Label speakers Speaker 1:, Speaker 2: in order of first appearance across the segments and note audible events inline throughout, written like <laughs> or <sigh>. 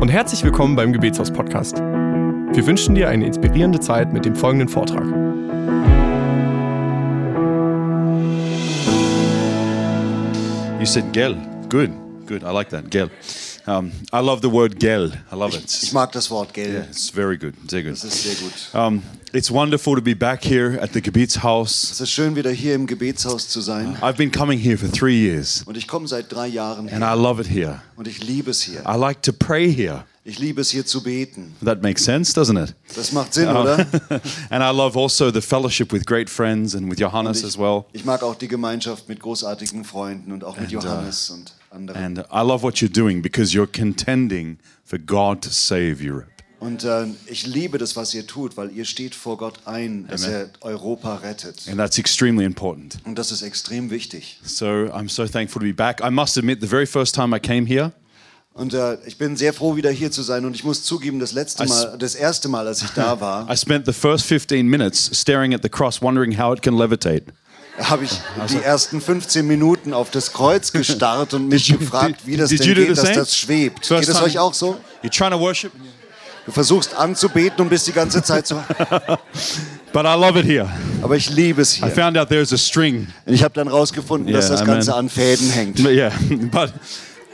Speaker 1: und herzlich willkommen beim Gebetshaus-Podcast. Wir wünschen dir eine inspirierende Zeit mit dem folgenden Vortrag.
Speaker 2: You said gel. Good, good. I like that. Gel. Um, I love the word gel. I love it.
Speaker 3: Ich mag das Wort, gell?
Speaker 2: Yeah, it's very good. Sehr good.
Speaker 3: Das ist sehr gut.
Speaker 2: Um, it's wonderful to be back here at the Gebetshaus.
Speaker 3: Es ist schön, wieder hier im Gebetshaus zu sein.
Speaker 2: I've been coming here for three years,
Speaker 3: Und ich komme seit drei Jahren
Speaker 2: and
Speaker 3: her.
Speaker 2: I love it here.
Speaker 3: Und ich liebe es hier.
Speaker 2: I like to pray here.
Speaker 3: Ich liebe es hier zu beten.
Speaker 2: That makes sense, doesn't it?
Speaker 3: Das macht Sinn,
Speaker 2: Uh, <laughs>
Speaker 3: oder?
Speaker 2: and I love also the fellowship with great friends and with Johannes as
Speaker 3: Ich,
Speaker 2: well.
Speaker 3: ich mag auch die Gemeinschaft mit großartigen Freunden und auch mit
Speaker 2: And, uh,
Speaker 3: Johannes und anderen.
Speaker 2: And I love what you're doing because you're contending for God to save Europe.
Speaker 3: Und äh, ich liebe das, was ihr tut, weil ihr steht vor Gott ein, dass er Europa rettet.
Speaker 2: And that's extremely important.
Speaker 3: Und das ist extrem wichtig.
Speaker 2: So I'm so thankful to be back. I must admit, the very first time I came here,
Speaker 3: Und äh, ich bin sehr froh, wieder hier zu sein. Und ich muss zugeben, das letzte
Speaker 2: I s-
Speaker 3: Mal, das erste Mal, als ich
Speaker 2: <laughs>
Speaker 3: da war,
Speaker 2: I spent the first 15 minutes staring at the cross, wondering how it can levitate.
Speaker 3: habe ich
Speaker 2: also-
Speaker 3: die ersten 15 Minuten auf das Kreuz gestarrt und mich
Speaker 2: Did you-
Speaker 3: gefragt, wie das
Speaker 2: did
Speaker 3: denn
Speaker 2: you do
Speaker 3: geht,
Speaker 2: the
Speaker 3: dass
Speaker 2: same?
Speaker 3: das schwebt.
Speaker 2: First
Speaker 3: Geht das
Speaker 2: time-
Speaker 3: euch auch so?
Speaker 2: You're trying to worship,
Speaker 3: Du versuchst anzubeten und bist die ganze Zeit so.
Speaker 2: but I love it here.
Speaker 3: Aber ich liebe es
Speaker 2: I
Speaker 3: hier.
Speaker 2: found out there's a string.
Speaker 3: Und ich habe dann rausgefunden, dass
Speaker 2: Yeah,
Speaker 3: das Ganze
Speaker 2: amen.
Speaker 3: an Fäden hängt.
Speaker 2: But yeah, <laughs> but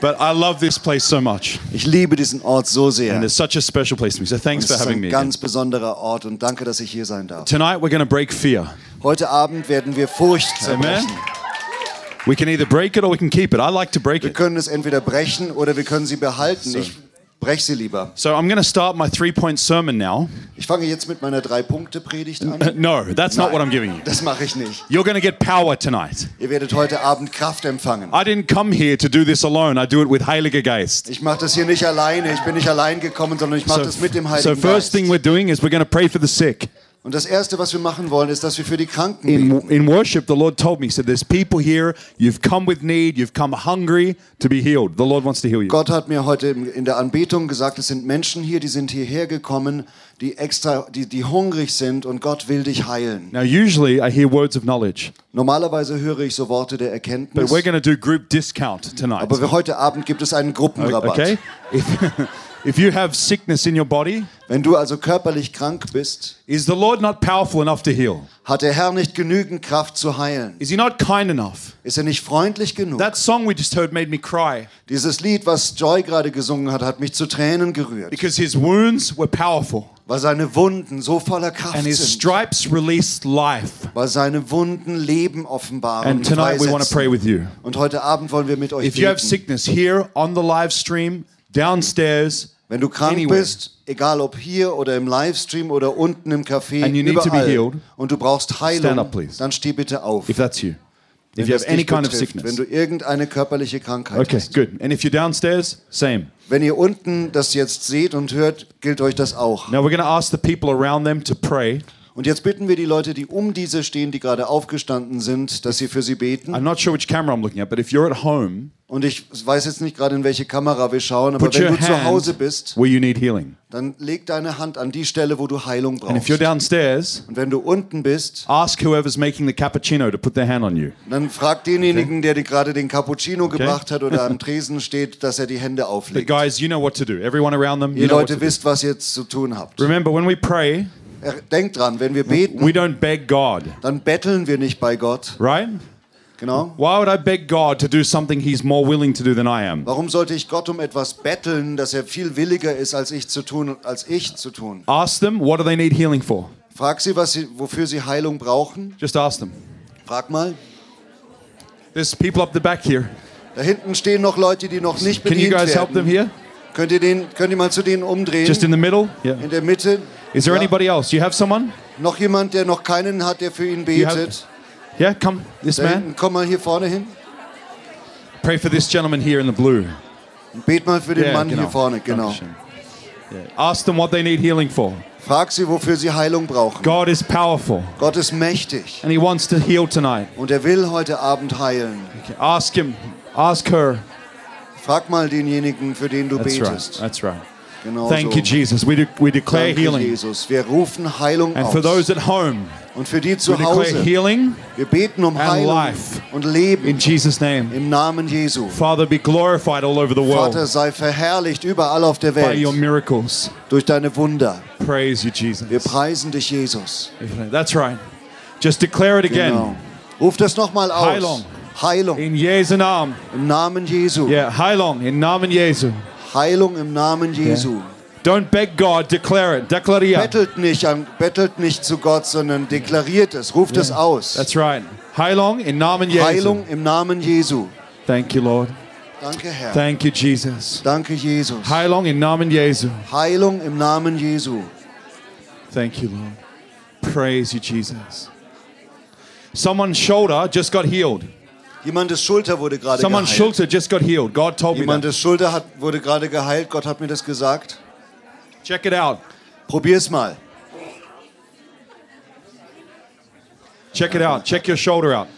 Speaker 2: but I love this place so much,
Speaker 3: Ich liebe diesen Ort so sehr.
Speaker 2: and
Speaker 3: Und
Speaker 2: it's such a special place to me. So thanks
Speaker 3: Es
Speaker 2: for
Speaker 3: ist
Speaker 2: having
Speaker 3: ein
Speaker 2: me. again.
Speaker 3: ganz besonderer Ort und danke, dass ich hier sein darf.
Speaker 2: Tonight we're going to break fear.
Speaker 3: Heute Abend werden wir Furcht zerbrechen.
Speaker 2: We can either break it or we can keep it. I like to break
Speaker 3: Wir
Speaker 2: it.
Speaker 3: können es entweder brechen oder wir können sie behalten. Ich breche sie lieber.
Speaker 2: So I'm going to start my three-point sermon now. <laughs>
Speaker 3: Ich fange jetzt mit meiner Drei-Punkte-Predigt an.
Speaker 2: No, that's not what I'm
Speaker 3: Nein,
Speaker 2: giving you.
Speaker 3: Das mache ich nicht.
Speaker 2: You're going to get power tonight.
Speaker 3: Ihr werdet heute Abend Kraft empfangen.
Speaker 2: I didn't come here to do this alone. I do it with Heiliger Geist.
Speaker 3: Ich mache das hier nicht alleine. Ich bin nicht allein gekommen, sondern ich mache das mit dem
Speaker 2: so
Speaker 3: Heiligen
Speaker 2: first thing
Speaker 3: Geist.
Speaker 2: we're doing is we're going to pray for the sick.
Speaker 3: Und das Erste, was wir machen wollen, ist, dass wir für die Kranken beten.
Speaker 2: In, in worship, the Lord told me, He said, There's people here, you've come with need, you've come hungry to be healed. The Lord wants to heal you.
Speaker 3: Gott hat mir heute im- in der Anbetung gesagt, es sind Menschen hier, die sind hierher gekommen, die extra, die, die hungrig sind und Gott will dich heilen.
Speaker 2: Now, usually I hear words of knowledge,
Speaker 3: Normalerweise höre ich so Worte der
Speaker 2: but
Speaker 3: Erkenntnis,
Speaker 2: we're going to do group discount tonight.
Speaker 3: aber wir- heute Abend gibt es einen Gruppenrabatt.
Speaker 2: Okay? If, <laughs> if you have sickness in your body,
Speaker 3: Wenn du also körperlich krank bist,
Speaker 2: is the Lord not powerful enough to heal?
Speaker 3: hat der Herr nicht genügend Kraft zu heilen.
Speaker 2: Is He not kind enough?
Speaker 3: Ist er nicht freundlich genug?
Speaker 2: That song we just heard made me cry
Speaker 3: Dieses Lied, was Joy gerade gesungen hat, hat mich zu Tränen gerührt,
Speaker 2: because His wounds were powerful.
Speaker 3: weil seine Wunden so voller Kraft
Speaker 2: and his
Speaker 3: sind.
Speaker 2: stripes released life.
Speaker 3: weil seine Wunden Leben offenbaren.
Speaker 2: And
Speaker 3: und
Speaker 2: tonight we want to
Speaker 3: freisetzen.
Speaker 2: pray with you.
Speaker 3: Und heute Abend wollen wir mit euch
Speaker 2: If you have
Speaker 3: beten.
Speaker 2: sickness here on the live stream, downstairs,
Speaker 3: Wenn du krank
Speaker 2: anywhere,
Speaker 3: bist, egal ob hier oder im Livestream oder unten im Café,
Speaker 2: And you need to be
Speaker 3: überall,
Speaker 2: healed.
Speaker 3: und du brauchst Heilung,
Speaker 2: Stand up, please.
Speaker 3: dann steh bitte auf.
Speaker 2: if that's you, if
Speaker 3: wenn
Speaker 2: you have
Speaker 3: das
Speaker 2: any
Speaker 3: dich
Speaker 2: kind of
Speaker 3: betrifft, wenn
Speaker 2: sickness.
Speaker 3: du irgendeine körperliche Krankheit
Speaker 2: Okay,
Speaker 3: hast.
Speaker 2: good. And if you're downstairs, same.
Speaker 3: Wenn ihr unten das jetzt seht und hört, gilt euch das auch.
Speaker 2: Now we're going to ask the people around them to pray.
Speaker 3: Und jetzt bitten wir die Leute, die um diese stehen, die gerade aufgestanden sind, dass sie für sie beten.
Speaker 2: I'm not sure which camera I'm looking at, but if you're at home,
Speaker 3: Und ich weiß jetzt nicht gerade, in welche Kamera wir schauen, aber
Speaker 2: put your
Speaker 3: wenn du zu
Speaker 2: hand
Speaker 3: Hause bist,
Speaker 2: where you need healing.
Speaker 3: dann leg deine Hand an die Stelle, wo du Heilung
Speaker 2: And if you're
Speaker 3: brauchst.
Speaker 2: downstairs,
Speaker 3: Und wenn du unten bist,
Speaker 2: ask whoever's making the cappuccino to put their hand on you.
Speaker 3: dann frag denjenigen, der dir gerade den Cappuccino gebracht hat oder
Speaker 2: <laughs>
Speaker 3: am Tresen steht, dass er die Hände
Speaker 2: But
Speaker 3: auflegt.
Speaker 2: guys, you know what to do. Everyone around them, you
Speaker 3: Ihr
Speaker 2: know what to
Speaker 3: Leute
Speaker 2: do.
Speaker 3: wisst, was ihr jetzt zu tun habt.
Speaker 2: Remember, when we pray,
Speaker 3: Er- Denkt dran, wenn wir beten,
Speaker 2: we don't beg God,
Speaker 3: dann betteln wir nicht bei Gott.
Speaker 2: right?
Speaker 3: Genau.
Speaker 2: Why would I beg God to do something He's more willing to do than I am?
Speaker 3: Warum sollte ich Gott um etwas betteln, dass er viel williger ist, als ich zu tun, als ich zu tun?
Speaker 2: Ask them, what do they need healing for?
Speaker 3: Frag sie, was sie, wofür sie Heilung brauchen.
Speaker 2: Just ask them.
Speaker 3: Frag mal.
Speaker 2: There's people up the back here.
Speaker 3: Da hinten stehen noch Leute, die noch nicht
Speaker 2: Can you
Speaker 3: bedient
Speaker 2: guys help them
Speaker 3: werden.
Speaker 2: here?
Speaker 3: Könnt ihr, den, könnt ihr mal zu denen umdrehen?
Speaker 2: Just in the middle? Yeah.
Speaker 3: In der Mitte.
Speaker 2: Is there
Speaker 3: Ja.
Speaker 2: anybody else? Do you have someone?
Speaker 3: Noch jemand, der noch keinen hat, der für ihn
Speaker 2: You have-
Speaker 3: betet?
Speaker 2: Yeah, come. This
Speaker 3: Da
Speaker 2: man.
Speaker 3: hinten, komm mal hier vorne hin.
Speaker 2: Pray for this gentleman here in the blue.
Speaker 3: Und bet mal für den
Speaker 2: Yeah,
Speaker 3: Mann
Speaker 2: genau.
Speaker 3: hier vorne, genau.
Speaker 2: Dankeschön. Yeah. Ask them what they need healing for.
Speaker 3: Frag sie, wofür sie Heilung brauchen.
Speaker 2: God is powerful
Speaker 3: Gott ist mächtig
Speaker 2: and He wants to heal tonight.
Speaker 3: und er will heute Abend heilen.
Speaker 2: Okay. Ask Him. Ask her.
Speaker 3: Frag mal denjenigen, für den du
Speaker 2: That's right.
Speaker 3: betest.
Speaker 2: That's right.
Speaker 3: Genau
Speaker 2: Thank
Speaker 3: so.
Speaker 2: you, Jesus. We, de- we declare
Speaker 3: Danke,
Speaker 2: healing.
Speaker 3: Jesus. Wir rufen Heilung
Speaker 2: And
Speaker 3: aus.
Speaker 2: for those at home,
Speaker 3: und für die
Speaker 2: we
Speaker 3: zu
Speaker 2: declare
Speaker 3: Hause,
Speaker 2: healing
Speaker 3: wir beten um
Speaker 2: and
Speaker 3: Heilung
Speaker 2: life.
Speaker 3: und Leben
Speaker 2: in Jesus' name.
Speaker 3: im Namen Jesu.
Speaker 2: Father, be glorified all over the
Speaker 3: Vater,
Speaker 2: world
Speaker 3: sei verherrlicht überall auf der
Speaker 2: by your
Speaker 3: Welt
Speaker 2: miracles.
Speaker 3: durch deine Wunder.
Speaker 2: Praise you,
Speaker 3: Wir
Speaker 2: Jesus.
Speaker 3: preisen dich, Jesus.
Speaker 2: That's right. Just declare it
Speaker 3: Genau.
Speaker 2: again.
Speaker 3: Ruf das nochmal aus.
Speaker 2: Heilung.
Speaker 3: Heilung
Speaker 2: In Jesu Namen.
Speaker 3: im Namen Jesu.
Speaker 2: Yeah, Heilung. In Namen Jesu.
Speaker 3: Heilung im Namen Jesu.
Speaker 2: Don't beg God, declare it. Deklariert.
Speaker 3: Bettelt nicht, an, bettelt nicht zu Gott, sondern deklariert es, ruft es aus.
Speaker 2: That's right. Heilung in Namen Jesu.
Speaker 3: Heilung im Namen Jesu.
Speaker 2: Thank you, Lord.
Speaker 3: Danke, Herr.
Speaker 2: Thank you, Jesus.
Speaker 3: Danke, Jesus.
Speaker 2: Heilung in Namen Jesu.
Speaker 3: Heilung im Namen Jesu.
Speaker 2: Thank you, Lord. Praise you, Jesus. Someone's shoulder just got healed.
Speaker 3: Jemandes Schulter wurde gerade
Speaker 2: Someone's
Speaker 3: geheilt.
Speaker 2: shoulder just got healed. God told me that.
Speaker 3: Jemandes Schulter hat, wurde gerade geheilt. Gott hat mir das gesagt.
Speaker 2: Check it out.
Speaker 3: Probier's mal.
Speaker 2: Check it out. Check your shoulder out.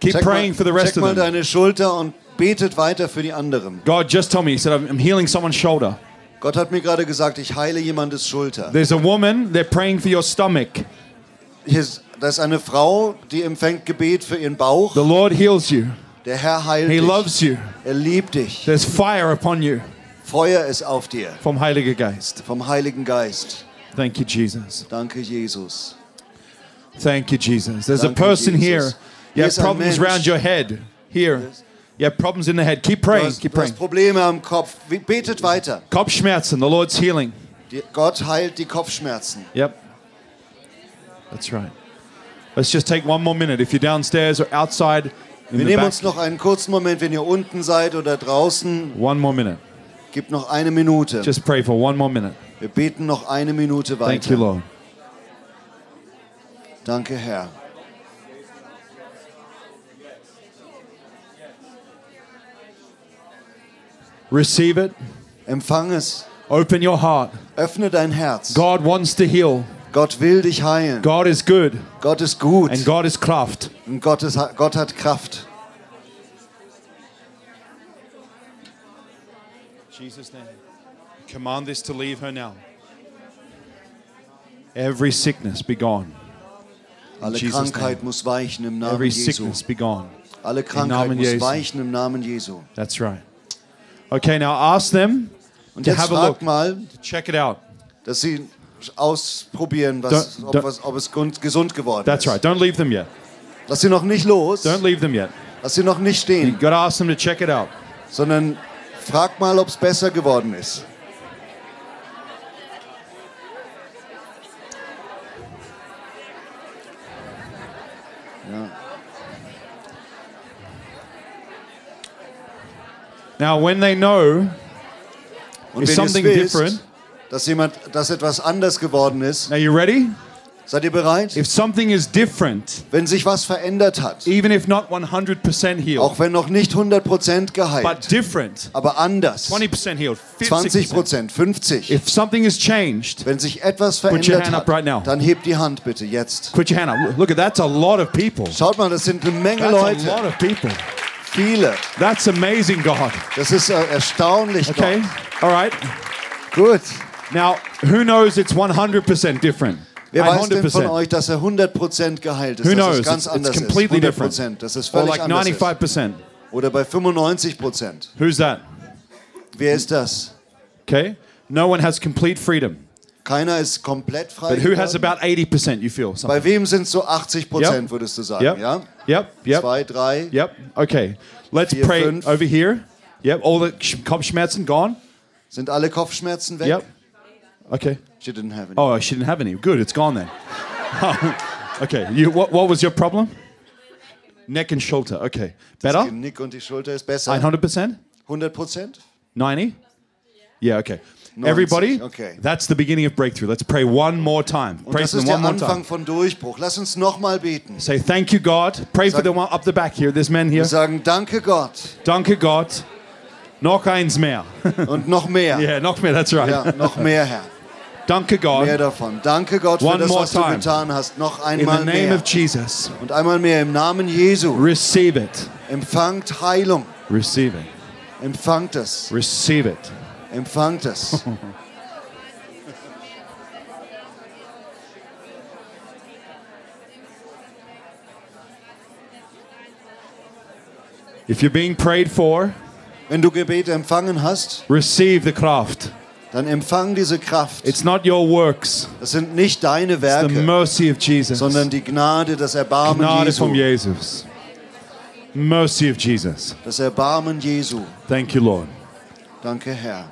Speaker 2: Keep
Speaker 3: Check
Speaker 2: praying
Speaker 3: mal,
Speaker 2: for the
Speaker 3: check
Speaker 2: rest
Speaker 3: mal
Speaker 2: of them.
Speaker 3: deine Schulter und betet weiter für die anderen.
Speaker 2: God just told me, He said, I'm I'm healing someone's shoulder.
Speaker 3: Gott hat mir gerade gesagt, ich heile jemandes Schulter.
Speaker 2: There's a woman, they're praying for your stomach.
Speaker 3: Hier ist, da ist eine Frau, die empfängt Gebet für ihren Bauch.
Speaker 2: The Lord heals you,
Speaker 3: Der Herr heilt
Speaker 2: He
Speaker 3: dich.
Speaker 2: loves you.
Speaker 3: Er liebt dich.
Speaker 2: There's fire upon you
Speaker 3: Feuer ist auf dir
Speaker 2: from Heiliger Geist.
Speaker 3: vom Heiligen Geist.
Speaker 2: Thank you, Jesus.
Speaker 3: Danke, Jesus.
Speaker 2: Thank you, Jesus. There's a
Speaker 3: Danke,
Speaker 2: person here.
Speaker 3: Jesus.
Speaker 2: You
Speaker 3: Hier
Speaker 2: have
Speaker 3: ist ein
Speaker 2: problems
Speaker 3: Mensch.
Speaker 2: around your head. Here. You have problems in the head. Keep
Speaker 3: Du
Speaker 2: praying.
Speaker 3: hast,
Speaker 2: Keep
Speaker 3: du
Speaker 2: praying.
Speaker 3: hast Probleme am Kopf. Wie- Betet weiter.
Speaker 2: Kopfschmerzen. The Lord's healing.
Speaker 3: Die, Gott heilt die Kopfschmerzen.
Speaker 2: Yep. That's right. Let's just take one more minute. If you're downstairs or outside, in
Speaker 3: Wir
Speaker 2: the
Speaker 3: nehmen
Speaker 2: back,
Speaker 3: uns noch einen kurzen Moment, wenn ihr unten seid oder draußen.
Speaker 2: one more minute.
Speaker 3: Gebt noch eine Minute.
Speaker 2: Just pray for one more minute.
Speaker 3: Wir beten noch eine Minute
Speaker 2: Thank you,
Speaker 3: weiter.
Speaker 2: Lord.
Speaker 3: Danke, Herr.
Speaker 2: Receive it.
Speaker 3: Empfang es.
Speaker 2: Open your heart.
Speaker 3: Öffne dein Herz.
Speaker 2: God wants to heal.
Speaker 3: Gott will dich heilen.
Speaker 2: God is good
Speaker 3: Gott ist gut.
Speaker 2: and God is kraft.
Speaker 3: Und Gott, ist, Gott hat Kraft.
Speaker 2: Jesus' name. Command this to leave her now. Every sickness be gone.
Speaker 3: Alle
Speaker 2: Jesus'
Speaker 3: Krankheit
Speaker 2: name.
Speaker 3: muss weichen im Namen
Speaker 2: Every
Speaker 3: Jesu.
Speaker 2: sickness be gone.
Speaker 3: Alle Krankheit
Speaker 2: Namen
Speaker 3: muss
Speaker 2: Jesu.
Speaker 3: weichen im Namen Jesu.
Speaker 2: That's right. Okay, now ask them
Speaker 3: Und
Speaker 2: to
Speaker 3: jetzt
Speaker 2: have a look.
Speaker 3: frag mal,
Speaker 2: Check it out.
Speaker 3: dass sie ausprobieren, was,
Speaker 2: Don't-
Speaker 3: ob,
Speaker 2: don't-
Speaker 3: was, ob es gun- gesund geworden
Speaker 2: That's
Speaker 3: ist.
Speaker 2: right. Don't leave them yet.
Speaker 3: Lass sie noch nicht los,
Speaker 2: Don't Hm. leave them yet.
Speaker 3: lass sie noch nicht
Speaker 2: You
Speaker 3: stehen,
Speaker 2: got to ask them to check it out.
Speaker 3: sondern frag mal, ob es besser geworden ist.
Speaker 2: Now, when they know
Speaker 3: Und
Speaker 2: Is
Speaker 3: wenn
Speaker 2: something
Speaker 3: ihr es wisst,
Speaker 2: different?
Speaker 3: dass, jemand, dass etwas anders geworden ist,
Speaker 2: Now, you ready?
Speaker 3: seid ihr bereit?
Speaker 2: If something is different,
Speaker 3: Wenn sich was verändert hat,
Speaker 2: even if not 100% healed,
Speaker 3: auch wenn noch nicht 100%
Speaker 2: but
Speaker 3: geheilt,
Speaker 2: different,
Speaker 3: aber anders,
Speaker 2: 20% healed, 50%.
Speaker 3: 20%, 50%.
Speaker 2: If something is changed,
Speaker 3: Wenn sich etwas
Speaker 2: your
Speaker 3: verändert
Speaker 2: hand up
Speaker 3: hat,
Speaker 2: right now.
Speaker 3: dann hebt die Hand bitte jetzt.
Speaker 2: put your hand up. Look at that's a lot of people.
Speaker 3: Schaut mal, das sind eine Menge
Speaker 2: That's a lot
Speaker 3: Leute,
Speaker 2: of people.
Speaker 3: viele.
Speaker 2: That's amazing, God.
Speaker 3: Das ist äh, erstaunlich.
Speaker 2: Okay, all right.
Speaker 3: Gott. Gut.
Speaker 2: Now, who knows it's 100% different?
Speaker 3: Wer weiß denn von
Speaker 2: 100%.
Speaker 3: euch, dass er 100% geheilt ist?
Speaker 2: Who
Speaker 3: dass
Speaker 2: knows?
Speaker 3: es ganz
Speaker 2: It's,
Speaker 3: anders
Speaker 2: it's completely
Speaker 3: ist.
Speaker 2: different.
Speaker 3: dass es
Speaker 2: Or
Speaker 3: völlig
Speaker 2: like
Speaker 3: anders ist.
Speaker 2: 95%.
Speaker 3: Oder bei 95%.
Speaker 2: Who's that?
Speaker 3: Wer ist das?
Speaker 2: Okay. No one has complete freedom.
Speaker 3: Keiner ist komplett frei.
Speaker 2: But who
Speaker 3: geworden.
Speaker 2: has about 80%, you feel?
Speaker 3: bei
Speaker 2: Something.
Speaker 3: wem sind es so 80 Prozent,
Speaker 2: Yep.
Speaker 3: würdest du sagen?
Speaker 2: Yep.
Speaker 3: Ja?
Speaker 2: Yep. Yep.
Speaker 3: Zwei, drei.
Speaker 2: Yep. Okay. Let's
Speaker 3: Vier,
Speaker 2: pray
Speaker 3: fünf.
Speaker 2: over here. Yep. All the sh- Kopfschmerzen gone.
Speaker 3: Sind alle Kopfschmerzen weg?
Speaker 2: Yep. Okay.
Speaker 3: She didn't have any.
Speaker 2: Oh, she didn't have any. Good, it's gone then. <laughs> okay, you, what, what was your problem? Neck and shoulder. Okay,
Speaker 3: Das
Speaker 2: better.
Speaker 3: Genick und die Schulter ist besser.
Speaker 2: 100 percent.
Speaker 3: 100 Prozent?
Speaker 2: 90. Yeah. Okay. Everybody.
Speaker 3: okay.
Speaker 2: That's the beginning of breakthrough. Let's pray one more time.
Speaker 3: Und
Speaker 2: Pray
Speaker 3: das
Speaker 2: for them
Speaker 3: ist der
Speaker 2: one more time.
Speaker 3: Anfang von Durchbruch. Lass uns nochmal beten.
Speaker 2: Say thank you, God. Pray for
Speaker 3: Sag-
Speaker 2: the one up the back here. There's men here.
Speaker 3: Wir sagen Danke Gott
Speaker 2: Danke Gott. Noch eins mehr.
Speaker 3: und noch mehr.
Speaker 2: <laughs> yeah, noch mehr. That's right.
Speaker 3: Ja, noch mehr, Herr.
Speaker 2: Danke Gott.
Speaker 3: Mehr davon. Danke Gott für
Speaker 2: One
Speaker 3: das,
Speaker 2: more
Speaker 3: was
Speaker 2: time.
Speaker 3: du getan hast. Noch
Speaker 2: In the
Speaker 3: einmal
Speaker 2: name
Speaker 3: mehr.
Speaker 2: of Jesus,
Speaker 3: Und einmal mehr im Namen Jesu.
Speaker 2: receive it.
Speaker 3: Empfangt Heilung.
Speaker 2: Receive it.
Speaker 3: Empfangt es.
Speaker 2: Receive it. <laughs>
Speaker 3: Empfangt es.
Speaker 2: If you're being prayed for,
Speaker 3: Wenn du Gebet empfangen hast,
Speaker 2: receive the craft.
Speaker 3: dann empfang diese Kraft.
Speaker 2: It's not your works,
Speaker 3: Das sind nicht deine
Speaker 2: it's the
Speaker 3: Werke,
Speaker 2: mercy of Jesus.
Speaker 3: sondern die Gnade, das Erbarmen
Speaker 2: Gnade
Speaker 3: Jesu.
Speaker 2: von Jesus. Mercy of Jesus.
Speaker 3: Das Erbarmen Jesu.
Speaker 2: Thank you, Lord.
Speaker 3: Danke, Herr.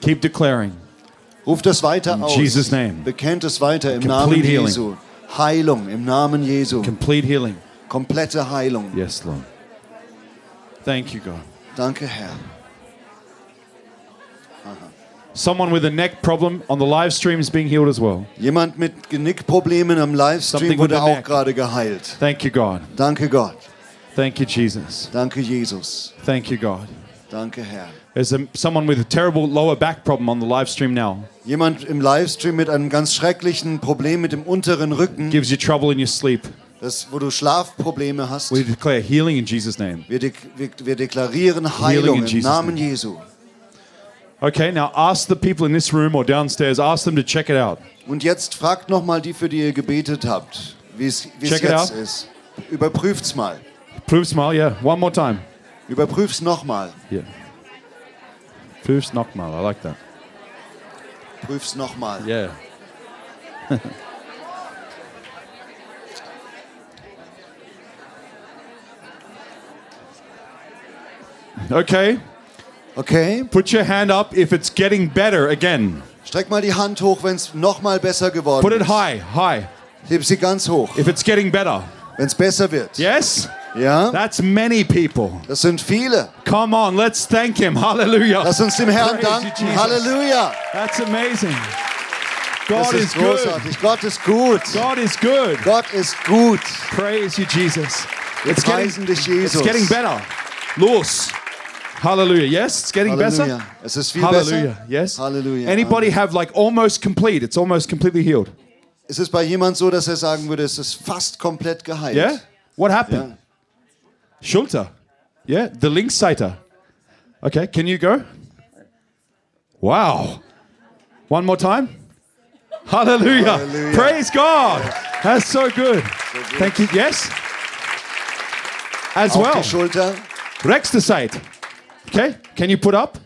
Speaker 2: Keep declaring.
Speaker 3: Ruf das weiter aus.
Speaker 2: Jesus' name.
Speaker 3: Bekennt es weiter im
Speaker 2: Complete
Speaker 3: Namen
Speaker 2: healing.
Speaker 3: Jesu. Heilung im Namen Jesu.
Speaker 2: Complete healing.
Speaker 3: Komplette Heilung.
Speaker 2: Yes, Lord. Thank you, God.
Speaker 3: Danke, Herr.
Speaker 2: Someone with a neck problem on the live stream is being healed as well.
Speaker 3: Jemand mit Genickproblemen am Livestream
Speaker 2: Something with
Speaker 3: wurde
Speaker 2: the
Speaker 3: auch
Speaker 2: neck.
Speaker 3: gerade geheilt.
Speaker 2: Thank you, God.
Speaker 3: Danke Gott.
Speaker 2: Thank you, Jesus.
Speaker 3: Danke Jesus.
Speaker 2: Thank you, God.
Speaker 3: Danke Herr.
Speaker 2: There's a, someone with a terrible lower back problem on the live stream now.
Speaker 3: Jemand im Livestream mit einem ganz schrecklichen Problem mit dem unteren Rücken,
Speaker 2: Gives you trouble in your sleep.
Speaker 3: das, wo du Schlafprobleme hast.
Speaker 2: We declare healing in Jesus' name.
Speaker 3: Wir, dek wir, wir deklarieren
Speaker 2: Healing
Speaker 3: Heilung
Speaker 2: in
Speaker 3: im
Speaker 2: Jesus'
Speaker 3: Namen
Speaker 2: name.
Speaker 3: Jesu.
Speaker 2: Okay, now ask the people in this room or downstairs, ask them to check it out.
Speaker 3: Und jetzt fragt nochmal die, für die ihr gebetet habt, wie es wie es
Speaker 2: Check it
Speaker 3: jetzt
Speaker 2: out.
Speaker 3: ist. Überprüft's mal.
Speaker 2: Proof smile, yeah. One more time.
Speaker 3: Überprüft's nochmal.
Speaker 2: Yeah. Proof's nochmal. I like that.
Speaker 3: Prüf's nochmal.
Speaker 2: Yeah. <laughs> okay.
Speaker 3: Okay?
Speaker 2: Put your hand up if it's getting better again.
Speaker 3: Streck mal die Hand hoch, wenn es nochmal besser geworden
Speaker 2: Put it
Speaker 3: ist.
Speaker 2: high, high.
Speaker 3: Heb sie ganz hoch,
Speaker 2: If it's getting better.
Speaker 3: wenn es besser wird.
Speaker 2: Yes?
Speaker 3: Ja?
Speaker 2: That's many people.
Speaker 3: Das sind viele.
Speaker 2: Come on, let's thank him. Hallelujah.
Speaker 3: Lass uns dem Herrn
Speaker 2: Praise you,
Speaker 3: danken.
Speaker 2: Jesus.
Speaker 3: Halleluja.
Speaker 2: That's amazing.
Speaker 3: Das
Speaker 2: God is
Speaker 3: ist
Speaker 2: good.
Speaker 3: großartig. Gott ist gut.
Speaker 2: God is good.
Speaker 3: Gott ist gut.
Speaker 2: Praise you, Jesus.
Speaker 3: Wir preisen dich, Jesus.
Speaker 2: It's getting better. Los. Hallelujah. Yes, it's getting
Speaker 3: Halleluja.
Speaker 2: better.
Speaker 3: Es ist viel
Speaker 2: Hallelujah.
Speaker 3: besser.
Speaker 2: Yes.
Speaker 3: Halleluja.
Speaker 2: Anybody have like almost complete? It's almost completely healed.
Speaker 3: Ist es bei jemand so, dass er sagen würde, es ist fast komplett geheilt?
Speaker 2: Yeah? What happened?
Speaker 3: Ja.
Speaker 2: Schulter. Yeah, the Linkseiter. Okay, can you go? Wow. One more time. Hallelujah.
Speaker 3: Hallelujah.
Speaker 2: Praise God. That's so good. Thank you. Yes. As
Speaker 3: Auf
Speaker 2: well.
Speaker 3: die Schulter.
Speaker 2: Rex the site. Okay, can you put up?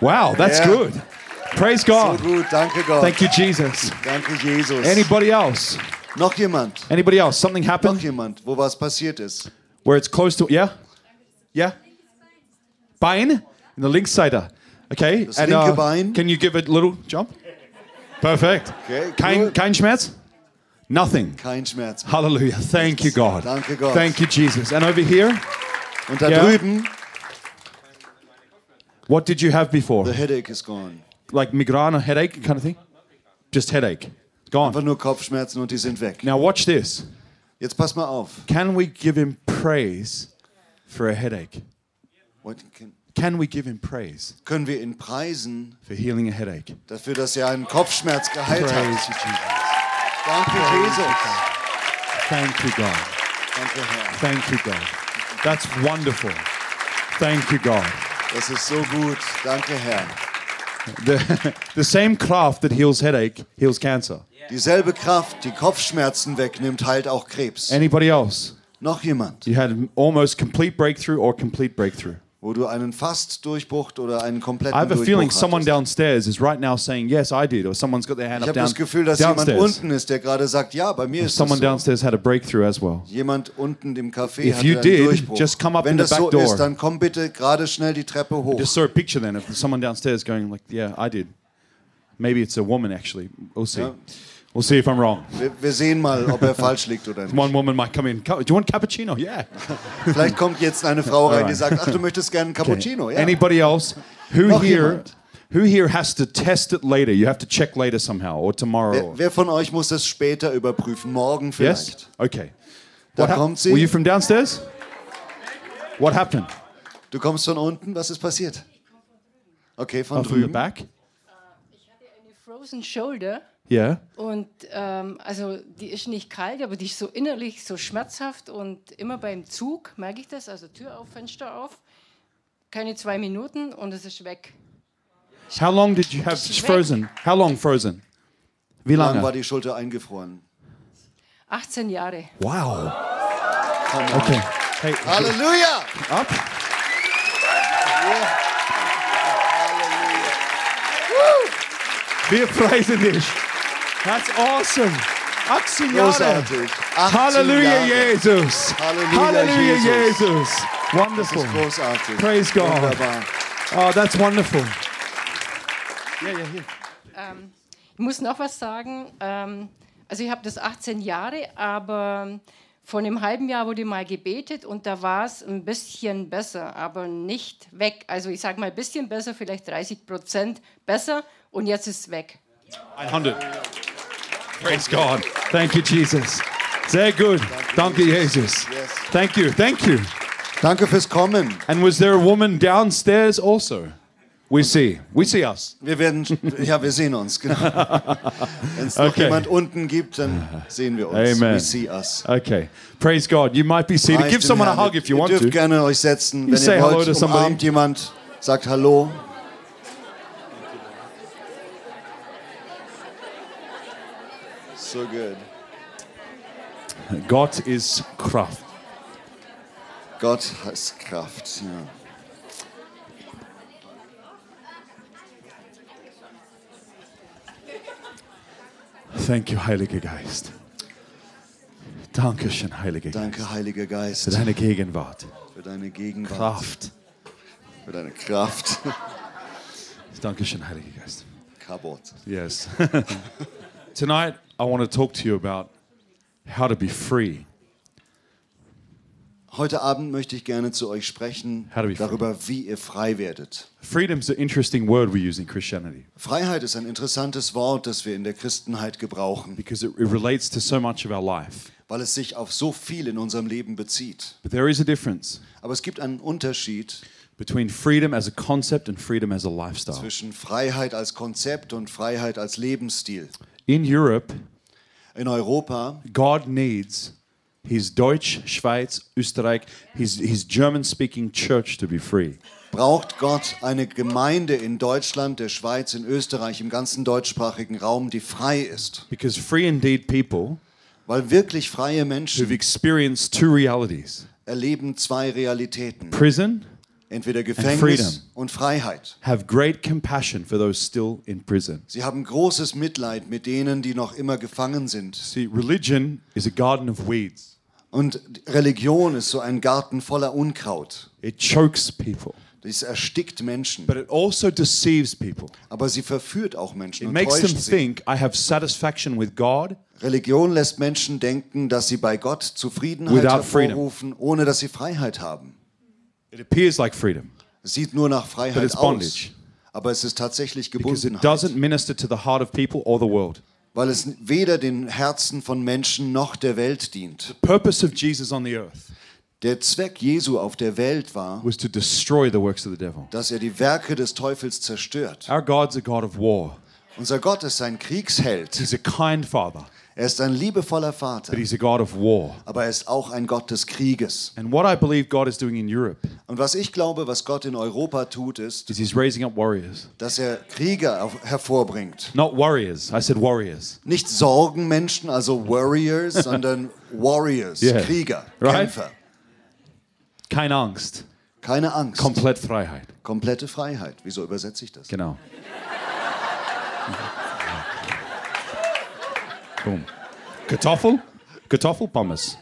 Speaker 2: Wow, that's
Speaker 3: Yeah.
Speaker 2: good. Praise
Speaker 3: So
Speaker 2: God.
Speaker 3: gut. Danke Gott.
Speaker 2: Thank you, Jesus.
Speaker 3: Danke Jesus.
Speaker 2: Anybody else?
Speaker 3: Noch jemand?
Speaker 2: Anybody else? Something
Speaker 3: Noch
Speaker 2: happened
Speaker 3: jemand, wo was passiert ist?
Speaker 2: where it's close to yeah, yeah. Bein in the link sider. Okay, uh,
Speaker 3: Das linke Bein.
Speaker 2: can you give it a little jump? Perfect.
Speaker 3: Okay,
Speaker 2: Kein,
Speaker 3: cool.
Speaker 2: kein Schmerz. Nothing.
Speaker 3: Kein Schmerz. mehr.
Speaker 2: Hallelujah. Thank you, God.
Speaker 3: Danke Gott.
Speaker 2: Thank you, Jesus. And over here,
Speaker 3: Und da
Speaker 2: Ja.
Speaker 3: drüben,
Speaker 2: what did you have before?
Speaker 3: the headache is gone.
Speaker 2: Like migraine, headache kind of thing? Just headache. Gone.
Speaker 3: Einfach nur Kopfschmerzen und die sind weg.
Speaker 2: Now, watch this.
Speaker 3: Jetzt pass mal auf.
Speaker 2: Can we give him praise for a headache?
Speaker 3: What can-
Speaker 2: Can we give him praise
Speaker 3: Können wir ihn preisen
Speaker 2: for healing a headache?
Speaker 3: dafür, dass er einen Kopfschmerz geheilt hat?
Speaker 2: you, Jesus.
Speaker 3: Danke, Jesus.
Speaker 2: Thank you, God.
Speaker 3: Danke, Herr.
Speaker 2: Thank you, God. That's wonderful. Thank you, God.
Speaker 3: Das ist so gut. Danke, Herr.
Speaker 2: The, <laughs> the same craft that heals headache heals cancer.
Speaker 3: Dieselbe Kraft, die Kopfschmerzen wegnimmt, heilt auch Krebs.
Speaker 2: Anybody else?
Speaker 3: Noch jemand,
Speaker 2: You had almost complete breakthrough or complete breakthrough.
Speaker 3: wo du einen Fastdurchbruch oder einen kompletten
Speaker 2: I have a
Speaker 3: Durchbruch
Speaker 2: feeling someone
Speaker 3: hattest.
Speaker 2: downstairs is right now saying, Yes, I did, or someone's got their hand
Speaker 3: Ich
Speaker 2: up
Speaker 3: habe
Speaker 2: down,
Speaker 3: das Gefühl, dass jemand
Speaker 2: downstairs.
Speaker 3: unten ist, der gerade sagt, ja, bei mir ist das
Speaker 2: Someone
Speaker 3: so.
Speaker 2: downstairs had a breakthrough as well.
Speaker 3: Jemand unten im Café
Speaker 2: If
Speaker 3: hat
Speaker 2: you
Speaker 3: einen
Speaker 2: did,
Speaker 3: Durchbruch.
Speaker 2: just come up in
Speaker 3: Wenn
Speaker 2: the
Speaker 3: das so
Speaker 2: back door.
Speaker 3: ist, dann komm bitte gerade schnell die Treppe hoch.
Speaker 2: Just saw a picture then of someone downstairs going like, "Yeah, I did." Maybe it's a woman actually. We'll see. We'll see if I'm wrong.
Speaker 3: Wir, wir sehen mal,
Speaker 2: <laughs>
Speaker 3: ob er falsch liegt oder nicht.
Speaker 2: One woman might come in. "Ca- Do you want cappuccino? Yeah.
Speaker 3: Vielleicht kommt jetzt eine Frau rein, die
Speaker 2: Alright.
Speaker 3: sagt, ach, du möchtest gerne einen Cappuccino. Ja.
Speaker 2: Anybody else? Who
Speaker 3: Noch
Speaker 2: here?
Speaker 3: jemand?
Speaker 2: Who here has to test it later? You have to check later somehow or tomorrow.
Speaker 3: Wer, wer von euch muss das später überprüfen? Morgen vielleicht.
Speaker 2: yes. Okay.
Speaker 3: Da
Speaker 2: hap-
Speaker 3: kommt sie.
Speaker 2: Were you from downstairs? What happened?
Speaker 3: Du kommst von unten, was ist passiert? Okay, von
Speaker 2: Oh, from the
Speaker 3: drüben.
Speaker 2: back.
Speaker 4: Ich hatte eine Frozen Shoulder
Speaker 2: Yeah.
Speaker 4: und ähm, also die ist nicht kalt, aber die ist so innerlich so schmerzhaft und immer beim Zug merke ich das, also Tür auf, Fenster auf, keine zwei Minuten und es ist weg.
Speaker 2: How long did you have
Speaker 4: Just
Speaker 2: frozen? How long frozen? Wie
Speaker 3: Lang war
Speaker 2: lange?
Speaker 3: die Schulter eingefroren.
Speaker 4: 18 Jahre.
Speaker 2: Wow.
Speaker 3: Komm,
Speaker 2: Okay. Hey,
Speaker 3: Halleluja!
Speaker 2: up. Wir preisen dich. That's awesome. 18 Jahre.
Speaker 3: Großartig. 18
Speaker 2: Halleluja,
Speaker 3: Jahre.
Speaker 2: Jesus.
Speaker 3: Halleluja, Jesus.
Speaker 2: Jesus.
Speaker 3: Das ist
Speaker 2: Wonderful.
Speaker 3: großartig.
Speaker 2: Praise God.
Speaker 3: Wunderbar.
Speaker 2: Oh, that's wonderful.
Speaker 4: Ich muss noch was sagen. Ähm, also ich habe das 18 Jahre, aber vor einem halben Jahr wurde mal gebetet und da war es ein bisschen besser, aber nicht weg. Also ich sage mal ein bisschen besser, vielleicht 30 Prozent besser und jetzt ist es weg.
Speaker 2: 100. Praise God. Thank you, Jesus. Sehr gut. Danke, Jesus.
Speaker 3: Yes.
Speaker 2: Thank you. Thank you.
Speaker 3: Danke fürs Kommen.
Speaker 2: And was there a woman downstairs also? We see. We see us.
Speaker 3: Wir werden, ja, wir sehen uns,
Speaker 2: <laughs>
Speaker 3: genau. Wenn es noch
Speaker 2: Okay.
Speaker 3: jemand unten gibt, dann sehen wir uns.
Speaker 2: Amen.
Speaker 3: We see us.
Speaker 2: Okay. Praise God. You might be seated. Give
Speaker 3: Preist den
Speaker 2: someone a
Speaker 3: Herrn.
Speaker 2: hug if you
Speaker 3: ihr
Speaker 2: want
Speaker 3: dürft
Speaker 2: to.
Speaker 3: gerne euch setzen. Wenn
Speaker 2: say
Speaker 3: ihr
Speaker 2: hello
Speaker 3: wollt,
Speaker 2: to somebody.
Speaker 3: umarmt jemand, sagt Hallo. So good.
Speaker 2: Gott ist Kraft.
Speaker 3: Gott ist Kraft. Ja.
Speaker 2: Thank you, Heiliger Geist. Dankeschön, Heiliger Geist.
Speaker 3: Danke, Heiliger
Speaker 2: Für
Speaker 3: Geist,
Speaker 2: deine Gegenwart.
Speaker 3: für deine Gegenwart,
Speaker 2: Kraft.
Speaker 3: für deine Kraft. <laughs>
Speaker 2: Dankeschön, Heiliger Geist.
Speaker 3: Kabot.
Speaker 2: Yes. <laughs> Tonight, I want to talk to you about how to be free.
Speaker 3: Heute Abend möchte ich gerne zu euch sprechen
Speaker 2: How do we free?
Speaker 3: darüber, wie ihr frei werdet.
Speaker 2: Freedom's an interesting word we use in Christianity
Speaker 3: Freiheit ist ein interessantes Wort, das wir in der Christenheit gebrauchen,
Speaker 2: because it, it relates to so much of our life.
Speaker 3: weil es sich auf so viel in unserem Leben bezieht.
Speaker 2: But there is a difference
Speaker 3: Aber es gibt einen Unterschied
Speaker 2: between freedom as a concept and freedom as a lifestyle.
Speaker 3: zwischen Freiheit als Konzept und Freiheit als Lebensstil.
Speaker 2: In Europe,
Speaker 3: In Europa
Speaker 2: God needs his Deutsch, Schweiz, Österreich, his, his German speaking church to be free.
Speaker 3: braucht Gott eine Gemeinde in Deutschland, der Schweiz, in Österreich, im ganzen deutschsprachigen Raum, die frei ist.
Speaker 2: Because free indeed people
Speaker 3: Weil wirklich freie
Speaker 2: who've
Speaker 3: Menschen
Speaker 2: experienced two realities
Speaker 3: erleben zwei Realitäten.
Speaker 2: prison,
Speaker 3: Entweder
Speaker 2: freedom.
Speaker 3: Gefängnis und Freiheit.
Speaker 2: have great compassion for those still in prison.
Speaker 3: Sie haben großes Mitleid mit denen, die noch immer gefangen sind.
Speaker 2: See, religion is a garden of weeds,
Speaker 3: Und Religion ist so ein Garten voller Unkraut.
Speaker 2: it chokes people.
Speaker 3: Das erstickt Menschen.
Speaker 2: But it also deceives people.
Speaker 3: Aber sie verführt auch Menschen
Speaker 2: It
Speaker 3: und
Speaker 2: makes them
Speaker 3: täuscht sie.
Speaker 2: think I have satisfaction with God
Speaker 3: Religion lässt Menschen denken, dass sie bei Gott Zufriedenheit
Speaker 2: Without freedom.
Speaker 3: hervorrufen, ohne dass sie Freiheit haben.
Speaker 2: It appears like freedom
Speaker 3: Es sieht nur nach
Speaker 2: But
Speaker 3: Freiheit
Speaker 2: it's
Speaker 3: aus.
Speaker 2: bondage.
Speaker 3: Aber es ist tatsächlich
Speaker 2: because it
Speaker 3: Gebundenheit,
Speaker 2: doesn't minister to the heart of people or the world.
Speaker 3: weil es weder den Herzen von Menschen noch der Welt dient.
Speaker 2: Purpose of Jesus on the earth
Speaker 3: Der Zweck Jesu auf der Welt war,
Speaker 2: was to destroy the works of the devil.
Speaker 3: dass er die Werke des Teufels zerstört.
Speaker 2: Our God's a God of war.
Speaker 3: Unser Gott ist ein Kriegsheld.
Speaker 2: He's a kind father,
Speaker 3: Er ist ein liebevoller Vater,
Speaker 2: but he's a God of war.
Speaker 3: aber er ist auch ein Gott des Krieges.
Speaker 2: And what I believe God is doing in Europe
Speaker 3: Und was ich glaube, was Gott in Europa tut, ist,
Speaker 2: is he's raising up warriors.
Speaker 3: dass er Krieger auf- hervorbringt.
Speaker 2: Not warriors. I said warriors.
Speaker 3: Nicht Sorgenmenschen, also
Speaker 2: <laughs>
Speaker 3: Warriors, sondern Warriors,
Speaker 2: Yeah.
Speaker 3: Krieger,
Speaker 2: Right?
Speaker 3: Kämpfer.
Speaker 2: Keine Angst.
Speaker 3: Keine Angst,
Speaker 2: Komplett Freiheit.
Speaker 3: komplette Freiheit. Wieso übersetze ich das?
Speaker 2: Genau. <laughs> Boom. Kartoffel? Kartoffelpommes.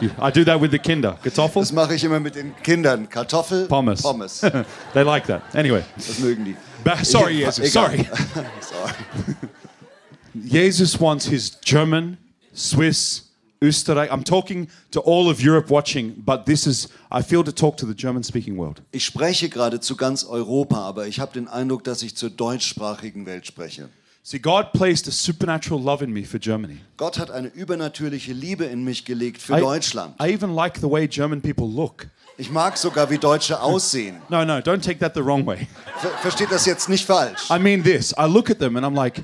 Speaker 2: <laughs> I do that with the Kinder.
Speaker 3: Das
Speaker 2: Kartoffel?
Speaker 3: mache ich immer mit den Kindern. Kartoffel,
Speaker 2: Pommes.
Speaker 3: Pommes.
Speaker 2: <laughs> They like that. Anyway.
Speaker 3: Das mögen die.
Speaker 2: <laughs> Ba- sorry,
Speaker 3: Egal.
Speaker 2: Jesus. Sorry.
Speaker 3: <laughs> sorry.
Speaker 2: Jesus wants his German, Swiss, Österreich. I'm talking to all of Europe watching, but this is, I feel to talk to the German speaking world.
Speaker 3: Ich spreche gerade zu ganz Europa, aber ich habe den Eindruck, dass ich zur deutschsprachigen Welt spreche.
Speaker 2: See, God placed a supernatural love in me for Germany.
Speaker 3: Gott hat eine übernatürliche Liebe in mich gelegt für
Speaker 2: I-
Speaker 3: Deutschland.
Speaker 2: I even like the way German people look.
Speaker 3: Ich mag sogar, wie Deutsche aussehen.
Speaker 2: No, no, don't take that the wrong way.
Speaker 3: Ver versteht das jetzt nicht falsch.
Speaker 2: I mean this. I look at them and I'm like,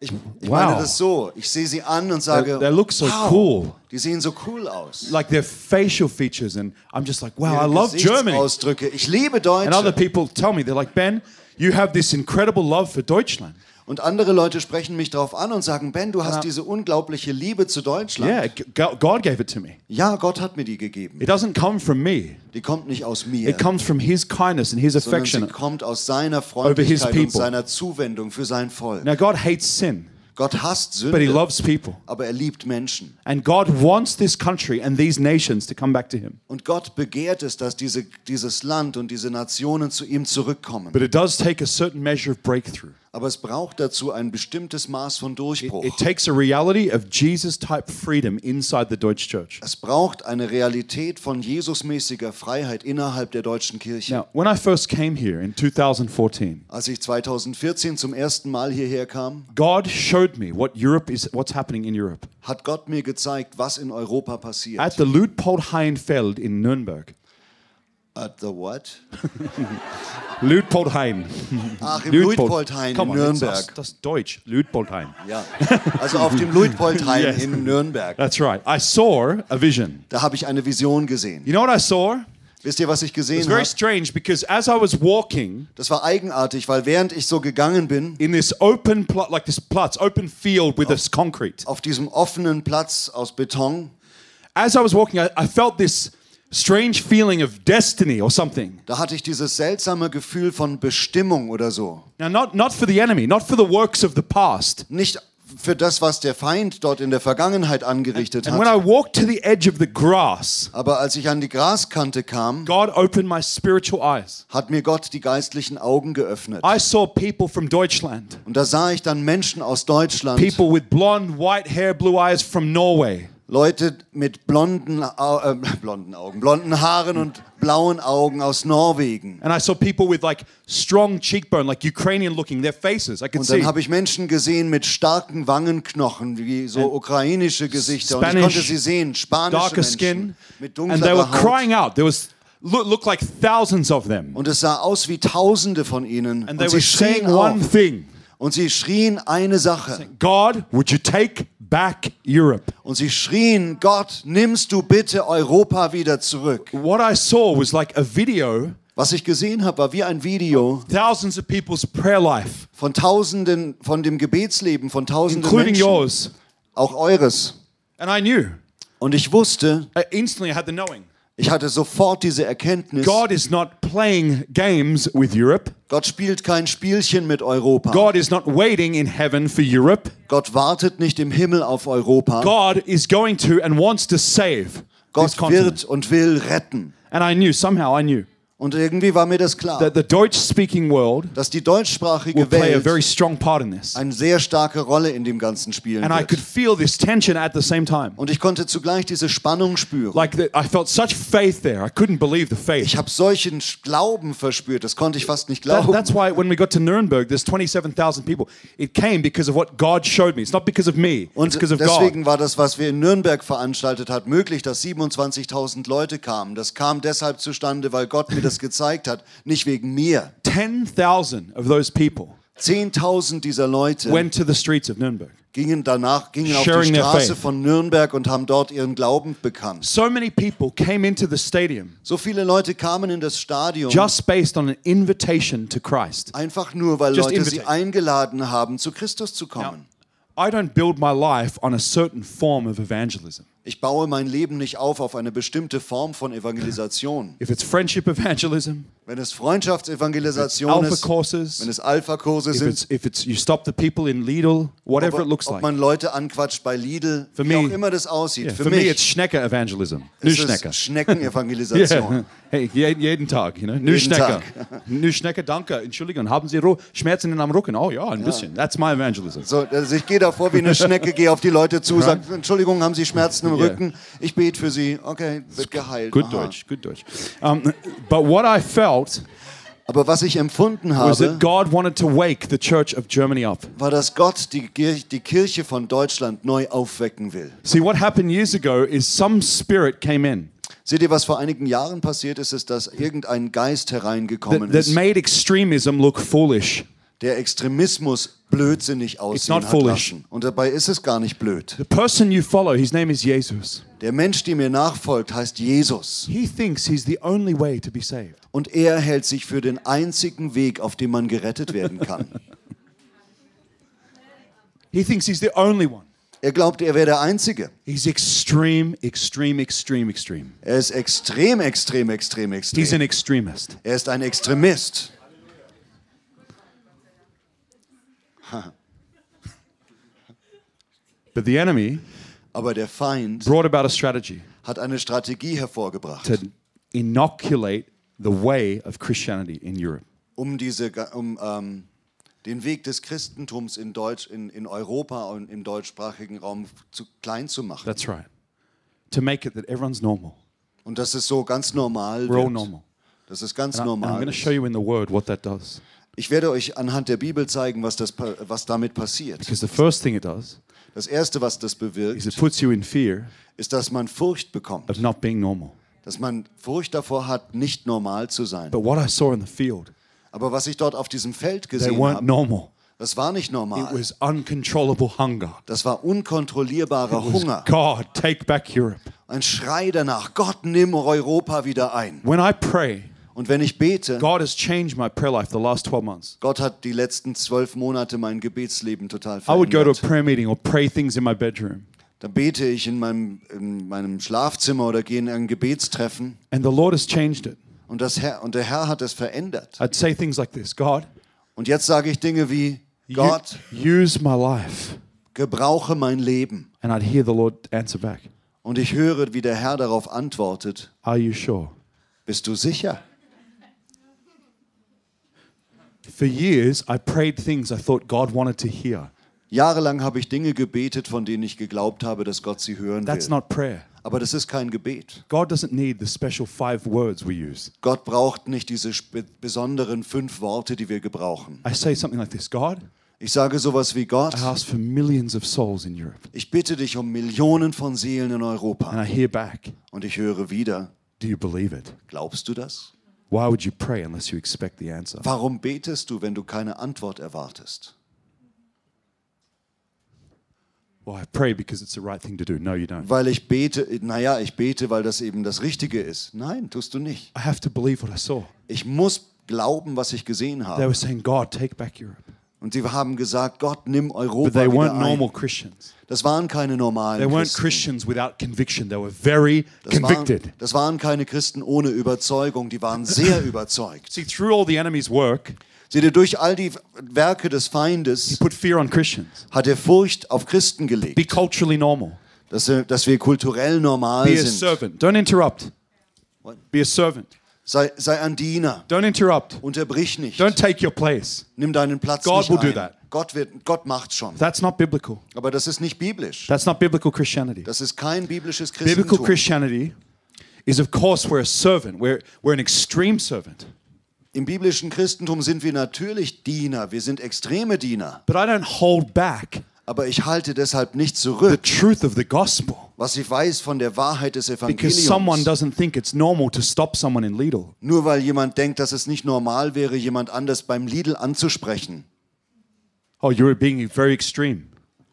Speaker 3: Ich, ich
Speaker 2: Wow.
Speaker 3: meine das so. Ich sehe sie an und sage,
Speaker 2: They- they look so
Speaker 3: wow,
Speaker 2: cool."
Speaker 3: die sehen so cool aus.
Speaker 2: like their facial features, and I'm just like, wow, I
Speaker 3: Ihre
Speaker 2: love Germany.
Speaker 3: Gesichtsausdrücke. Ich liebe
Speaker 2: And other
Speaker 3: Deutsche.
Speaker 2: people tell me they're like, Ben, you have this incredible love for Deutschland.
Speaker 3: Und andere Leute sprechen mich darauf an und sagen, Ben, du hast diese unglaubliche Liebe zu Deutschland.
Speaker 2: Yeah, G- Go- God gave it to me.
Speaker 3: Ja, Gott hat mir die gegeben.
Speaker 2: It doesn't come from me.
Speaker 3: Die kommt nicht aus
Speaker 2: It
Speaker 3: mir,
Speaker 2: comes from His kindness and His
Speaker 3: sondern sie
Speaker 2: affection.
Speaker 3: kommt aus seiner
Speaker 2: his
Speaker 3: Freundlichkeit
Speaker 2: people.
Speaker 3: und seiner Zuwendung für sein Volk.
Speaker 2: Now, God hates sin,
Speaker 3: Gott hasst
Speaker 2: but He
Speaker 3: Sünde,
Speaker 2: loves people.
Speaker 3: aber er liebt Menschen.
Speaker 2: And God wants this country and these nations to come back to Him.
Speaker 3: Und Gott begehrt es, dass diese, dieses Land und diese Nationen zu ihm zurückkommen.
Speaker 2: But it does take a certain measure of breakthrough.
Speaker 3: Aber es braucht dazu ein bestimmtes Maß von
Speaker 2: It
Speaker 3: Durchbruch.
Speaker 2: takes a reality of Jesus type freedom inside the Deutsche Church.
Speaker 3: Es braucht eine Realität von Jesusmäßiger Freiheit innerhalb der deutschen Kirche.
Speaker 2: Now, when I first came here in 2014,
Speaker 3: Als ich 2014 zum ersten Mal hierher kam,
Speaker 2: God showed me what Europe is, what's happening in Europe.
Speaker 3: hat Gott mir gezeigt, was in Europa
Speaker 2: At
Speaker 3: passiert.
Speaker 2: the Luitpoldhain in Nürnberg.
Speaker 3: At the what?
Speaker 2: Luitpoldhain.
Speaker 3: Ach, im Luitpoldhain in
Speaker 2: Come on, it's-
Speaker 3: Nürnberg.
Speaker 2: That's, that's Deutsch. Luitpoldhain.
Speaker 3: Ja, also auf dem Luitpoldhain
Speaker 2: Yes.
Speaker 3: in Nürnberg.
Speaker 2: That's right. I saw a vision.
Speaker 3: Da habe ich eine Vision gesehen.
Speaker 2: You know what I saw?
Speaker 3: Wisst ihr, was ich
Speaker 2: It's
Speaker 3: gesehen
Speaker 2: very
Speaker 3: habe?
Speaker 2: strange because as I was walking
Speaker 3: Das war eigenartig, weil während ich so gegangen bin,
Speaker 2: in this open plot, like this plots, open field with this concrete,
Speaker 3: auf diesem offenen Platz aus Beton,
Speaker 2: as I was walking, I, I felt this strange feeling of destiny or something.
Speaker 3: da hatte ich dieses seltsame Gefühl von Bestimmung oder so.
Speaker 2: Now, not, not for the enemy, not for the works of the past.
Speaker 3: Nicht für das, was der Feind dort in der Vergangenheit angerichtet
Speaker 2: And when I
Speaker 3: hat.
Speaker 2: walked to the edge of the grass,
Speaker 3: Aber als ich an die Graskante kam,
Speaker 2: God opened my spiritual eyes.
Speaker 3: hat mir Gott die geistlichen Augen geöffnet.
Speaker 2: I saw people from Deutschland,
Speaker 3: Und da sah ich dann Menschen aus Deutschland,
Speaker 2: people with blonde, white hair, blue eyes from Norway,
Speaker 3: Leute mit blonden, Au äh, blonden Augen, blonden Haaren und blauen Augen aus Norwegen.
Speaker 2: and I saw people with like strong cheekbone, like Ukrainian looking, their faces. I could
Speaker 3: Und
Speaker 2: see
Speaker 3: dann habe ich Menschen gesehen mit starken Wangenknochen, wie so ukrainische Gesichter. Und ich
Speaker 2: Spanish,
Speaker 3: konnte sie sehen, spanische
Speaker 2: darker
Speaker 3: Menschen
Speaker 2: skin,
Speaker 3: mit
Speaker 2: and they were
Speaker 3: dunklerer Haut.
Speaker 2: crying out. There was look, looked like thousands of them,
Speaker 3: Und es sah aus wie Tausende von ihnen.
Speaker 2: and they
Speaker 3: und
Speaker 2: were
Speaker 3: sie schrien
Speaker 2: saying "Oh."
Speaker 3: auf.
Speaker 2: one thing:
Speaker 3: Und sie schrien eine Sache.
Speaker 2: God, would you take back Europe?
Speaker 3: Und sie schrien, Gott, nimmst du bitte Europa wieder zurück.
Speaker 2: What I saw was like a video,
Speaker 3: Was ich gesehen habe, war wie ein Video
Speaker 2: thousands of people's prayer life,
Speaker 3: von Tausenden, von dem Gebetsleben von Tausenden
Speaker 2: including
Speaker 3: Menschen,
Speaker 2: yours,
Speaker 3: auch eures.
Speaker 2: and I knew
Speaker 3: Und ich wusste,
Speaker 2: I instantly. I had the knowing.
Speaker 3: ich hatte sofort diese Erkenntnis,
Speaker 2: God is not playing games with Europe.
Speaker 3: Gott spielt kein Spielchen mit Europa.
Speaker 2: God is not waiting in heaven for Europe.
Speaker 3: Gott wartet nicht im Himmel auf Europa.
Speaker 2: God is going to and wants to save this
Speaker 3: Gott
Speaker 2: continent.
Speaker 3: wird und will retten.
Speaker 2: And I knew, somehow I knew,
Speaker 3: Und irgendwie war mir das klar,
Speaker 2: that the Deutsch speaking world
Speaker 3: dass die
Speaker 2: will
Speaker 3: deutschsprachige
Speaker 2: play a very
Speaker 3: Welt
Speaker 2: strong part in this.
Speaker 3: eine sehr starke Rolle in dem ganzen Spielen
Speaker 2: And I could feel
Speaker 3: wird.
Speaker 2: this tension at the same time.
Speaker 3: Und ich konnte zugleich diese Spannung spüren.
Speaker 2: Like that, I felt such faith there. I couldn't believe the faith.
Speaker 3: Ich habe solchen Sch- Glauben verspürt, das konnte ich fast nicht
Speaker 2: That-
Speaker 3: glauben.
Speaker 2: that's why when we got to Nuremberg, there's 27,000 people. It came because of what God showed me. It's not because of me. It's
Speaker 3: Und
Speaker 2: because of God.
Speaker 3: deswegen war das, was wir in Nürnberg veranstaltet hat, möglich, dass 27.000 Leute kamen. Das kam deshalb zustande, weil Gott mir das gezeigt hat, nicht wegen mir.
Speaker 2: 10,000 of those people
Speaker 3: 10.000 dieser Leute
Speaker 2: went to the streets of Nuremberg.
Speaker 3: gingen danach gingen auf die
Speaker 2: Sharing their
Speaker 3: Straße
Speaker 2: faith.
Speaker 3: von Nürnberg und haben dort ihren Glauben bekannt.
Speaker 2: So many people came into the stadium
Speaker 3: So viele Leute kamen in das Stadion
Speaker 2: just based on an invitation to Christ.
Speaker 3: einfach nur, weil
Speaker 2: Just
Speaker 3: Leute sie
Speaker 2: invitation.
Speaker 3: eingeladen haben, zu Christus zu
Speaker 2: Now,
Speaker 3: kommen.
Speaker 2: I don't build my life on a certain form of evangelism.
Speaker 3: Ich baue mein Leben nicht auf auf eine bestimmte Form von Evangelisation.
Speaker 2: If it's friendship evangelism,
Speaker 3: Wenn es Freundschaftsevangelisation
Speaker 2: alpha
Speaker 3: ist, wenn
Speaker 2: courses,
Speaker 3: es Alpha-Kurse
Speaker 2: if
Speaker 3: sind,
Speaker 2: it's, if it's you stop the people in Lidl, whatever it
Speaker 3: ob,
Speaker 2: looks
Speaker 3: ob
Speaker 2: like.
Speaker 3: man Leute anquatscht bei Lidl,
Speaker 2: For
Speaker 3: wie
Speaker 2: me-
Speaker 3: auch immer das aussieht.
Speaker 2: Yeah,
Speaker 3: für,
Speaker 2: for
Speaker 3: mich
Speaker 2: me, it's Schnecker evangelism. New
Speaker 3: ist es
Speaker 2: Schnecker.
Speaker 3: Schneckenevangelisation.
Speaker 2: <laughs> Yeah. Hey, je- jeden Tag, you know. New
Speaker 3: Jeden
Speaker 2: Schnecker. <laughs>
Speaker 3: Tag.
Speaker 2: New Schnecker, danke. Entschuldigung, haben Sie Ru- Schmerzen in am Rücken? Oh ja, ein bisschen. That's my evangelism.
Speaker 3: So, also ich gehe davor wie eine Schnecke, gehe auf die Leute zu, sage, Entschuldigung, haben Sie Schmerzen im
Speaker 2: Yeah.
Speaker 3: Rücken? Ich bete für Sie. Okay, wird geheilt.
Speaker 2: Good
Speaker 3: Aha.
Speaker 2: Deutsch, good Deutsch. Um, but what I felt
Speaker 3: Aber was ich empfunden
Speaker 2: was that
Speaker 3: habe,
Speaker 2: God wanted to wake the church of Germany up.
Speaker 3: war, dass Gott die, Kir- die Kirche von Deutschland neu aufwecken will.
Speaker 2: See, what happened years ago is some spirit came in
Speaker 3: Seht ihr, was vor einigen Jahren passiert ist, ist, dass irgendein Geist hereingekommen
Speaker 2: that, that
Speaker 3: ist,
Speaker 2: made extremism look foolish.
Speaker 3: der Extremismus blödsinnig aussehen
Speaker 2: not
Speaker 3: hat
Speaker 2: foolish.
Speaker 3: lassen. Und dabei ist es gar nicht blöd.
Speaker 2: The person you follow, his name is Jesus.
Speaker 3: Der Mensch, der mir nachfolgt, heißt Jesus.
Speaker 2: He thinks he's the only way to be saved.
Speaker 3: Und er hält sich für den einzigen Weg, auf dem man gerettet werden kann.
Speaker 2: He thinks he's the only one.
Speaker 3: Er glaubt, er wäre der Einzige.
Speaker 2: He's extreme, extreme, extreme, extreme.
Speaker 3: Er ist extrem, extrem, extrem, extrem.
Speaker 2: He's an extremist.
Speaker 3: Er ist ein Extremist.
Speaker 2: But the enemy
Speaker 3: Aber der Feind
Speaker 2: brought about a strategy
Speaker 3: hat eine Strategie hervorgebracht,
Speaker 2: to inoculate the way of Christianity in Europe.
Speaker 3: um, diese, ga- um ähm, den Weg des Christentums in, Deutsch, in, in Europa und im deutschsprachigen Raum zu klein zu machen.
Speaker 2: That's right. To make it that everyone's normal.
Speaker 3: Und das ist so ganz normal.
Speaker 2: We're all
Speaker 3: wird.
Speaker 2: normal.
Speaker 3: Das ist ganz
Speaker 2: And I- and I'm
Speaker 3: normal.
Speaker 2: going to show you in the Word what that does.
Speaker 3: Ich werde euch anhand der Bibel zeigen, was, das, pa- was damit passiert.
Speaker 2: Because the first thing it does
Speaker 3: Das Erste, was das
Speaker 2: is
Speaker 3: bewirkt,
Speaker 2: it puts you in fear
Speaker 3: ist, dass man Furcht bekommt.
Speaker 2: of not being normal.
Speaker 3: Dass man Furcht davor hat, nicht normal zu sein.
Speaker 2: But what I saw in the field,
Speaker 3: Aber was ich dort auf diesem Feld
Speaker 2: they
Speaker 3: gesehen
Speaker 2: weren't
Speaker 3: habe,
Speaker 2: normal.
Speaker 3: das war nicht
Speaker 2: It
Speaker 3: normal.
Speaker 2: was uncontrollable hunger.
Speaker 3: Das war
Speaker 2: It
Speaker 3: unkontrollierbarer
Speaker 2: was,
Speaker 3: Hunger.
Speaker 2: God, take back Europe.
Speaker 3: Ein Schrei danach, Gott, nimm Europa wieder ein.
Speaker 2: When I pray,
Speaker 3: Und wenn ich bete,
Speaker 2: God has changed my prayer life the last 12 months.
Speaker 3: Gott hat die letzten zwölf Monate mein Gebetsleben total
Speaker 2: I would go to a
Speaker 3: verändert.
Speaker 2: prayer meeting or pray things in my bedroom.
Speaker 3: Da bete ich in meinem, in meinem Schlafzimmer oder gehe in ein Gebetstreffen.
Speaker 2: And the Lord has changed it.
Speaker 3: Und, das Herr, und der Herr hat es verändert.
Speaker 2: I'd say things like this God,
Speaker 3: Und jetzt sage ich Dinge wie,
Speaker 2: u-
Speaker 3: Gott,
Speaker 2: use my life.
Speaker 3: gebrauche mein Leben.
Speaker 2: And I'd hear the Lord answer back,
Speaker 3: Und ich höre, wie der Herr darauf antwortet,
Speaker 2: Are you sure?
Speaker 3: bist du sicher?
Speaker 2: For years, I prayed things I thought God wanted to hear.
Speaker 3: Jahrelang habe ich Dinge gebetet, von denen ich geglaubt habe, dass Gott sie hören
Speaker 2: That's
Speaker 3: will.
Speaker 2: not prayer.
Speaker 3: Aber das ist kein Gebet.
Speaker 2: God doesn't need the special five words we use.
Speaker 3: Gott braucht nicht diese spe- besonderen fünf Worte, die wir gebrauchen.
Speaker 2: I say something like this God,
Speaker 3: Ich sage sowas wie Gott,
Speaker 2: I ask for millions of souls in Europe.
Speaker 3: ich bitte dich um Millionen von Seelen in
Speaker 2: And I
Speaker 3: Europa.
Speaker 2: hear back,
Speaker 3: Und ich höre wieder,
Speaker 2: Do you believe it?
Speaker 3: glaubst du das?
Speaker 2: Why would you pray unless you expect the answer?
Speaker 3: Warum betest du, wenn du keine Antwort erwartest?
Speaker 2: Well, I pray because it's the right thing to do. No, you don't.
Speaker 3: Weil ich bete, naja, ich bete, weil das eben das Richtige ist. Nein, tust du nicht.
Speaker 2: I have to believe what I saw.
Speaker 3: Ich muss glauben, was ich gesehen
Speaker 2: They were
Speaker 3: habe.
Speaker 2: saying, God, take back Europe.
Speaker 3: Und sie haben gesagt, Gott, nimm
Speaker 2: But
Speaker 3: Europa
Speaker 2: they weren't
Speaker 3: wieder ein.
Speaker 2: normal Christians.
Speaker 3: Das waren keine
Speaker 2: They
Speaker 3: normalen
Speaker 2: weren't
Speaker 3: Christen.
Speaker 2: Christians without conviction. They were very
Speaker 3: Das waren,
Speaker 2: convicted.
Speaker 3: das waren keine Christen ohne Überzeugung, die
Speaker 2: <laughs>
Speaker 3: waren sehr überzeugt.
Speaker 2: See, through all the enemy's work,
Speaker 3: Seht ihr, durch all die Werke des
Speaker 2: he
Speaker 3: Feindes
Speaker 2: put fear on Christians.
Speaker 3: hat er Furcht auf Christen
Speaker 2: Be
Speaker 3: gelegt,
Speaker 2: culturally normal.
Speaker 3: dass, er- dass wir kulturell normal
Speaker 2: Be a
Speaker 3: sind.
Speaker 2: servant. Don't interrupt.
Speaker 3: What?
Speaker 2: Be a servant.
Speaker 3: Sei, sei ein Diener,
Speaker 2: Don't interrupt.
Speaker 3: unterbrich nicht,
Speaker 2: Don't take your place.
Speaker 3: nimm deinen Platz
Speaker 2: God
Speaker 3: nicht
Speaker 2: will do
Speaker 3: ein.
Speaker 2: that.
Speaker 3: Gott, wird, Gott macht schon.
Speaker 2: That's not biblical.
Speaker 3: Aber das ist nicht biblisch.
Speaker 2: That's not biblical Christianity.
Speaker 3: Das ist kein biblisches
Speaker 2: Biblical
Speaker 3: Christentum.
Speaker 2: Christianity is, of course, we're a servant. We're, we're an extreme servant.
Speaker 3: Im biblischen Christentum sind wir natürlich Diener, wir sind extreme Diener.
Speaker 2: But I don't hold back
Speaker 3: Aber ich halte deshalb nicht
Speaker 2: the
Speaker 3: zurück,
Speaker 2: truth of the gospel
Speaker 3: was ich weiß von der Wahrheit des
Speaker 2: because someone
Speaker 3: Evangeliums.
Speaker 2: doesn't think it's normal to stop someone in Lidl.
Speaker 3: Nur weil jemand denkt, dass es nicht normal wäre, jemand anders beim Lidl anzusprechen.
Speaker 2: Oh, you're being very extreme.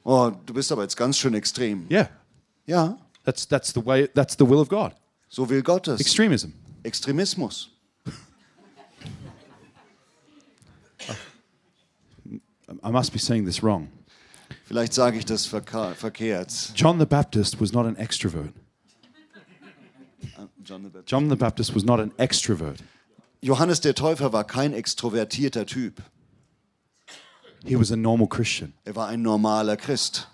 Speaker 3: Oh, du bist aber jetzt ganz schön extrem.
Speaker 2: Yeah,
Speaker 3: Ja,
Speaker 2: that's, that's the way, that's the will of God.
Speaker 3: so will Gott es.
Speaker 2: Extremism.
Speaker 3: Extremismus.
Speaker 2: I must be saying this wrong.
Speaker 3: Vielleicht sage ich das verka- verkehrt.
Speaker 2: John the Baptist was not an extrovert.
Speaker 3: John the Baptist.
Speaker 2: John the Baptist was not an extrovert.
Speaker 3: Johannes der Täufer war kein extrovertierter Typ.
Speaker 2: He was a normal Christian.
Speaker 3: Er war ein normaler Christ.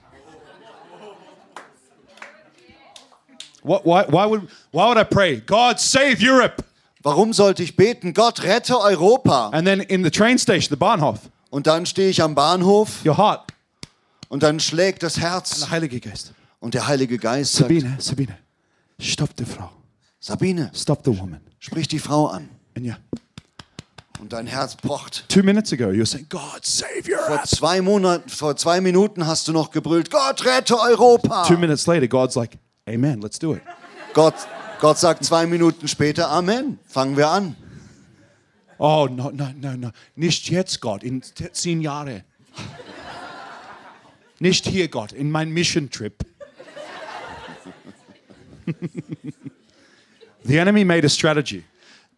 Speaker 2: What, why, why, would, why would I pray, God save Europe?
Speaker 3: Warum sollte ich beten? Gott rette Europa.
Speaker 2: And then in the train station, the Bahnhof,
Speaker 3: Und dann stehe ich am Bahnhof
Speaker 2: your heart,
Speaker 3: und dann schlägt das
Speaker 2: the
Speaker 3: Herz
Speaker 2: Heilige Geist.
Speaker 3: und der Heilige Geist sagt,
Speaker 2: Sabine, Sabine, stop the Frau,
Speaker 3: Sabine,
Speaker 2: stop the woman.
Speaker 3: sprich die Frau an.
Speaker 2: And yeah,
Speaker 3: Und dein Herz pocht.
Speaker 2: two minutes ago, you were saying, God save
Speaker 3: Vor
Speaker 2: Europe.
Speaker 3: zwei Monaten, vor zwei Minuten hast du noch gebrüllt, Gott rette Europa.
Speaker 2: Two minutes later, God's like, Amen, let's do it.
Speaker 3: Gott, Gott sagt zwei Minuten später, Amen. Fangen wir an.
Speaker 2: Oh, no, no, no, no. Nicht jetzt, Gott, in te- zehn Jahre. Nicht hier, Gott, in mein Mission Trip. the enemy made a strategy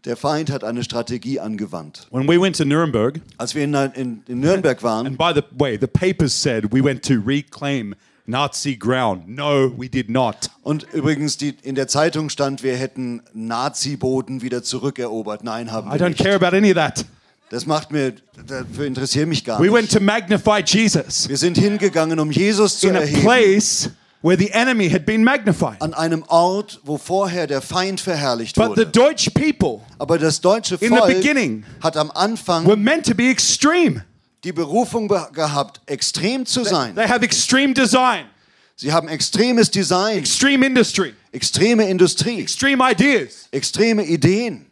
Speaker 3: Der Feind hat eine Strategie angewandt.
Speaker 2: When we went to Nuremberg,
Speaker 3: Als wir in, in, in Nürnberg
Speaker 2: and
Speaker 3: waren,
Speaker 2: by the way, the papers said we went to reclaim Nazi ground. No, we did not.
Speaker 3: und übrigens die, in der Zeitung stand, wir hätten Nazi-Boden wieder zurückerobert. Nein, haben
Speaker 2: I
Speaker 3: wir
Speaker 2: don't
Speaker 3: nicht.
Speaker 2: care about any of that.
Speaker 3: Das macht mir, dafür interessiere mich gar
Speaker 2: We
Speaker 3: nicht.
Speaker 2: went to magnify Jesus
Speaker 3: Wir sind hingegangen, um Jesus zu
Speaker 2: in a
Speaker 3: erheben.
Speaker 2: place where the enemy had been magnified.
Speaker 3: An einem Ort, wo vorher der Feind verherrlicht
Speaker 2: But the
Speaker 3: wurde.
Speaker 2: Deutsch people
Speaker 3: Aber das deutsche
Speaker 2: in the
Speaker 3: Volk
Speaker 2: beginning
Speaker 3: hat am Anfang
Speaker 2: were meant to be extreme.
Speaker 3: die Berufung be- gehabt, extrem zu sein.
Speaker 2: They have extreme design,
Speaker 3: Sie haben extremes Design,
Speaker 2: extreme industry,
Speaker 3: extreme Industrie,
Speaker 2: extreme ideas.
Speaker 3: extreme Ideen.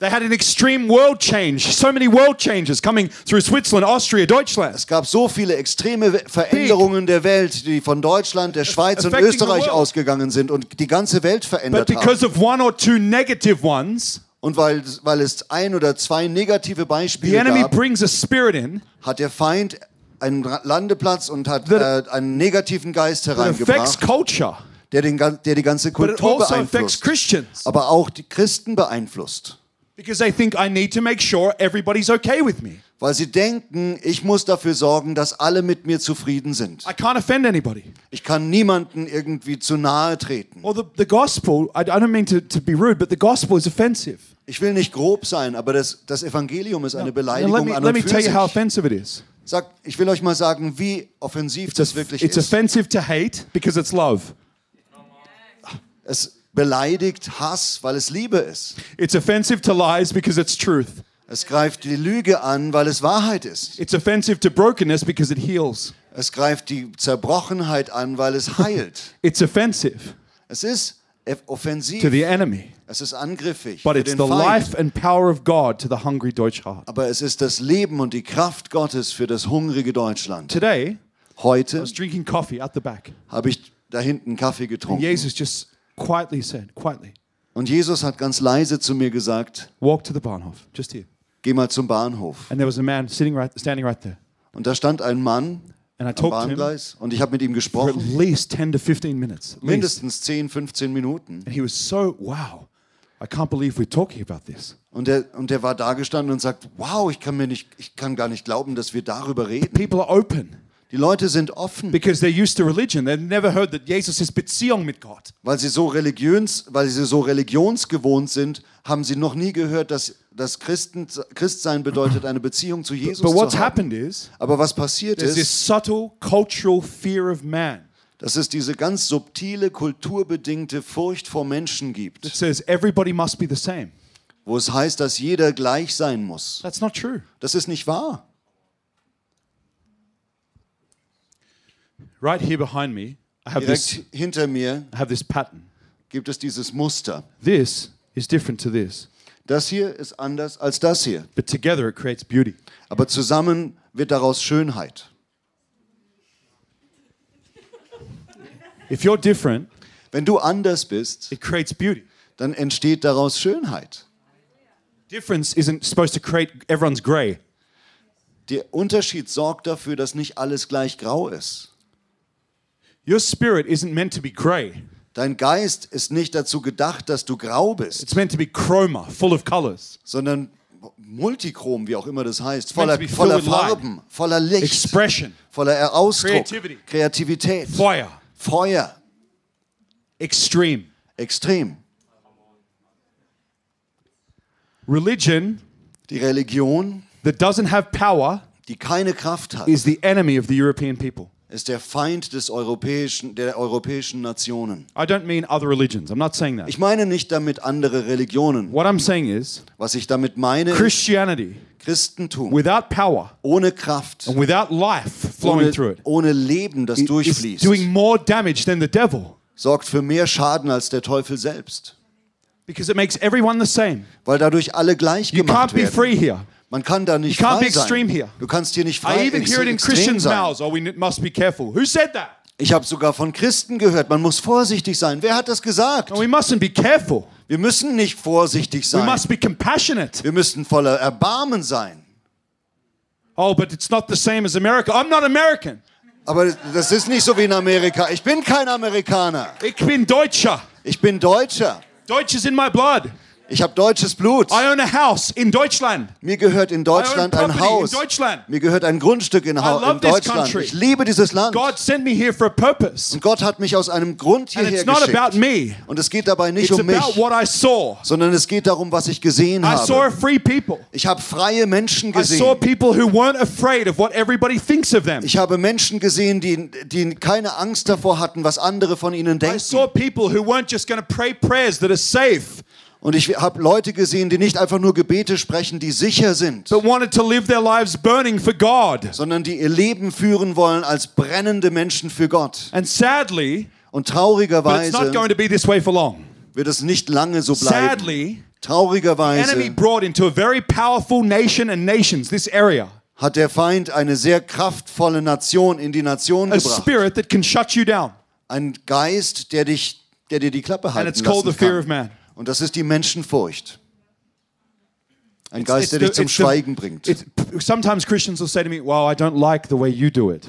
Speaker 2: They had an extreme world change. So many world changes coming through Switzerland, Austria, Deutschland.
Speaker 3: Es gab so viele extreme We- Veränderungen der Welt, die von Deutschland, der Schweiz und
Speaker 2: Affecting the
Speaker 3: Österreich
Speaker 2: world.
Speaker 3: ausgegangen sind und die ganze Welt
Speaker 2: But
Speaker 3: verändert haben.
Speaker 2: because of one or two negative ones,
Speaker 3: Und weil, weil es ein oder zwei negative
Speaker 2: the
Speaker 3: Beispiele
Speaker 2: enemy
Speaker 3: gab,
Speaker 2: brings a spirit in
Speaker 3: hat der Feind einen Ra- Landeplatz und hat
Speaker 2: That-
Speaker 3: äh, einen negativen Geist
Speaker 2: that affects
Speaker 3: hereingebracht,
Speaker 2: culture,
Speaker 3: der, den, gan- der die ganze
Speaker 2: but it
Speaker 3: Kultur
Speaker 2: also affects
Speaker 3: beeinflusst,
Speaker 2: Christians
Speaker 3: aber auch die Christen beeinflusst,
Speaker 2: because they think I need to make sure everybody's okay with me.
Speaker 3: weil sie denken, ich muss dafür sorgen, dass alle mit mir zufrieden sind.
Speaker 2: I can't offend anybody.
Speaker 3: Ich kann niemanden irgendwie zu nahe treten.
Speaker 2: Well, the, the gospel, I, I don't mean to, to be rude, but the gospel is offensive.
Speaker 3: Ich will nicht grob sein, aber das, das Evangelium ist eine
Speaker 2: And let
Speaker 3: Beleidigung
Speaker 2: me,
Speaker 3: an
Speaker 2: let me
Speaker 3: und für
Speaker 2: tell you
Speaker 3: sich.
Speaker 2: how offensive it is.
Speaker 3: Sagt, ich will euch mal sagen, wie offensiv das wirklich
Speaker 2: It's
Speaker 3: ist.
Speaker 2: offensive to hate because it's love.
Speaker 3: Es beleidigt Hass, weil es Liebe ist.
Speaker 2: It's offensive to lies because it's truth.
Speaker 3: Es greift die Lüge an, weil es Wahrheit ist.
Speaker 2: It's offensive to brokenness because it heals.
Speaker 3: Es greift die Zerbrochenheit an, weil es
Speaker 2: <laughs>
Speaker 3: heilt.
Speaker 2: It's offensive
Speaker 3: Es ist eff- offensiv,
Speaker 2: to the enemy,
Speaker 3: es ist angriffig
Speaker 2: but
Speaker 3: für
Speaker 2: it's
Speaker 3: den
Speaker 2: the
Speaker 3: Feind.
Speaker 2: life and power of God to the hungry Deutsch heart.
Speaker 3: Aber es ist das Leben und die Kraft Gottes für das hungrige Deutschland.
Speaker 2: Today, I
Speaker 3: Heute
Speaker 2: was drinking coffee out the back.
Speaker 3: habe ich da hinten Kaffee getrunken
Speaker 2: Jesus just quietly said, quietly,
Speaker 3: und Jesus hat ganz leise zu mir gesagt,
Speaker 2: walk to the Bahnhof, just here.
Speaker 3: geh mal zum Bahnhof.
Speaker 2: And there was a man sitting right, standing right there.
Speaker 3: Und da stand ein Mann
Speaker 2: And I
Speaker 3: am
Speaker 2: talked to him
Speaker 3: Bahngleis und ich habe mit ihm
Speaker 2: for at
Speaker 3: gesprochen,
Speaker 2: least 10 to 15 minutes. at least.
Speaker 3: mindestens 10, 15 Minuten.
Speaker 2: And he was so, wow, I can't believe we're talking about this.
Speaker 3: Und er, und er war da gestanden und sagt, wow, ich kann, mir nicht, ich kann gar nicht glauben, dass wir darüber reden.
Speaker 2: People are open
Speaker 3: Die Leute sind offen.
Speaker 2: because they're used to religion. They've never heard that Jesus is Beziehung mit Gott.
Speaker 3: weil sie so religions, weil sie so religionsgewohnt sind, haben sie noch nie gehört, dass das Christen, Christsein bedeutet, eine Beziehung zu Jesus
Speaker 2: But what's
Speaker 3: zu haben.
Speaker 2: happened is
Speaker 3: Aber was passiert
Speaker 2: there's this
Speaker 3: ist,
Speaker 2: subtle cultural fear of man
Speaker 3: dass es diese ganz subtile kulturbedingte Furcht vor Menschen
Speaker 2: that
Speaker 3: gibt,
Speaker 2: says everybody must be the same.
Speaker 3: wo es heißt, dass jeder gleich sein muss.
Speaker 2: That's not true,
Speaker 3: Das ist nicht wahr.
Speaker 2: right? Here behind me, I have this.
Speaker 3: Direkt hinter mir
Speaker 2: I have this pattern.
Speaker 3: gibt es dieses Muster.
Speaker 2: This is different to this,
Speaker 3: Das hier ist anders als das hier,
Speaker 2: but together it creates beauty.
Speaker 3: aber zusammen wird daraus Schönheit.
Speaker 2: If you're different,
Speaker 3: Wenn du anders bist,
Speaker 2: it creates beauty.
Speaker 3: dann entsteht daraus Schönheit.
Speaker 2: Difference isn't supposed to create everyone's gray.
Speaker 3: Der Unterschied sorgt dafür, dass nicht alles gleich grau ist.
Speaker 2: Your spirit isn't meant to be gray.
Speaker 3: Dein Geist ist nicht dazu gedacht, dass du grau bist,
Speaker 2: It's meant to be chroma, full of colors,
Speaker 3: sondern multichrom, wie auch immer das heißt,
Speaker 2: meant
Speaker 3: voller,
Speaker 2: to be filled
Speaker 3: voller
Speaker 2: with light.
Speaker 3: Farben, voller Licht,
Speaker 2: expression,
Speaker 3: voller Ausdruck,
Speaker 2: Creativity.
Speaker 3: Kreativität,
Speaker 2: fire,
Speaker 3: Feuer,
Speaker 2: extreme.
Speaker 3: extrem.
Speaker 2: Religion
Speaker 3: Die Religion,
Speaker 2: that doesn't have power
Speaker 3: die keine Kraft hat,
Speaker 2: is the enemy of the European people.
Speaker 3: ist der Feind des europäischen, der europäischen Nationen.
Speaker 2: I don't mean other religions. I'm not saying that.
Speaker 3: Ich meine nicht damit andere Religionen.
Speaker 2: What I'm saying is
Speaker 3: Was ich damit meine, ist
Speaker 2: Christianity
Speaker 3: Christentum
Speaker 2: without power
Speaker 3: ohne Kraft,
Speaker 2: and without life flowing
Speaker 3: ohne,
Speaker 2: through it
Speaker 3: ohne Leben, das
Speaker 2: is
Speaker 3: durchfließt.
Speaker 2: doing more damage than the devil
Speaker 3: sorgt für mehr Schaden als der Teufel selbst,
Speaker 2: because it makes everyone the same.
Speaker 3: weil dadurch alle gleich
Speaker 2: You
Speaker 3: gemacht
Speaker 2: can't be
Speaker 3: werden.
Speaker 2: free here.
Speaker 3: Man kann da nicht
Speaker 2: You can't
Speaker 3: frei
Speaker 2: be extreme
Speaker 3: sein.
Speaker 2: here.
Speaker 3: Du kannst hier nicht frei
Speaker 2: I even hear it in
Speaker 3: extrem
Speaker 2: Christians'
Speaker 3: sein.
Speaker 2: mouths. Oh, we n- must be careful. Who said that?
Speaker 3: Ich habe sogar von Christen gehört, man muss vorsichtig sein. Wer hat das gesagt?
Speaker 2: No, we mustn't be careful.
Speaker 3: Wir müssen nicht vorsichtig
Speaker 2: We
Speaker 3: sein.
Speaker 2: must be compassionate.
Speaker 3: Wir müssen voller Erbarmen sein.
Speaker 2: Oh, but it's not the same as America. I'm not American.
Speaker 3: Aber das ist nicht so wie in Amerika. Ich bin kein Amerikaner.
Speaker 2: Ich bin Deutscher.
Speaker 3: Ich bin Deutscher.
Speaker 2: Deutsch is in my blood.
Speaker 3: Ich habe deutsches Blut.
Speaker 2: I own a house in Deutschland.
Speaker 3: Mir gehört in Deutschland
Speaker 2: I own
Speaker 3: ein
Speaker 2: property in
Speaker 3: Haus.
Speaker 2: Deutschland.
Speaker 3: Mir gehört ein Grundstück in,
Speaker 2: I
Speaker 3: ha
Speaker 2: love
Speaker 3: in
Speaker 2: this
Speaker 3: Deutschland.
Speaker 2: country.
Speaker 3: Ich liebe dieses Land.
Speaker 2: God sent me here for a purpose.
Speaker 3: Und Gott hat mich aus einem Grund
Speaker 2: And
Speaker 3: hierher
Speaker 2: it's not about me.
Speaker 3: geschickt. Und es geht dabei nicht
Speaker 2: It's
Speaker 3: um mich,
Speaker 2: about what I saw.
Speaker 3: sondern es geht darum, was ich gesehen
Speaker 2: I saw a
Speaker 3: habe.
Speaker 2: free people.
Speaker 3: Ich habe freie Menschen
Speaker 2: I saw
Speaker 3: gesehen.
Speaker 2: people who weren't afraid of what everybody thinks of them.
Speaker 3: Ich habe Menschen gesehen, die, die keine Angst davor hatten, was andere von ihnen
Speaker 2: I saw
Speaker 3: denken.
Speaker 2: people who weren't just going to pray prayers that are safe,
Speaker 3: Und ich habe Leute gesehen, die nicht einfach nur Gebete sprechen, die sicher sind,
Speaker 2: but wanted to live their lives burning for God.
Speaker 3: sondern die ihr Leben führen wollen als brennende Menschen für Gott.
Speaker 2: And sadly,
Speaker 3: Und
Speaker 2: but it's not
Speaker 3: traurigerweise
Speaker 2: going to be this way for long.
Speaker 3: wird es nicht lange so bleiben.
Speaker 2: Sadly, enemy
Speaker 3: Traurigerweise
Speaker 2: brought into a very powerful nation and nations this area
Speaker 3: hat der Feind eine sehr kraftvolle Nation in die Nation
Speaker 2: a
Speaker 3: gebracht.
Speaker 2: spirit that can shut you down.
Speaker 3: Ein Geist, der dich, der dir die Klappe
Speaker 2: And
Speaker 3: halten
Speaker 2: it's called the
Speaker 3: lassen
Speaker 2: fear of
Speaker 3: kann.
Speaker 2: man.
Speaker 3: Und das ist die Menschenfurcht. Ein
Speaker 2: It's
Speaker 3: Geist, der
Speaker 2: the-
Speaker 3: dich zum
Speaker 2: it's the-
Speaker 3: Schweigen bringt.
Speaker 2: it's- sometimes Christians will say to me, "Well, I don't like the way you do it."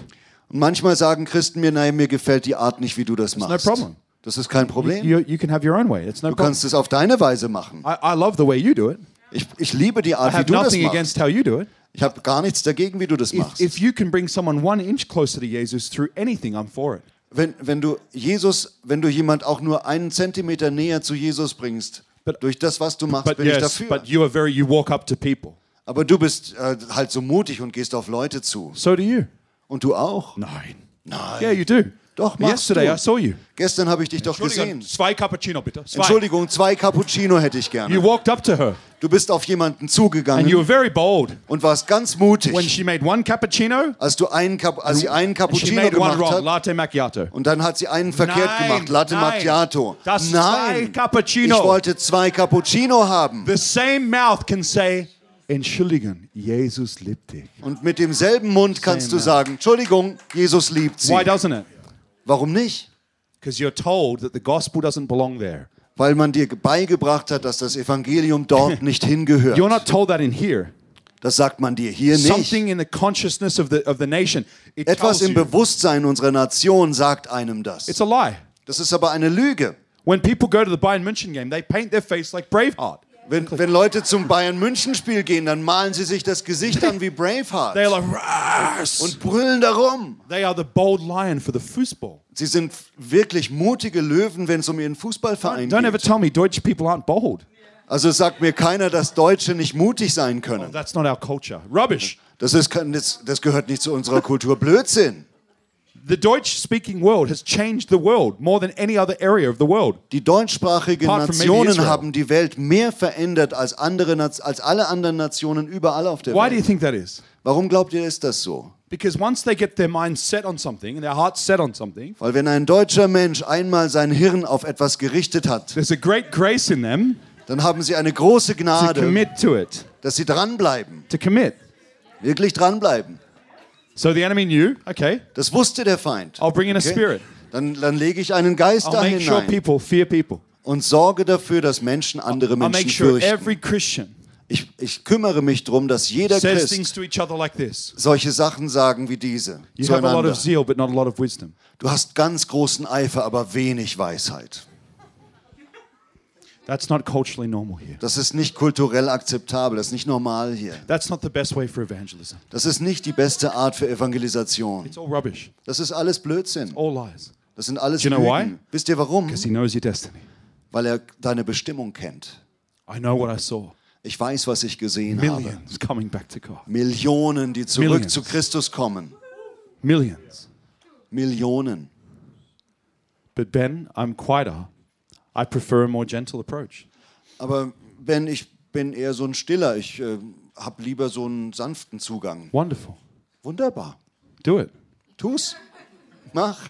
Speaker 3: Und manchmal sagen Christen mir, nein, mir gefällt die Art nicht, wie du das machst.
Speaker 2: problem.
Speaker 3: Das ist kein Problem.
Speaker 2: You, you can have your own way. It's no
Speaker 3: Du
Speaker 2: problem.
Speaker 3: kannst es auf deine Weise machen.
Speaker 2: I, I love the way you do it.
Speaker 3: Ich, ich liebe die
Speaker 2: I
Speaker 3: Art, wie
Speaker 2: have
Speaker 3: du das
Speaker 2: nothing
Speaker 3: machst.
Speaker 2: against how you do it.
Speaker 3: Ich habe gar nichts dagegen, wie du das
Speaker 2: If,
Speaker 3: machst.
Speaker 2: if you can bring someone one inch closer to Jesus through anything, I'm for it.
Speaker 3: Wenn, wenn du Jesus, wenn du jemand auch nur einen Zentimeter näher zu Jesus bringst,
Speaker 2: But-
Speaker 3: durch das, was du machst,
Speaker 2: But
Speaker 3: bin ich
Speaker 2: yes,
Speaker 3: dafür.
Speaker 2: but you are very. You walk up to people.
Speaker 3: Aber du bist äh, halt so mutig und gehst auf Leute zu.
Speaker 2: So do you.
Speaker 3: Und du auch.
Speaker 2: Nein.
Speaker 3: Nein.
Speaker 2: Yeah, you do.
Speaker 3: Doch, machst
Speaker 2: Yesterday
Speaker 3: du.
Speaker 2: I saw you.
Speaker 3: Gestern habe ich dich doch
Speaker 2: Entschuldigung,
Speaker 3: gesehen.
Speaker 2: zwei Cappuccino bitte. Zwei.
Speaker 3: Entschuldigung, zwei Cappuccino hätte ich
Speaker 2: You
Speaker 3: gerne.
Speaker 2: walked up to her
Speaker 3: Du bist auf jemanden
Speaker 2: and you were
Speaker 3: zugegangen
Speaker 2: very bold
Speaker 3: und warst ganz
Speaker 2: when
Speaker 3: mutig,
Speaker 2: she made one cappuccino
Speaker 3: als, du einen Kap als sie einen
Speaker 2: and she
Speaker 3: Cappuccino
Speaker 2: made one
Speaker 3: gemacht
Speaker 2: wrong,
Speaker 3: hat.
Speaker 2: latte macchiato.
Speaker 3: Und dann hat sie einen verkehrt
Speaker 2: Nein,
Speaker 3: gemacht, Latte
Speaker 2: nein.
Speaker 3: Macchiato.
Speaker 2: Das zwei
Speaker 3: nein,
Speaker 2: Cappuccino.
Speaker 3: ich wollte zwei Cappuccino haben.
Speaker 2: The same mouth can say, Entschuldigung, Jesus liebt dich.
Speaker 3: Und mit demselben Mund kannst du
Speaker 2: Amen.
Speaker 3: sagen, Entschuldigung, Jesus liebt sie.
Speaker 2: Why doesn't it?
Speaker 3: Warum nicht?
Speaker 2: Because you're told that the gospel doesn't belong there.
Speaker 3: Weil man dir beigebracht hat, dass das Evangelium
Speaker 2: <laughs>
Speaker 3: dort nicht
Speaker 2: You're
Speaker 3: hingehört.
Speaker 2: not told that in here.
Speaker 3: Das sagt man dir hier nicht.
Speaker 2: Something in the consciousness of the, of the nation. It
Speaker 3: Etwas
Speaker 2: tells
Speaker 3: im
Speaker 2: you.
Speaker 3: Bewusstsein unserer Nation sagt einem das.
Speaker 2: It's a lie.
Speaker 3: Das ist aber eine Lüge.
Speaker 2: When people go to the Bayern München game, they paint their face like Braveheart.
Speaker 3: Wenn, wenn Leute zum Bayern-München-Spiel gehen, dann malen sie sich das Gesicht an wie
Speaker 2: They're
Speaker 3: Braveheart
Speaker 2: like, "Ras!"
Speaker 3: und brüllen darum.
Speaker 2: They are the bold lion for the foosball.
Speaker 3: Sie sind wirklich mutige Löwen, wenn es um ihren Fußballverein
Speaker 2: Don't ever
Speaker 3: geht.
Speaker 2: tell me Deutsch people aren't bold.
Speaker 3: Also sagt mir keiner, dass Deutsche nicht mutig sein können.
Speaker 2: That's not our culture. Rubbish.
Speaker 3: Das, ist, kein- das, das gehört nicht zu unserer Kultur. Blödsinn.
Speaker 2: The Deutsch speaking world has changed the world more than any other area of the world.
Speaker 3: Die deutschsprachigen
Speaker 2: Apart from maybe
Speaker 3: Nationen
Speaker 2: Israel.
Speaker 3: haben die Welt mehr verändert als, andere, Naz- als alle anderen Nationen überall auf der
Speaker 2: Why do you
Speaker 3: Welt.
Speaker 2: think that is?
Speaker 3: Warum glaubt ihr, ist das so?
Speaker 2: Because once they get their mind set on something and their heart set on something,
Speaker 3: Weil wenn ein deutscher Mensch einmal sein Hirn auf etwas gerichtet hat,
Speaker 2: there's a great grace in them
Speaker 3: dann haben sie eine große
Speaker 2: to
Speaker 3: Gnade,
Speaker 2: commit to it.
Speaker 3: dass sie dranbleiben.
Speaker 2: To commit.
Speaker 3: Wirklich dranbleiben.
Speaker 2: So the enemy knew, okay,
Speaker 3: Das wusste der Feind.
Speaker 2: I'll bring in a spirit.
Speaker 3: Dann, dann lege ich einen Geist
Speaker 2: I'll
Speaker 3: da
Speaker 2: make sure
Speaker 3: hinein
Speaker 2: people fear people.
Speaker 3: und sorge dafür, dass Menschen andere
Speaker 2: I'll
Speaker 3: Menschen
Speaker 2: make sure
Speaker 3: fürchten.
Speaker 2: every Christian
Speaker 3: Ich, ich kümmere mich darum, dass jeder
Speaker 2: says
Speaker 3: Christ
Speaker 2: things to each other like this.
Speaker 3: solche Sachen sagen wie diese
Speaker 2: You have a lot
Speaker 3: zueinander.
Speaker 2: of zeal, but not a lot of wisdom.
Speaker 3: Du hast ganz großen Eifer, aber wenig Weisheit.
Speaker 2: That's not culturally normal here.
Speaker 3: Das ist nicht kulturell akzeptabel, das ist nicht normal hier.
Speaker 2: That's not the best way for evangelism.
Speaker 3: Das ist nicht die beste Art für Evangelisation.
Speaker 2: It's all rubbish,
Speaker 3: Das ist alles Blödsinn.
Speaker 2: all lies.
Speaker 3: Das sind alles
Speaker 2: You know why?
Speaker 3: Lügen. Wisst ihr warum?
Speaker 2: Because he knows your destiny.
Speaker 3: Weil er deine Bestimmung kennt.
Speaker 2: I know what I saw.
Speaker 3: Ich weiß, was ich gesehen habe.
Speaker 2: Millions coming back to God.
Speaker 3: Millionen, die zurück
Speaker 2: Millions.
Speaker 3: zu Christus kommen.
Speaker 2: Millions.
Speaker 3: Millionen.
Speaker 2: But Ben, I'm quieter. I prefer a more gentle approach.
Speaker 3: Aber Ben, ich bin eher so ein Stiller. Ich äh, habe lieber so einen sanften Zugang.
Speaker 2: Wonderful.
Speaker 3: Wunderbar.
Speaker 2: Do it.
Speaker 3: Tu's. Mach.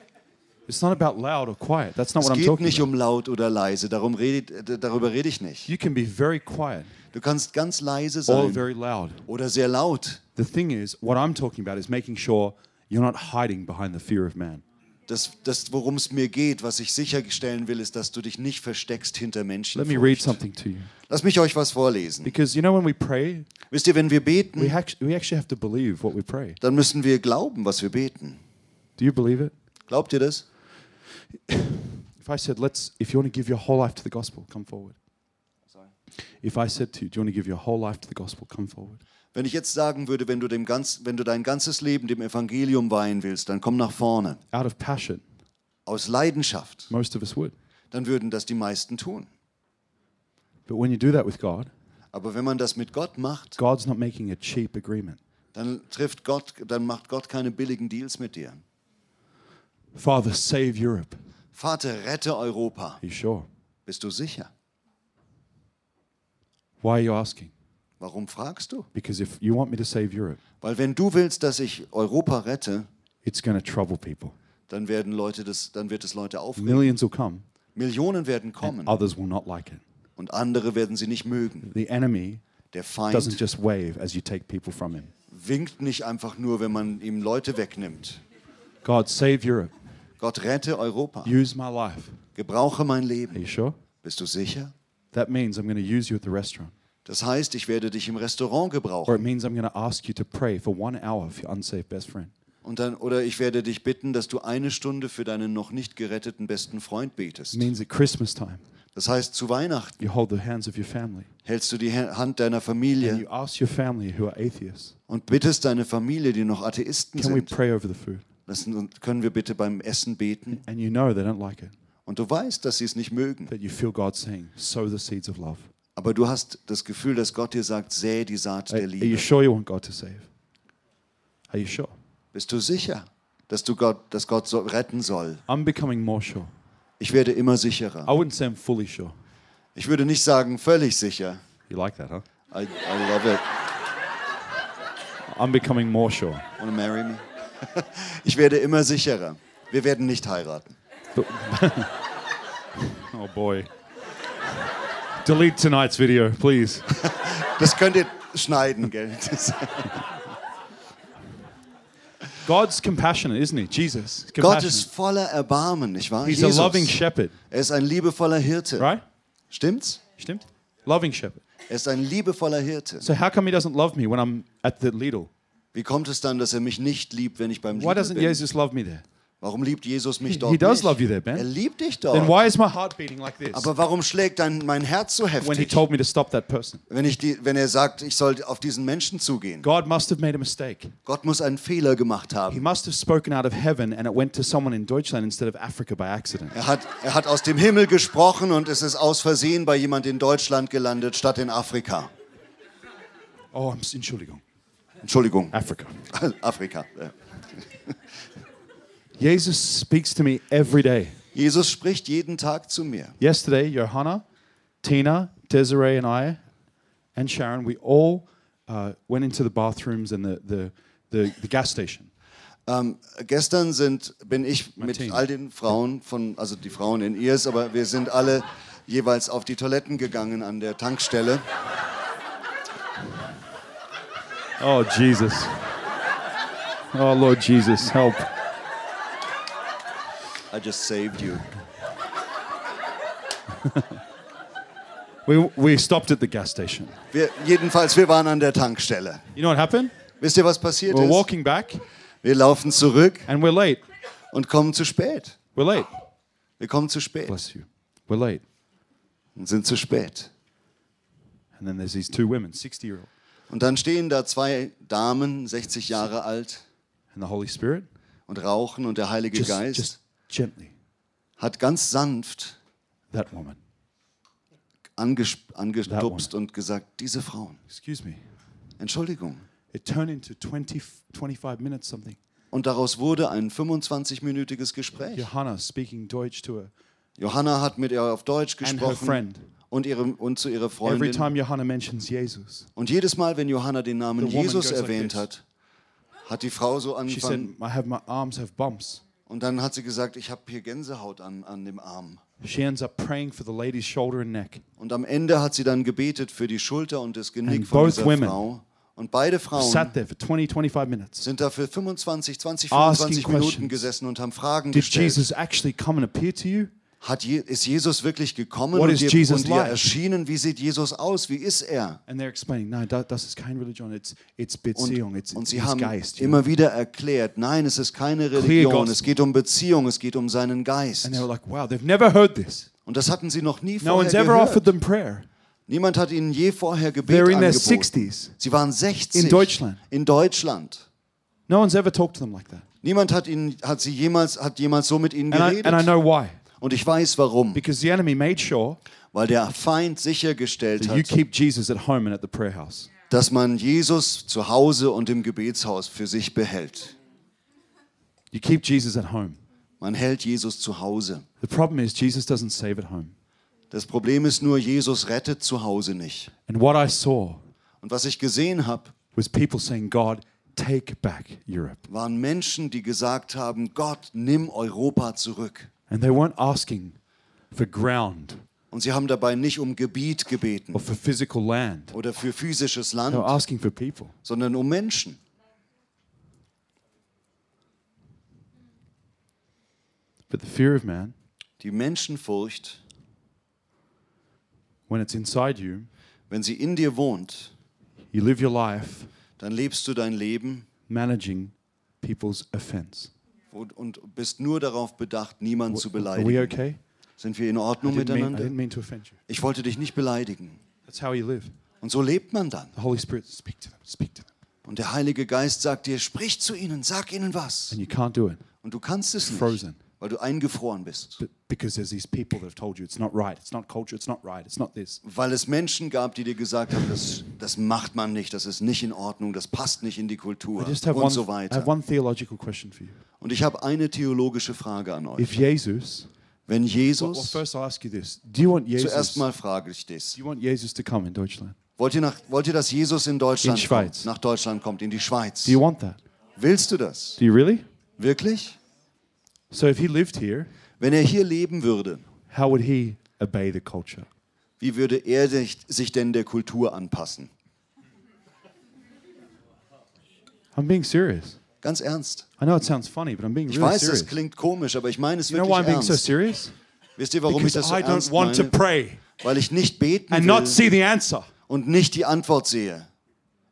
Speaker 2: It's not about loud or quiet. That's not
Speaker 3: Es
Speaker 2: what I'm
Speaker 3: geht
Speaker 2: talking
Speaker 3: nicht
Speaker 2: about.
Speaker 3: um laut oder leise. Darum redet, äh, darüber rede ich nicht.
Speaker 2: You can be very quiet
Speaker 3: Du kannst ganz leise
Speaker 2: or
Speaker 3: sein
Speaker 2: very loud.
Speaker 3: oder sehr laut.
Speaker 2: The thing is, what I'm talking about is making sure you're not hiding behind the fear of man.
Speaker 3: Das, das worum es mir geht, was ich sicherstellen will, ist, dass du dich nicht versteckst hinter Menschen.
Speaker 2: Let me read
Speaker 3: Furcht.
Speaker 2: something to you.
Speaker 3: Lass mich euch was vorlesen.
Speaker 2: Because you know, when we pray,
Speaker 3: Wisst ihr, wenn wir
Speaker 2: we,
Speaker 3: beten,
Speaker 2: hac- we actually have to believe what we pray.
Speaker 3: dann müssen wir glauben, was wir beten.
Speaker 2: Do you believe it?
Speaker 3: Glaubt ihr das?
Speaker 2: If I said, let's, if you want to give your whole life to the gospel, come forward. If I said to you, do you want to give your whole life to the gospel? Come forward.
Speaker 3: Wenn ich jetzt sagen würde, wenn du, dem ganz, wenn du dein ganzes Leben dem Evangelium weihen willst, dann komm nach vorne.
Speaker 2: Out of passion,
Speaker 3: Aus Leidenschaft.
Speaker 2: most of us would.
Speaker 3: Dann würden das die meisten tun.
Speaker 2: But when you do that with God,
Speaker 3: Aber wenn man das mit Gott macht,
Speaker 2: God's not making a cheap agreement.
Speaker 3: dann trifft Gott, dann macht Gott keine billigen Deals mit dir.
Speaker 2: Father, save Europe.
Speaker 3: Vater, rette Europa.
Speaker 2: Are you sure?
Speaker 3: Bist du sicher?
Speaker 2: Why are you asking?
Speaker 3: Warum fragst du?
Speaker 2: Because if you want me to save Europe,
Speaker 3: Weil wenn du willst, dass ich Europa rette,
Speaker 2: it's going to trouble people.
Speaker 3: dann werden Leute das, dann wird es Leute aufregen.
Speaker 2: Millions will come,
Speaker 3: Millionen werden kommen
Speaker 2: others will not like it.
Speaker 3: und andere werden sie nicht mögen.
Speaker 2: The enemy
Speaker 3: Der
Speaker 2: doesn't
Speaker 3: Feind
Speaker 2: just wave as you take people from him.
Speaker 3: winkt nicht einfach nur, wenn man ihm Leute wegnimmt.
Speaker 2: God, save Europe.
Speaker 3: Gott rette Europa.
Speaker 2: Use my life.
Speaker 3: Gebrauche mein
Speaker 2: Are
Speaker 3: Leben.
Speaker 2: you sure?
Speaker 3: Bist du sicher?
Speaker 2: That means I'm going to use you at the restaurant.
Speaker 3: Das heißt, ich werde dich im Restaurant
Speaker 2: Or it
Speaker 3: gebrauchen.
Speaker 2: means I'm going to ask you to pray for one hour for your unsaved best friend.
Speaker 3: Und dann, oder ich werde dich bitten, dass du eine Stunde für deinen noch nicht geretteten besten Freund betest.
Speaker 2: It means at Christmas time,
Speaker 3: Das heißt, zu Weihnachten
Speaker 2: you hold the hands of your family
Speaker 3: hältst du die He- Hand deiner
Speaker 2: and
Speaker 3: Familie
Speaker 2: you ask your family who are atheists,
Speaker 3: und bittest deine Familie, die noch Atheisten
Speaker 2: can we
Speaker 3: sind,
Speaker 2: pray over the food?
Speaker 3: lassen, und können wir bitte beim Essen beten?
Speaker 2: And you know they don't like it,
Speaker 3: Und du weißt, dass sie es nicht mögen.
Speaker 2: but you feel God saying, sow the seeds of love.
Speaker 3: Aber du hast das Gefühl, dass Gott dir sagt, säe die Saat
Speaker 2: Are, are
Speaker 3: der
Speaker 2: you
Speaker 3: Liebe.
Speaker 2: sure you want God to save? Are you sure?
Speaker 3: Bist du sicher, dass, du Gott, dass Gott so retten soll?
Speaker 2: I'm becoming more sure.
Speaker 3: Ich werde immer
Speaker 2: I
Speaker 3: sicherer.
Speaker 2: wouldn't say I'm fully sure.
Speaker 3: Ich würde nicht sagen, völlig sicher.
Speaker 2: You like that, huh?
Speaker 3: I, I love it.
Speaker 2: I'm becoming more sure.
Speaker 3: Wanna marry me? <laughs> Ich werde immer sicherer. Wir werden nicht heiraten.
Speaker 2: Oh boy. Delete tonight's video, please.
Speaker 3: Das könnt ihr schneiden, gell? Das,
Speaker 2: God's compassionate, isn't he? Jesus. is
Speaker 3: Gott ist
Speaker 2: Compassionate.
Speaker 3: voller Erbarmen, nicht wahr?
Speaker 2: He's
Speaker 3: Jesus.
Speaker 2: a loving shepherd,
Speaker 3: Er ist ein liebevoller Hirte.
Speaker 2: right?
Speaker 3: Stimmt's?
Speaker 2: Stimmt? Loving shepherd.
Speaker 3: Er ist ein liebevoller Hirte.
Speaker 2: So how come he doesn't love me when I'm at the Lidl?
Speaker 3: Wie kommt es dann, dass er mich nicht liebt, wenn ich beim
Speaker 2: Why
Speaker 3: Lidl
Speaker 2: doesn't
Speaker 3: bin?
Speaker 2: Jesus love me there?
Speaker 3: Warum liebt Jesus mich
Speaker 2: He-
Speaker 3: dort
Speaker 2: he does
Speaker 3: nicht?
Speaker 2: love you there, Ben.
Speaker 3: Er liebt dich
Speaker 2: Then
Speaker 3: dort.
Speaker 2: why is my heart beating like this
Speaker 3: Aber warum schlägt dann mein Herz so
Speaker 2: when he
Speaker 3: heftig,
Speaker 2: told me to stop that person?
Speaker 3: wenn, ich die, wenn er sagt, ich soll auf diesen Menschen zugehen?
Speaker 2: God must have made a mistake.
Speaker 3: Gott muss einen Fehler gemacht
Speaker 2: He
Speaker 3: haben.
Speaker 2: must have spoken out of heaven and it went to someone in Deutschland instead of Africa by accident.
Speaker 3: Er hat, er hat aus dem Himmel gesprochen und es ist aus Versehen bei jemand in Deutschland gelandet, statt in Afrika.
Speaker 2: Oh, I'm s- Entschuldigung.
Speaker 3: Entschuldigung, <laughs>
Speaker 2: Africa.
Speaker 3: Afrika. Ja.
Speaker 2: Jesus speaks to me every day.
Speaker 3: Jesus spricht jeden Tag zu mir.
Speaker 2: Yesterday, Johanna, Tina, Desiree, and I, and Sharon, we all uh, went into the bathrooms and the, the, the, the gas station.
Speaker 3: Gestern sind, bin ich
Speaker 2: Martin.
Speaker 3: mit all den Frauen von, also die Frauen in ihrs, aber wir sind alle jeweils auf die Toiletten gegangen an der Tankstelle.
Speaker 2: Oh, Jesus. Oh, Lord Jesus, help.
Speaker 3: I just saved you.
Speaker 2: We, we stopped at the gas station.
Speaker 3: Wir, jedenfalls, wir waren an der Tankstelle.
Speaker 2: You know what happened?
Speaker 3: Wisst ihr, was passiert
Speaker 2: We're
Speaker 3: ist?
Speaker 2: walking back
Speaker 3: Wir laufen zurück
Speaker 2: and we're late.
Speaker 3: und kommen zu spät.
Speaker 2: We're late.
Speaker 3: Wir kommen zu spät
Speaker 2: Bless you. We're late.
Speaker 3: und sind zu spät.
Speaker 2: And then there's these two women, 60 year old.
Speaker 3: Und dann stehen da zwei Damen, 60 Jahre alt,
Speaker 2: And the Holy Spirit
Speaker 3: und rauchen und der Heilige
Speaker 2: just,
Speaker 3: Geist
Speaker 2: just gently,
Speaker 3: hat ganz sanft
Speaker 2: that woman,
Speaker 3: angesp- angestupst und gesagt, diese Frauen,
Speaker 2: excuse me,
Speaker 3: Entschuldigung.
Speaker 2: it turned into 20, 25 minutes something.
Speaker 3: Und daraus wurde ein 25-minütiges Gespräch.
Speaker 2: Johanna speaking Deutsch to her
Speaker 3: Johanna hat mit ihr auf Deutsch
Speaker 2: and her
Speaker 3: gesprochen
Speaker 2: friend.
Speaker 3: und, ihrem, und zu ihrer
Speaker 2: Every
Speaker 3: Freundin.
Speaker 2: time Johanna mentions Jesus,
Speaker 3: Und jedes Mal, wenn Johanna den Namen
Speaker 2: The woman
Speaker 3: Jesus
Speaker 2: goes like
Speaker 3: erwähnt
Speaker 2: this.
Speaker 3: hat, hat die Frau so
Speaker 2: she said,
Speaker 3: angefangen.
Speaker 2: "I have my arms have bumps."
Speaker 3: Und dann hat sie gesagt, ich habe hier Gänsehaut an, an dem Arm.
Speaker 2: She ends up praying for the lady's shoulder and neck.
Speaker 3: Und am Ende hat sie dann gebetet für die Schulter und das Genick
Speaker 2: And
Speaker 3: von
Speaker 2: both
Speaker 3: dieser
Speaker 2: women
Speaker 3: Frau. Und beide Frauen
Speaker 2: Sat there for 20, 25 minutes.
Speaker 3: sind dafür 25, 20,
Speaker 2: Asking
Speaker 3: 25 Minuten
Speaker 2: questions.
Speaker 3: gesessen und haben Fragen
Speaker 2: Did
Speaker 3: gestellt.
Speaker 2: Jesus actually come and appear to you?
Speaker 3: Hat Je ist Jesus wirklich gekommen
Speaker 2: What
Speaker 3: und
Speaker 2: is
Speaker 3: dir,
Speaker 2: Jesus
Speaker 3: und dir
Speaker 2: like?
Speaker 3: erschienen? Wie sieht Jesus aus? Wie ist er?
Speaker 2: And they're explaining, "No, da- das ist keine Religion. It's it's Beziehung. It's,
Speaker 3: Und
Speaker 2: it's
Speaker 3: sie
Speaker 2: his
Speaker 3: haben
Speaker 2: Geist." you know.
Speaker 3: immer wieder erklärt, nein, es ist keine Religion,
Speaker 2: gospel.
Speaker 3: es geht um Beziehung, es geht um seinen Geist.
Speaker 2: And they were like, "Wow, they've never heard this.
Speaker 3: Und das hatten sie noch nie
Speaker 2: No
Speaker 3: vorher
Speaker 2: one's ever offered
Speaker 3: gehört.
Speaker 2: them prayer.
Speaker 3: Niemand hat ihnen je vorher Gebet
Speaker 2: They're in their
Speaker 3: angeboten.
Speaker 2: 60s.
Speaker 3: Sie waren 60
Speaker 2: In Deutschland.
Speaker 3: In Deutschland.
Speaker 2: No one's ever talked to them like that.
Speaker 3: Niemand hat ihnen hat sie jemals hat jemals so mit ihnen
Speaker 2: And I,
Speaker 3: geredet.
Speaker 2: and I know why.
Speaker 3: Und ich weiß warum,
Speaker 2: Because the enemy made sure
Speaker 3: weil der Feind sichergestellt
Speaker 2: that you
Speaker 3: hat,
Speaker 2: keep Jesus at home and at the prayer house.
Speaker 3: dass man Jesus zu Hause und im Gebetshaus für sich behält.
Speaker 2: You keep Jesus at home.
Speaker 3: Man hält Jesus zu Hause.
Speaker 2: The problem is, Jesus doesn't save at home.
Speaker 3: Das Problem ist nur, Jesus rettet zu Hause nicht.
Speaker 2: And what I saw
Speaker 3: Und was ich gesehen habe,
Speaker 2: was people saying, God, take back Europe.
Speaker 3: waren Menschen, die gesagt haben, Gott, nimm Europa zurück.
Speaker 2: And they weren't asking for ground
Speaker 3: Und sie haben dabei nicht um Gebiet gebeten
Speaker 2: or for physical land,
Speaker 3: oder für physisches
Speaker 2: they were
Speaker 3: Land,
Speaker 2: asking for people.
Speaker 3: sondern um Menschen.
Speaker 2: But the fear of man,
Speaker 3: Die Menschenfurcht,
Speaker 2: when it's inside you,
Speaker 3: wenn sie in dir wohnt,
Speaker 2: you live your life
Speaker 3: dann lebst du dein Leben
Speaker 2: managing people's offense.
Speaker 3: und, und bist nur darauf bedacht, niemanden zu
Speaker 2: Are we
Speaker 3: beleidigen.
Speaker 2: okay?
Speaker 3: Sind wir in Ordnung
Speaker 2: I didn't, mean, I
Speaker 3: miteinander?
Speaker 2: didn't mean to offend you.
Speaker 3: Ich wollte dich nicht beleidigen.
Speaker 2: That's how you live.
Speaker 3: Und so lebt man dann.
Speaker 2: The Holy Spirit, speak to them, speak to them.
Speaker 3: Und der Heilige Geist sagt dir, sprich zu ihnen, sag ihnen was.
Speaker 2: And you can't do it
Speaker 3: Und du kannst es nicht,
Speaker 2: Frozen.
Speaker 3: weil du eingefroren bist.
Speaker 2: but because there's these people that have told you it's not right, it's not culture, it's not right, it's not this.
Speaker 3: Weil es Menschen gab, die dir gesagt haben, das, das macht man nicht, das ist nicht in Ordnung, das passt nicht in die Kultur
Speaker 2: I just have,
Speaker 3: und
Speaker 2: one,
Speaker 3: so
Speaker 2: I have
Speaker 3: weiter.
Speaker 2: one theological question for you.
Speaker 3: Und ich habe eine theologische Frage an euch.
Speaker 2: If Jesus,
Speaker 3: Wenn
Speaker 2: well, well,
Speaker 3: Jesus,
Speaker 2: first I'll ask you this. Do you want Jesus?
Speaker 3: zuerst
Speaker 2: Do
Speaker 3: mal frage ich das,
Speaker 2: you want Jesus to come in Deutschland?
Speaker 3: wollt ihr, nach, wollt ihr, dass Jesus in Deutschland
Speaker 2: In Schweiz.
Speaker 3: kommt, nach Deutschland kommt, in die Schweiz?
Speaker 2: Do you want that?
Speaker 3: Willst du das?
Speaker 2: Do you really?
Speaker 3: Wirklich?
Speaker 2: So if he lived here,
Speaker 3: Wenn er hier leben würde,
Speaker 2: how would he obey the culture?
Speaker 3: wie würde er sich, sich denn der Kultur anpassen?
Speaker 2: I'm being serious.
Speaker 3: Ganz ernst.
Speaker 2: I know it sounds funny, but I'm being
Speaker 3: Ich
Speaker 2: really
Speaker 3: weiß,
Speaker 2: serious.
Speaker 3: das klingt komisch, aber ich meine es
Speaker 2: you know why I'm
Speaker 3: wirklich
Speaker 2: being so
Speaker 3: ernst.
Speaker 2: serious?
Speaker 3: Wisst ihr, warum ich
Speaker 2: Because
Speaker 3: das so
Speaker 2: I don't
Speaker 3: ernst
Speaker 2: want to
Speaker 3: meine?
Speaker 2: pray
Speaker 3: Weil ich nicht beten
Speaker 2: and not
Speaker 3: will
Speaker 2: see the answer.
Speaker 3: und nicht die Antwort sehe.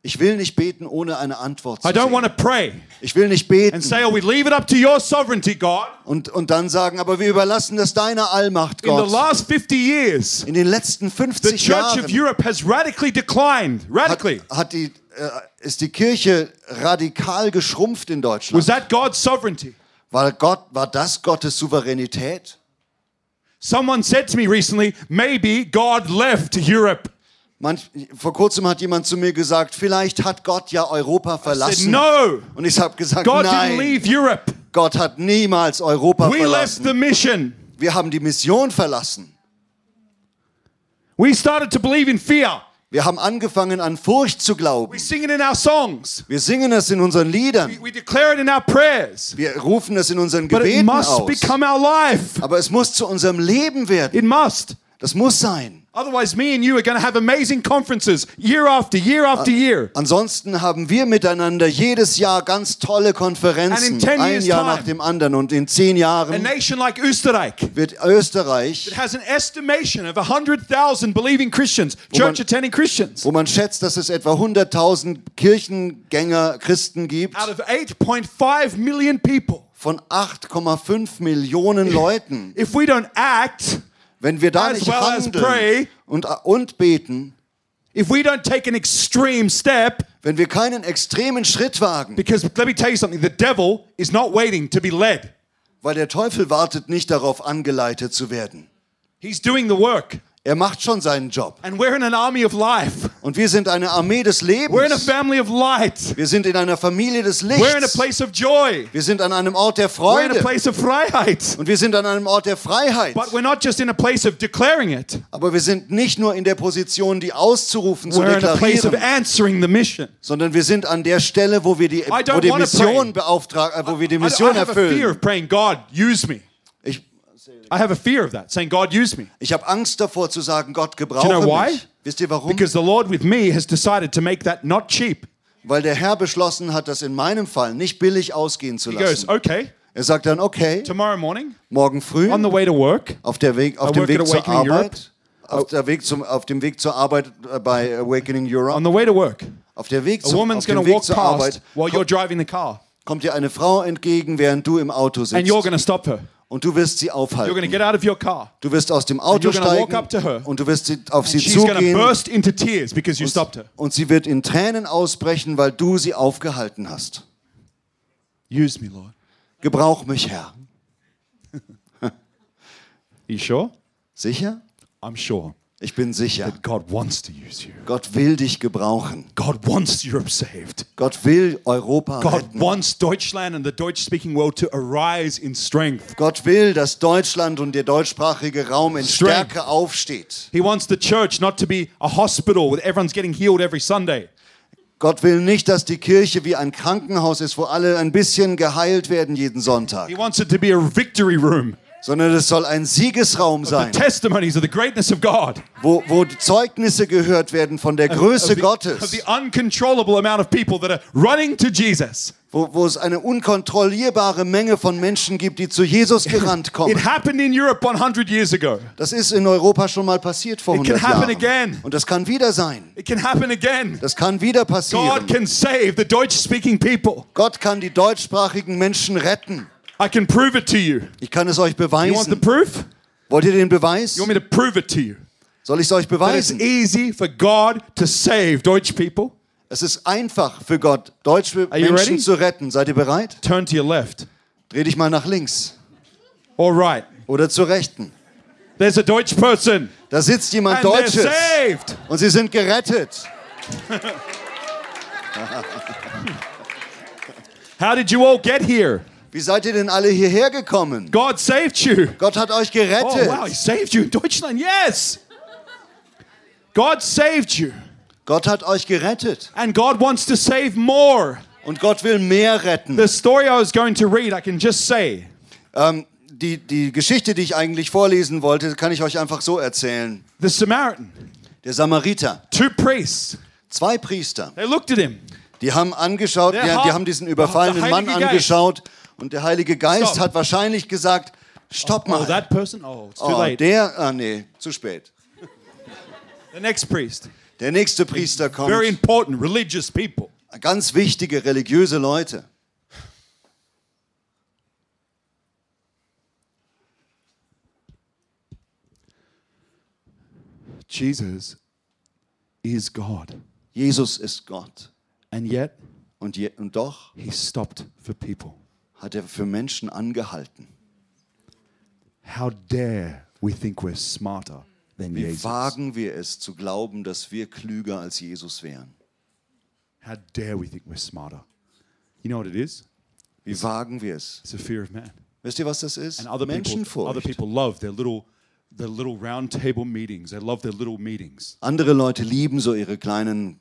Speaker 3: Ich will nicht beten, ohne eine Antwort zu
Speaker 2: I don't want to
Speaker 3: sehen.
Speaker 2: pray
Speaker 3: Ich will nicht
Speaker 2: and
Speaker 3: beten
Speaker 2: say, oh, we leave it up to your sovereignty, God.
Speaker 3: und, und dann sagen, aber wir überlassen das deiner Allmacht,
Speaker 2: In the
Speaker 3: Gott.
Speaker 2: last 50 years,
Speaker 3: In den letzten
Speaker 2: the
Speaker 3: 50
Speaker 2: Church
Speaker 3: Jahren
Speaker 2: of Europe has radically declined.
Speaker 3: hat,
Speaker 2: Radically.
Speaker 3: hat die, äh, ist die Kirche radikal geschrumpft in
Speaker 2: Was
Speaker 3: Deutschland.
Speaker 2: that God's sovereignty?
Speaker 3: War, Gott, war das Gottes Souveränität?
Speaker 2: Someone said to me recently, maybe God left Europe.
Speaker 3: Manch, vor kurzem hat jemand zu mir gesagt, vielleicht hat Gott ja Europa verlassen.
Speaker 2: no.
Speaker 3: Und ich habe gesagt,
Speaker 2: God didn't
Speaker 3: nein,
Speaker 2: leave Europe.
Speaker 3: Gott hat niemals Europa
Speaker 2: We left
Speaker 3: verlassen.
Speaker 2: the mission.
Speaker 3: Wir haben die Mission verlassen.
Speaker 2: We started to believe in fear.
Speaker 3: Wir haben angefangen an Furcht zu
Speaker 2: We
Speaker 3: glauben.
Speaker 2: sing it in our songs.
Speaker 3: Wir singen es in unseren
Speaker 2: We,
Speaker 3: Liedern.
Speaker 2: we declare it in our prayers.
Speaker 3: Wir rufen es in unseren
Speaker 2: But it
Speaker 3: Gebeten
Speaker 2: must
Speaker 3: aus.
Speaker 2: become our life.
Speaker 3: Aber es muss zu unserem Leben werden.
Speaker 2: It must.
Speaker 3: Das muss sein.
Speaker 2: Otherwise, me and you are going to have amazing conferences year after year after year.
Speaker 3: uh, Ansonsten haben wir miteinander jedes Jahr ganz tolle
Speaker 2: And in
Speaker 3: Konferenzen,
Speaker 2: 10
Speaker 3: ein
Speaker 2: years
Speaker 3: Jahr
Speaker 2: time.
Speaker 3: nach dem anderen. Und in zehn
Speaker 2: A
Speaker 3: Jahren
Speaker 2: nation like Österreich
Speaker 3: wird Österreich,
Speaker 2: has an estimation of 100,000 believing Christians, church attending Christians,
Speaker 3: wo man schätzt, dass es etwa 100.000 Kirchengänger Christen gibt,
Speaker 2: out of 8.5 million people.
Speaker 3: von 8,5 Millionen Leuten.
Speaker 2: If we don't act,
Speaker 3: Wenn wir da
Speaker 2: As
Speaker 3: nicht
Speaker 2: well as
Speaker 3: handeln
Speaker 2: pray.
Speaker 3: und, und beten,
Speaker 2: if we don't take an extreme step,
Speaker 3: wenn wir keinen extremen Schritt wagen,
Speaker 2: because let me tell you something, the devil is not waiting to be led.
Speaker 3: weil der Teufel wartet nicht darauf, angeleitet zu werden.
Speaker 2: He's doing the work.
Speaker 3: Er macht schon seinen Job.
Speaker 2: And we're in an army of life.
Speaker 3: Und wir sind eine Armee des
Speaker 2: We're in a
Speaker 3: Lebens.
Speaker 2: family of light.
Speaker 3: Wir sind in einer Familie des
Speaker 2: We're in a
Speaker 3: Lichts.
Speaker 2: place of joy.
Speaker 3: Wir sind an einem Ort der
Speaker 2: We're in a
Speaker 3: Freude.
Speaker 2: place of Freiheit.
Speaker 3: Und wir sind an einem Ort der Freiheit.
Speaker 2: But we're not just in a place of declaring it.
Speaker 3: Aber wir sind nicht nur in der Position, die auszurufen, zu
Speaker 2: We're in a place of
Speaker 3: deklarieren,
Speaker 2: answering the mission.
Speaker 3: sondern wir sind an der Stelle, wo wir die,
Speaker 2: I don't
Speaker 3: wo die
Speaker 2: wanna pray.
Speaker 3: Mission beauftragen, äh, wo wir die
Speaker 2: I, I
Speaker 3: Mission
Speaker 2: have a fear
Speaker 3: erfüllen.
Speaker 2: of praying, God, use me.
Speaker 3: Ich,
Speaker 2: I have a fear of that, saying, God, use me.
Speaker 3: ich habe Angst davor zu sagen, Gott
Speaker 2: Do you
Speaker 3: gebrauche
Speaker 2: know why?
Speaker 3: mich. Wisst ihr warum?
Speaker 2: Because the Lord with me has decided to make that not cheap.
Speaker 3: Weil der Herr beschlossen hat, das in meinem Fall nicht billig ausgehen zu
Speaker 2: He goes,
Speaker 3: lassen.
Speaker 2: okay,
Speaker 3: Er sagt dann, okay,
Speaker 2: tomorrow morning,
Speaker 3: morgen früh,
Speaker 2: on the way to work,
Speaker 3: auf, der Weg, auf
Speaker 2: I
Speaker 3: dem
Speaker 2: work at
Speaker 3: Weg zur
Speaker 2: Awakening
Speaker 3: Arbeit, auf, der Weg zum, auf dem Weg zur Arbeit äh, bei Awakening
Speaker 2: on
Speaker 3: Europe,
Speaker 2: the way to work,
Speaker 3: auf, der Weg
Speaker 2: a
Speaker 3: zum,
Speaker 2: woman's
Speaker 3: auf
Speaker 2: going
Speaker 3: dem
Speaker 2: to
Speaker 3: Weg
Speaker 2: walk
Speaker 3: zur
Speaker 2: past
Speaker 3: Arbeit
Speaker 2: while you're
Speaker 3: ko-
Speaker 2: driving the car,
Speaker 3: kommt dir eine Frau entgegen, während du im Auto
Speaker 2: and
Speaker 3: sitzt.
Speaker 2: you're going to stop her.
Speaker 3: Und du wirst sie
Speaker 2: You're going to
Speaker 3: aufhalten.
Speaker 2: get out of your car.
Speaker 3: Du wirst aus dem Auto
Speaker 2: you're gonna walk
Speaker 3: steigen
Speaker 2: up to her.
Speaker 3: und du wirst sie, auf sie
Speaker 2: She's going to
Speaker 3: zugehen
Speaker 2: burst into tears because you stopped her.
Speaker 3: und sie wird in Tränen ausbrechen, weil du sie aufgehalten hast.
Speaker 2: Use me, Lord.
Speaker 3: Gebrauch mich, Herr.
Speaker 2: you sure?
Speaker 3: Sicher?
Speaker 2: I'm sure
Speaker 3: Ich bin sicher.
Speaker 2: that God wants to use you.
Speaker 3: Gott will dich gebrauchen.
Speaker 2: God wants Europe saved.
Speaker 3: Gott will Europa
Speaker 2: God
Speaker 3: retten.
Speaker 2: wants Deutschland and the Deutsch speaking world to arise in strength.
Speaker 3: Gott will, dass Deutschland und der deutschsprachige Raum in
Speaker 2: Strength.
Speaker 3: Stärke aufsteht.
Speaker 2: He wants the church not to be a hospital where everyone's getting healed every Sunday.
Speaker 3: Gott will nicht, dass die Kirche wie ein Krankenhaus ist, wo alle ein bisschen geheilt werden jeden Sonntag,
Speaker 2: He wants it to be a victory room.
Speaker 3: sondern es soll ein Siegesraum
Speaker 2: The
Speaker 3: sein,
Speaker 2: testimonies of the greatness of God.
Speaker 3: wo, wo Zeugnisse gehört werden von der
Speaker 2: of the,
Speaker 3: Größe
Speaker 2: of
Speaker 3: Gottes,
Speaker 2: the uncontrollable amount of people that are running to Jesus.
Speaker 3: wo, wo es eine unkontrollierbare Menge von Menschen gibt, die zu Jesus gerannt
Speaker 2: It
Speaker 3: kommen.
Speaker 2: happened in Europe 100 years ago.
Speaker 3: Das ist in Europa schon mal passiert vor
Speaker 2: It can
Speaker 3: 100
Speaker 2: happen
Speaker 3: Jahren.
Speaker 2: again.
Speaker 3: Und das kann wieder sein.
Speaker 2: It can happen again.
Speaker 3: Das kann wieder
Speaker 2: God
Speaker 3: passieren.
Speaker 2: can save the Deutsch speaking people.
Speaker 3: Gott kann die deutschsprachigen Menschen retten.
Speaker 2: I can prove it to you.
Speaker 3: Ich kann es euch
Speaker 2: You want the
Speaker 3: beweisen.
Speaker 2: proof?
Speaker 3: Wollt ihr den Beweis?
Speaker 2: You want me to prove it to you?
Speaker 3: Soll ich es euch
Speaker 2: That it's e-
Speaker 3: beweisen?
Speaker 2: easy for God to save Deutsch people.
Speaker 3: Es ist einfach für Gott, deutsche
Speaker 2: you
Speaker 3: Menschen
Speaker 2: ready?
Speaker 3: zu retten. Seid ihr bereit?
Speaker 2: Turn to your left
Speaker 3: Dreh dich mal nach links
Speaker 2: or right.
Speaker 3: oder zur Rechten.
Speaker 2: There's a Deutsch person.
Speaker 3: Da sitzt jemand
Speaker 2: And they're
Speaker 3: Deutsches
Speaker 2: saved.
Speaker 3: und sie sind gerettet.
Speaker 2: How did you all get here?
Speaker 3: Wie seid ihr denn alle hierher gekommen?
Speaker 2: God saved you.
Speaker 3: Gott hat euch
Speaker 2: Oh, wow, He
Speaker 3: gerettet.
Speaker 2: saved you in Deutschland. Yes. God saved you.
Speaker 3: Gott hat euch gerettet.
Speaker 2: And God wants to save more.
Speaker 3: Und Gott will mehr retten.
Speaker 2: The story I was going to read, I can just say
Speaker 3: Ähm, die, die Geschichte, die ich eigentlich vorlesen wollte, kann ich euch einfach so erzählen.
Speaker 2: the Samaritan,
Speaker 3: Der Samariter,
Speaker 2: two priests,
Speaker 3: zwei Priester,
Speaker 2: they looked at him.
Speaker 3: die haben angeschaut, die,
Speaker 2: Der
Speaker 3: die
Speaker 2: Haupt-
Speaker 3: haben diesen überfallenen
Speaker 2: der
Speaker 3: Mann
Speaker 2: Heilige Geist.
Speaker 3: angeschaut und der Heilige Geist
Speaker 2: Stop.
Speaker 3: hat wahrscheinlich gesagt, stopp
Speaker 2: Oh,
Speaker 3: mal.
Speaker 2: that person? Oh, it's too
Speaker 3: Oh,
Speaker 2: late.
Speaker 3: der, ah nee, zu spät.
Speaker 2: The next priest,
Speaker 3: Der nächste Priester kommt.
Speaker 2: very important, religious people.
Speaker 3: Ganz wichtige religiöse Leute.
Speaker 2: Jesus is God.
Speaker 3: Jesus ist Gott.
Speaker 2: And yet,
Speaker 3: Und, je, und doch
Speaker 2: he stopped for people.
Speaker 3: hat er für Menschen angehalten.
Speaker 2: How dare we think we're smarter than
Speaker 3: Wie
Speaker 2: Jesus?
Speaker 3: wagen wir es zu glauben, dass wir klüger als Jesus wären?
Speaker 2: How dare we think we're smarter? You know what it is?
Speaker 3: Wie wagen wir es?
Speaker 2: It's a fear of man.
Speaker 3: Wisst ihr, was das ist?
Speaker 2: And other people, other
Speaker 3: Menschenfurcht.
Speaker 2: people love their little, their little round table meetings. They love their little meetings.
Speaker 3: Andere Leute lieben so ihre kleinen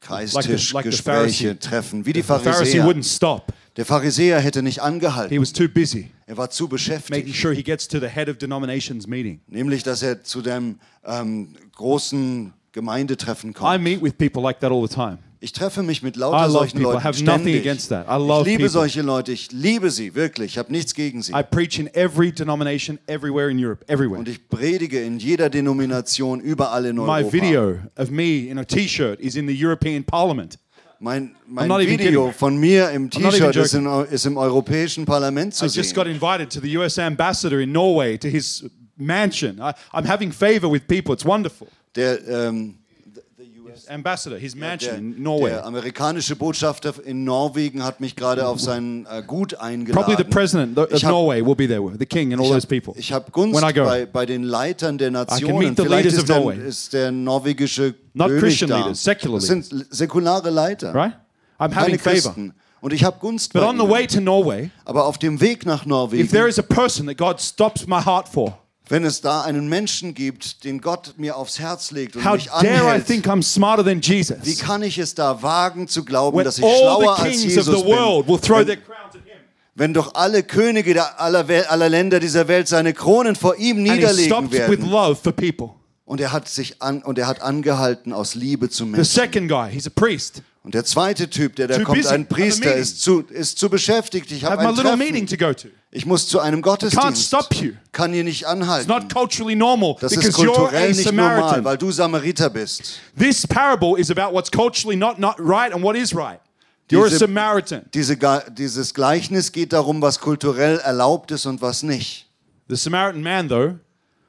Speaker 2: like the
Speaker 3: Kreistischgespräche,
Speaker 2: Pharisee.
Speaker 3: Treffen, wie die
Speaker 2: The Pharisee
Speaker 3: Pharisäer.
Speaker 2: wouldn't stop.
Speaker 3: Der Pharisäer hätte nicht
Speaker 2: He
Speaker 3: angehalten.
Speaker 2: was too busy
Speaker 3: Er war zu beschäftigt.
Speaker 2: making sure he gets to the head of denominations meeting.
Speaker 3: Nämlich, dass er zu dem ähm, großen Gemeindetreffen
Speaker 2: I
Speaker 3: kommt.
Speaker 2: meet with people like that all the time.
Speaker 3: Ich treffe mich mit
Speaker 2: I
Speaker 3: lauter
Speaker 2: love
Speaker 3: solchen
Speaker 2: people. I
Speaker 3: Leuten
Speaker 2: have nothing
Speaker 3: ständig.
Speaker 2: against that. I love
Speaker 3: ich liebe
Speaker 2: people.
Speaker 3: solche Leute. Ich liebe sie, wirklich. Ich habe nichts gegen sie.
Speaker 2: I preach in every denomination, everywhere in Europe, everywhere.
Speaker 3: Und ich predige in jeder Denomination, überall in
Speaker 2: My
Speaker 3: Europa.
Speaker 2: video of me in a T-shirt is in the European Parliament.
Speaker 3: Mein,
Speaker 2: I'm
Speaker 3: mein
Speaker 2: not even
Speaker 3: Video
Speaker 2: kidding.
Speaker 3: von mir im
Speaker 2: not even
Speaker 3: T-Shirt ist, in- ist im Europäischen Parlament zu
Speaker 2: I
Speaker 3: sehen.
Speaker 2: just got invited to the U.S. ambassador in Norway to his mansion. I, I'm having favor with people. It's wonderful.
Speaker 3: Der, ähm,
Speaker 2: Ambassador, his mansion
Speaker 3: der,
Speaker 2: in Norway.
Speaker 3: der amerikanische Botschafter in Norwegen hat mich gerade auf sein äh, Gut
Speaker 2: Probably
Speaker 3: eingeladen.
Speaker 2: the president of
Speaker 3: ich hab-
Speaker 2: Norway will be there, with the king and all
Speaker 3: ich
Speaker 2: those
Speaker 3: hab-
Speaker 2: people.
Speaker 3: ich hab Gunst
Speaker 2: when I go.
Speaker 3: bei, bei den Leitern der Nationen.
Speaker 2: meet the
Speaker 3: Vielleicht
Speaker 2: leaders
Speaker 3: ist
Speaker 2: of
Speaker 3: der,
Speaker 2: Norway.
Speaker 3: ist der norwegische
Speaker 2: Not
Speaker 3: König
Speaker 2: Christian
Speaker 3: da.
Speaker 2: leaders, secular
Speaker 3: Das sind l- säkulare Leiter,
Speaker 2: right? I'm
Speaker 3: keine
Speaker 2: having favor.
Speaker 3: Christen. Und ich habe Gunst
Speaker 2: But
Speaker 3: bei
Speaker 2: on the
Speaker 3: ihnen.
Speaker 2: way to Norway,
Speaker 3: Aber auf dem Weg nach
Speaker 2: if there
Speaker 3: Norwegen,
Speaker 2: is a person that God stops my heart for,
Speaker 3: wenn es da einen Menschen gibt, den Gott mir aufs Herz legt und
Speaker 2: how
Speaker 3: mich
Speaker 2: dare I
Speaker 3: anhält,
Speaker 2: think I'm smarter than
Speaker 3: wie
Speaker 2: Jesus?
Speaker 3: kann ich es da wagen zu glauben,
Speaker 2: When
Speaker 3: dass ich
Speaker 2: all
Speaker 3: schlauer
Speaker 2: the
Speaker 3: als
Speaker 2: kings of
Speaker 3: Jesus
Speaker 2: the
Speaker 3: bin,
Speaker 2: world will throw their
Speaker 3: wenn,
Speaker 2: crowns at him.
Speaker 3: wenn doch alle Könige der, aller, Wel- aller Länder dieser Welt seine Kronen vor ihm
Speaker 2: And he stopped
Speaker 3: niederlegen
Speaker 2: with
Speaker 3: werden?
Speaker 2: love for people.
Speaker 3: Und er hat sich an, und er hat angehalten aus Liebe zu
Speaker 2: The
Speaker 3: Menschen.
Speaker 2: second guy, he's a priest.
Speaker 3: Und der zweite Typ, der da
Speaker 2: Too
Speaker 3: kommt,
Speaker 2: busy.
Speaker 3: ein Priester,
Speaker 2: Have a
Speaker 3: ist zu, ist zu beschäftigt. Ich
Speaker 2: I
Speaker 3: habe
Speaker 2: have my
Speaker 3: ein
Speaker 2: little meeting
Speaker 3: Treffen.
Speaker 2: to go to.
Speaker 3: Ich muss zu einem
Speaker 2: Can't
Speaker 3: Gottesdienst.
Speaker 2: stop you.
Speaker 3: Kann hier nicht
Speaker 2: It's not
Speaker 3: anhalten.
Speaker 2: culturally normal
Speaker 3: Das ist
Speaker 2: because you're
Speaker 3: kulturell
Speaker 2: a
Speaker 3: nicht normal,
Speaker 2: Samaritan.
Speaker 3: weil du Samariter bist.
Speaker 2: This parable is about what's culturally not, not right and what is right. You're a
Speaker 3: Diese-
Speaker 2: Samaritan.
Speaker 3: Diese, Ga- dieses Gleichnis geht darum, was kulturell erlaubt ist und was nicht.
Speaker 2: The Samaritan man, though,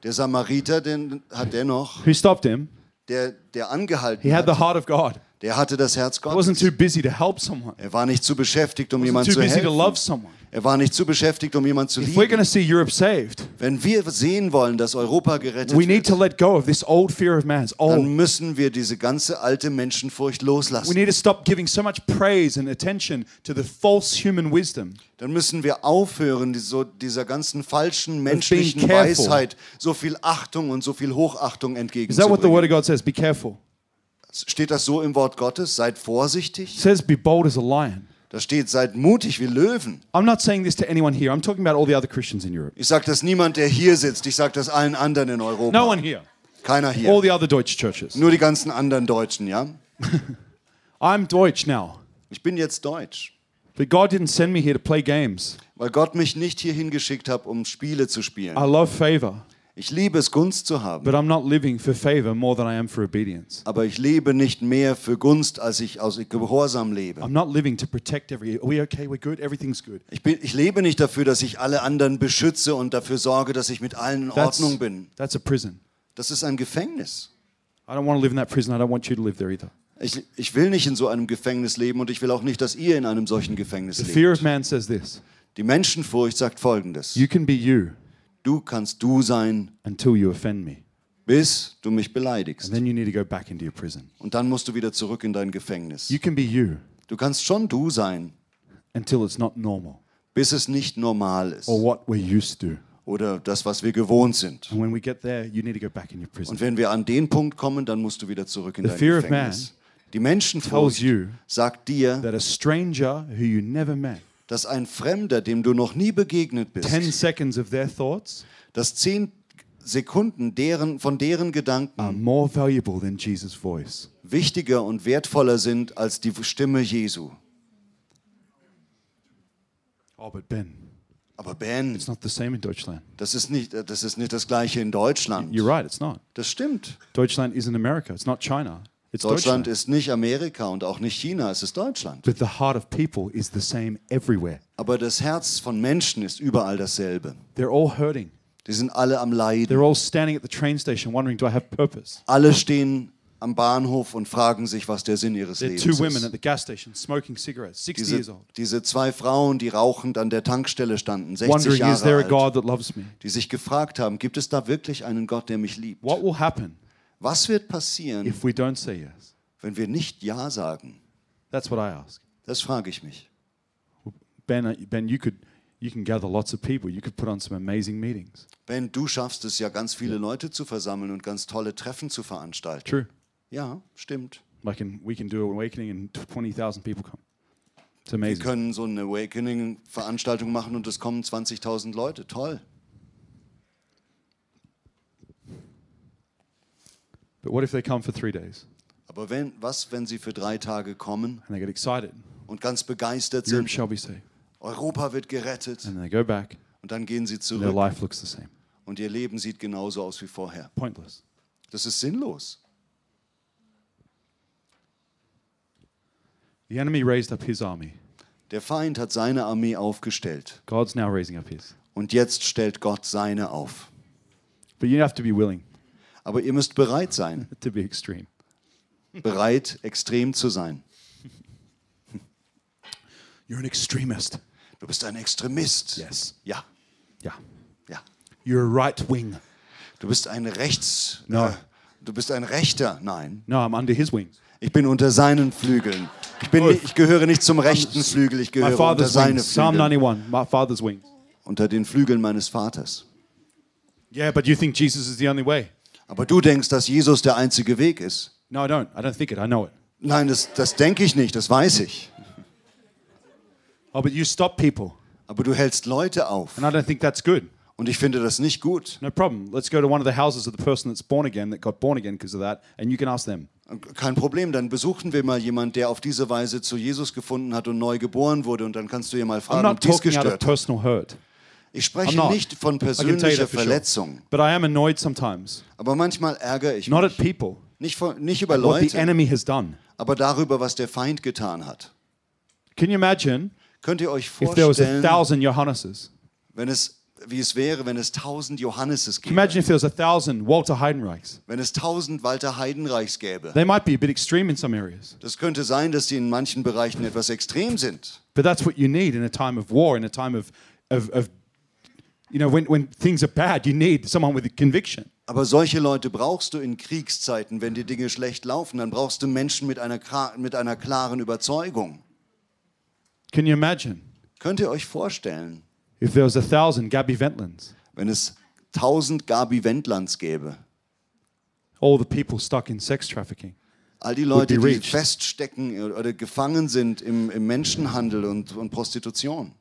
Speaker 3: Der Samariter, den hat dennoch,
Speaker 2: who stopped him,
Speaker 3: der, der
Speaker 2: he
Speaker 3: angehalten
Speaker 2: had the
Speaker 3: hat,
Speaker 2: heart of God.
Speaker 3: der hatte das Herz
Speaker 2: He wasn't too
Speaker 3: Gottes.
Speaker 2: busy to help someone.
Speaker 3: Er war nicht zu beschäftigt, um
Speaker 2: He
Speaker 3: jemand
Speaker 2: wasn't too
Speaker 3: zu
Speaker 2: busy to
Speaker 3: helfen.
Speaker 2: love someone.
Speaker 3: Er war nicht zu beschäftigt, um jemand zu
Speaker 2: If we're going
Speaker 3: lieben.
Speaker 2: to see Europe saved,
Speaker 3: Wenn wir sehen wollen, dass Europa gerettet
Speaker 2: we need to
Speaker 3: wird,
Speaker 2: let go of this old fear of man's
Speaker 3: dann
Speaker 2: old.
Speaker 3: müssen wir diese ganze alte Menschenfurcht
Speaker 2: We
Speaker 3: loslassen.
Speaker 2: need to stop giving so much praise and attention to the false human wisdom.
Speaker 3: Dann müssen wir aufhören, die, so, dieser ganzen falschen
Speaker 2: being
Speaker 3: menschlichen
Speaker 2: careful.
Speaker 3: Weisheit so viel Achtung und so viel Hochachtung
Speaker 2: Is that what the Word
Speaker 3: entgegenzubringen.
Speaker 2: of God says? Be careful.
Speaker 3: Steht das so im Wort Gottes? Seid vorsichtig.
Speaker 2: It says, be bold as a lion.
Speaker 3: Da steht, seid mutig wie Löwen.
Speaker 2: I'm not saying this to anyone here. I'm talking about all the other Christians in Europe.
Speaker 3: Ich sage das niemand, der hier sitzt. Ich sage das allen anderen in Europa.
Speaker 2: No one here.
Speaker 3: Keiner
Speaker 2: All
Speaker 3: hier.
Speaker 2: the other Deutsch churches.
Speaker 3: Nur die ganzen anderen Deutschen, ja?
Speaker 2: I'm Deutsch now.
Speaker 3: Ich bin jetzt Deutsch.
Speaker 2: But God didn't send me here to play games.
Speaker 3: Weil Gott mich nicht hierhin geschickt hat, um Spiele zu
Speaker 2: I
Speaker 3: spielen.
Speaker 2: love favor,
Speaker 3: Ich liebe es, Gunst zu haben.
Speaker 2: but I'm not living for favor more than I am for obedience.
Speaker 3: Aber ich lebe nicht mehr für Gunst, als ich aus Gehorsam lebe.
Speaker 2: I'm not living to protect every. Are we okay? We're good. Everything's good.
Speaker 3: Ich, bin, ich lebe nicht dafür, dass ich alle anderen beschütze und dafür sorge, dass ich mit allen in
Speaker 2: That's,
Speaker 3: Ordnung bin.
Speaker 2: that's a prison.
Speaker 3: Das ist ein Gefängnis.
Speaker 2: I don't want to live in that prison. I don't want you to live there either.
Speaker 3: Ich, ich will nicht in so einem Gefängnis leben und ich will auch nicht, dass ihr in einem solchen Gefängnis
Speaker 2: The fear
Speaker 3: lebt.
Speaker 2: of man says this
Speaker 3: Die Menschenfurcht sagt Folgendes.
Speaker 2: You can be you
Speaker 3: Du kannst du sein,
Speaker 2: until you offend me.
Speaker 3: bis du mich
Speaker 2: And
Speaker 3: beleidigst.
Speaker 2: then you need to go back into your prison.
Speaker 3: Und dann musst du wieder zurück in dein Gefängnis.
Speaker 2: You can be you
Speaker 3: Du kannst schon du sein,
Speaker 2: until it's not normal
Speaker 3: bis es nicht normal ist.
Speaker 2: or what we're used to.
Speaker 3: Oder das, was wir gewohnt sind.
Speaker 2: And when we get there, you need to go back in your prison.
Speaker 3: Und wenn wir an den Punkt kommen, dann musst du wieder zurück in
Speaker 2: The
Speaker 3: dein
Speaker 2: fear of
Speaker 3: Gefängnis. Die
Speaker 2: tells
Speaker 3: Menschenfurcht
Speaker 2: you
Speaker 3: sagt dir,
Speaker 2: That a stranger who you never met,
Speaker 3: dass ein Fremder, dem du noch nie begegnet
Speaker 2: 10
Speaker 3: bist,
Speaker 2: seconds of their thoughts
Speaker 3: dass zehn Sekunden deren, von deren Gedanken
Speaker 2: are more valuable than Jesus' voice.
Speaker 3: wichtiger und wertvoller sind als die Stimme Jesu.
Speaker 2: Oh, but Ben,
Speaker 3: Aber Ben,
Speaker 2: it's not the same in Deutschland.
Speaker 3: das ist nicht das, ist nicht das Gleiche in Deutschland.
Speaker 2: You're right, it's not.
Speaker 3: Das stimmt.
Speaker 2: Deutschland isn't America, it's not China. It's Deutschland.
Speaker 3: Deutschland ist nicht Amerika und auch nicht China, es ist Deutschland.
Speaker 2: but the heart of people is the same everywhere.
Speaker 3: Aber das Herz von Menschen ist überall dasselbe.
Speaker 2: They're all hurting.
Speaker 3: Die sind alle am Leiden.
Speaker 2: They're all standing at the train station wondering, do I have purpose?
Speaker 3: Alle stehen am Bahnhof und fragen sich, was der Sinn ihres
Speaker 2: There are
Speaker 3: Lebens
Speaker 2: two women at
Speaker 3: ist.
Speaker 2: the gas station smoking cigarettes, 60 years
Speaker 3: Diese,
Speaker 2: old,
Speaker 3: diese zwei Frauen, die rauchend an der Tankstelle standen, 60
Speaker 2: wondering, is there
Speaker 3: Jahre
Speaker 2: a
Speaker 3: alt,
Speaker 2: God that loves me?
Speaker 3: die sich gefragt haben, gibt es da wirklich einen Gott, der mich liebt?
Speaker 2: What will happen
Speaker 3: Was wird passieren,
Speaker 2: if we don't say yes?
Speaker 3: wenn wir nicht Ja sagen?
Speaker 2: That's what I ask.
Speaker 3: Das frage ich mich.
Speaker 2: Ben, uh, Ben, you could you can gather lots of people. You could put on some amazing meetings.
Speaker 3: Ben, du schaffst es ja, ganz viele Leute zu versammeln und ganz tolle Treffen zu veranstalten.
Speaker 2: True.
Speaker 3: Ja, stimmt.
Speaker 2: Like in, we can do an awakening and t- 20,000 people come. It's
Speaker 3: Wir
Speaker 2: amazing.
Speaker 3: können so eine Awakening-Veranstaltung machen und es kommen 20.000 Leute. Toll.
Speaker 2: But what if they come for 3 days
Speaker 3: Aber wenn, was, wenn sie für drei Tage kommen
Speaker 2: and they get excited?
Speaker 3: und ganz begeistert
Speaker 2: Europe
Speaker 3: sind?
Speaker 2: shall be saved.
Speaker 3: Europa wird gerettet.
Speaker 2: And they go back
Speaker 3: Und dann gehen sie
Speaker 2: and their
Speaker 3: zurück
Speaker 2: life looks the same.
Speaker 3: und ihr Leben sieht genauso aus wie vorher.
Speaker 2: Pointless.
Speaker 3: Das ist sinnlos.
Speaker 2: The enemy raised up his army.
Speaker 3: Der Feind hat seine Armee aufgestellt
Speaker 2: God's now raising up his.
Speaker 3: und jetzt stellt Gott seine auf.
Speaker 2: But you have to be willing
Speaker 3: Aber ihr müsst
Speaker 2: <laughs>
Speaker 3: bereit sein,
Speaker 2: to be extreme.
Speaker 3: bereit, extrem zu sein.
Speaker 2: You're an extremist.
Speaker 3: Du bist ein Extremist.
Speaker 2: Yes.
Speaker 3: Ja,
Speaker 2: Yeah.
Speaker 3: ja.
Speaker 2: You're a right wing.
Speaker 3: Du bist ein Rechts.
Speaker 2: No.
Speaker 3: Äh, du bist ein Rechter. Nein.
Speaker 2: No, I'm under his wings.
Speaker 3: Ich bin unter seinen Flügeln. Ich, bin,
Speaker 2: Ulf.
Speaker 3: ni- ich gehöre nicht zum rechten Flügel, ich
Speaker 2: My
Speaker 3: gehöre unter
Speaker 2: father's
Speaker 3: seine
Speaker 2: wings. Psalm
Speaker 3: Flügel.
Speaker 2: 91. My father's wings.
Speaker 3: Unter den Flügeln meines Vaters.
Speaker 2: Yeah, but you think Jesus is the only way?
Speaker 3: Aber du denkst, dass Jesus der einzige Weg ist.
Speaker 2: No, I don't. I don't think it. I know it.
Speaker 3: Nein, das, das denke ich nicht, das weiß ich.
Speaker 2: Oh, but you stop people.
Speaker 3: Aber du hältst Leute auf.
Speaker 2: And I don't think that's good.
Speaker 3: Und ich finde das nicht gut.
Speaker 2: No problem. Let's go to one of the houses of the person that's born again, that got born again because of that, and you can ask them.
Speaker 3: Kein Problem, dann besuchen wir mal jemanden, der auf diese Weise zu Jesus gefunden hat und neu geboren wurde. Und dann kannst du ihr mal
Speaker 2: I'm
Speaker 3: fragen, ob
Speaker 2: not
Speaker 3: dies
Speaker 2: talking out of
Speaker 3: gestört hat.
Speaker 2: personal hurt.
Speaker 3: Ich
Speaker 2: I'm
Speaker 3: spreche
Speaker 2: not.
Speaker 3: nicht von
Speaker 2: I can tell you
Speaker 3: persönlicher
Speaker 2: that for sure.
Speaker 3: Verletzung.
Speaker 2: But I am annoyed sometimes,
Speaker 3: Aber manchmal ärgere ich
Speaker 2: not
Speaker 3: mich.
Speaker 2: at people,
Speaker 3: Nicht, von, nicht über
Speaker 2: what the
Speaker 3: Leute,
Speaker 2: enemy has done.
Speaker 3: aber darüber, was der Feind getan hat.
Speaker 2: Can you imagine
Speaker 3: Könnt ihr euch
Speaker 2: if there was a
Speaker 3: vorstellen,
Speaker 2: thousand Johanneses?
Speaker 3: wenn es, wie es wäre, wenn es tausend Johanneses
Speaker 2: Can you imagine
Speaker 3: gäbe?
Speaker 2: if there was a thousand Walter Heidenreichs?
Speaker 3: Wenn es tausend Walter Heidenreichs gäbe?
Speaker 2: They might be a bit extreme in some areas,
Speaker 3: Das könnte sein, dass die in manchen Bereichen etwas extrem sind.
Speaker 2: but that's what you need in a time of war, in a time of, of, of you know, when, when things are bad, you need someone with a conviction.
Speaker 3: Aber solche Leute brauchst du in Kriegszeiten, wenn die Dinge schlecht laufen. Dann brauchst du Menschen mit einer, kra- mit einer klaren Überzeugung.
Speaker 2: Can you imagine
Speaker 3: Könnt ihr euch vorstellen,
Speaker 2: if there was a thousand Gabby Ventlands,
Speaker 3: wenn es tausend Gabi Wendlands gäbe?
Speaker 2: all the people stuck in sex trafficking?
Speaker 3: All die Leute,
Speaker 2: Would be
Speaker 3: die
Speaker 2: reached.
Speaker 3: feststecken oder gefangen sind im, im Menschenhandel und, und Prostitution.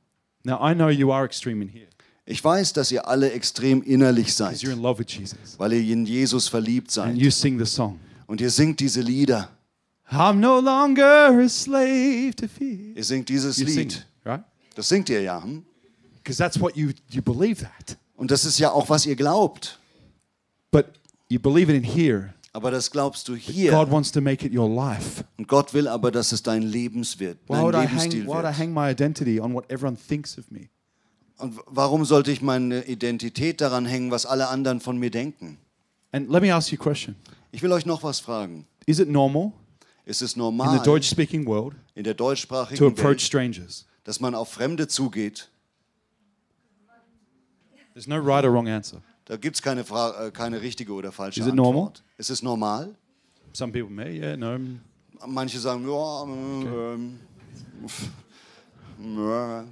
Speaker 2: Now, I know you are extreme in here
Speaker 3: Ich weiß, dass ihr alle extrem innerlich
Speaker 2: because you're
Speaker 3: seid,
Speaker 2: in love with Jesus
Speaker 3: weil ihr in Jesus verliebt
Speaker 2: and
Speaker 3: seid.
Speaker 2: you sing the song.
Speaker 3: Und ihr singt diese Lieder.
Speaker 2: I'm no longer a slave to fear.
Speaker 3: Ihr singt dieses
Speaker 2: You sing,
Speaker 3: Lied.
Speaker 2: right?
Speaker 3: Das singt ihr ja. Hm?
Speaker 2: Because that's what you, you believe that.
Speaker 3: Und das ist ja auch, was ihr glaubt.
Speaker 2: But you believe it in here.
Speaker 3: Aber das glaubst du
Speaker 2: God
Speaker 3: hier.
Speaker 2: wants to make it your life.
Speaker 3: Und Gott will aber, dass es dein Lebens wird,
Speaker 2: Why
Speaker 3: dein
Speaker 2: would, I hang,
Speaker 3: Lebensstil
Speaker 2: why would I
Speaker 3: wird.
Speaker 2: hang my identity on what everyone thinks of me?
Speaker 3: Und w- warum sollte ich meine Identität daran hängen, was alle anderen von mir denken?
Speaker 2: And let me ask you a question.
Speaker 3: Ich will euch noch was fragen.
Speaker 2: Is it normal
Speaker 3: Ist es
Speaker 2: in the
Speaker 3: normal
Speaker 2: Deutsch speaking world
Speaker 3: in der
Speaker 2: to
Speaker 3: deutschsprachigen
Speaker 2: approach
Speaker 3: Welt,
Speaker 2: strangers?
Speaker 3: dass man auf Fremde zugeht?
Speaker 2: There's no right or wrong answer.
Speaker 3: Da gibt es keine, Fra- äh, keine richtige oder falsche
Speaker 2: Is it normal?
Speaker 3: Antwort. Ist es normal?
Speaker 2: Some people may, yeah, no. mm.
Speaker 3: Manche sagen, ja, äh, ähm, pff, <laughs> ja.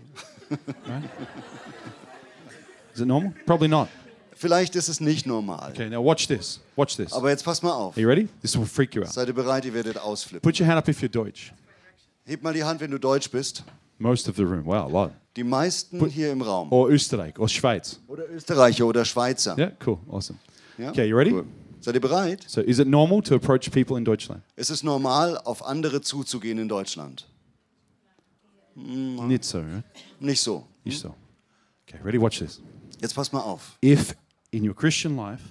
Speaker 2: Is it normal? Probably not.
Speaker 3: vielleicht ist es nicht normal.
Speaker 2: Okay, now watch this. Watch this. Are
Speaker 3: Aber jetzt passt mal auf.
Speaker 2: you ready? This will freak you out.
Speaker 3: Seid ihr bereit? Ihr werdet ausflippen.
Speaker 2: Put your hand up if you're Deutsch.
Speaker 3: Hebt mal die Hand, wenn du deutsch bist.
Speaker 2: Most of the room. Wow, a lot.
Speaker 3: Die meisten hier im Raum.
Speaker 2: Or Österreich or Schweiz.
Speaker 3: Oder Österreicher oder Schweizer.
Speaker 2: Yeah, cool. Awesome.
Speaker 3: Ja?
Speaker 2: Okay, you ready?
Speaker 3: Cool. Seid ihr bereit?
Speaker 2: So, is it normal to approach people in Deutschland?
Speaker 3: Es ist normal, auf andere zuzugehen in Deutschland.
Speaker 2: Nicht so, right?
Speaker 3: Nicht so.
Speaker 2: Nicht so. Okay, ready? Watch this.
Speaker 3: Jetzt pass mal auf.
Speaker 2: If in your Christian life,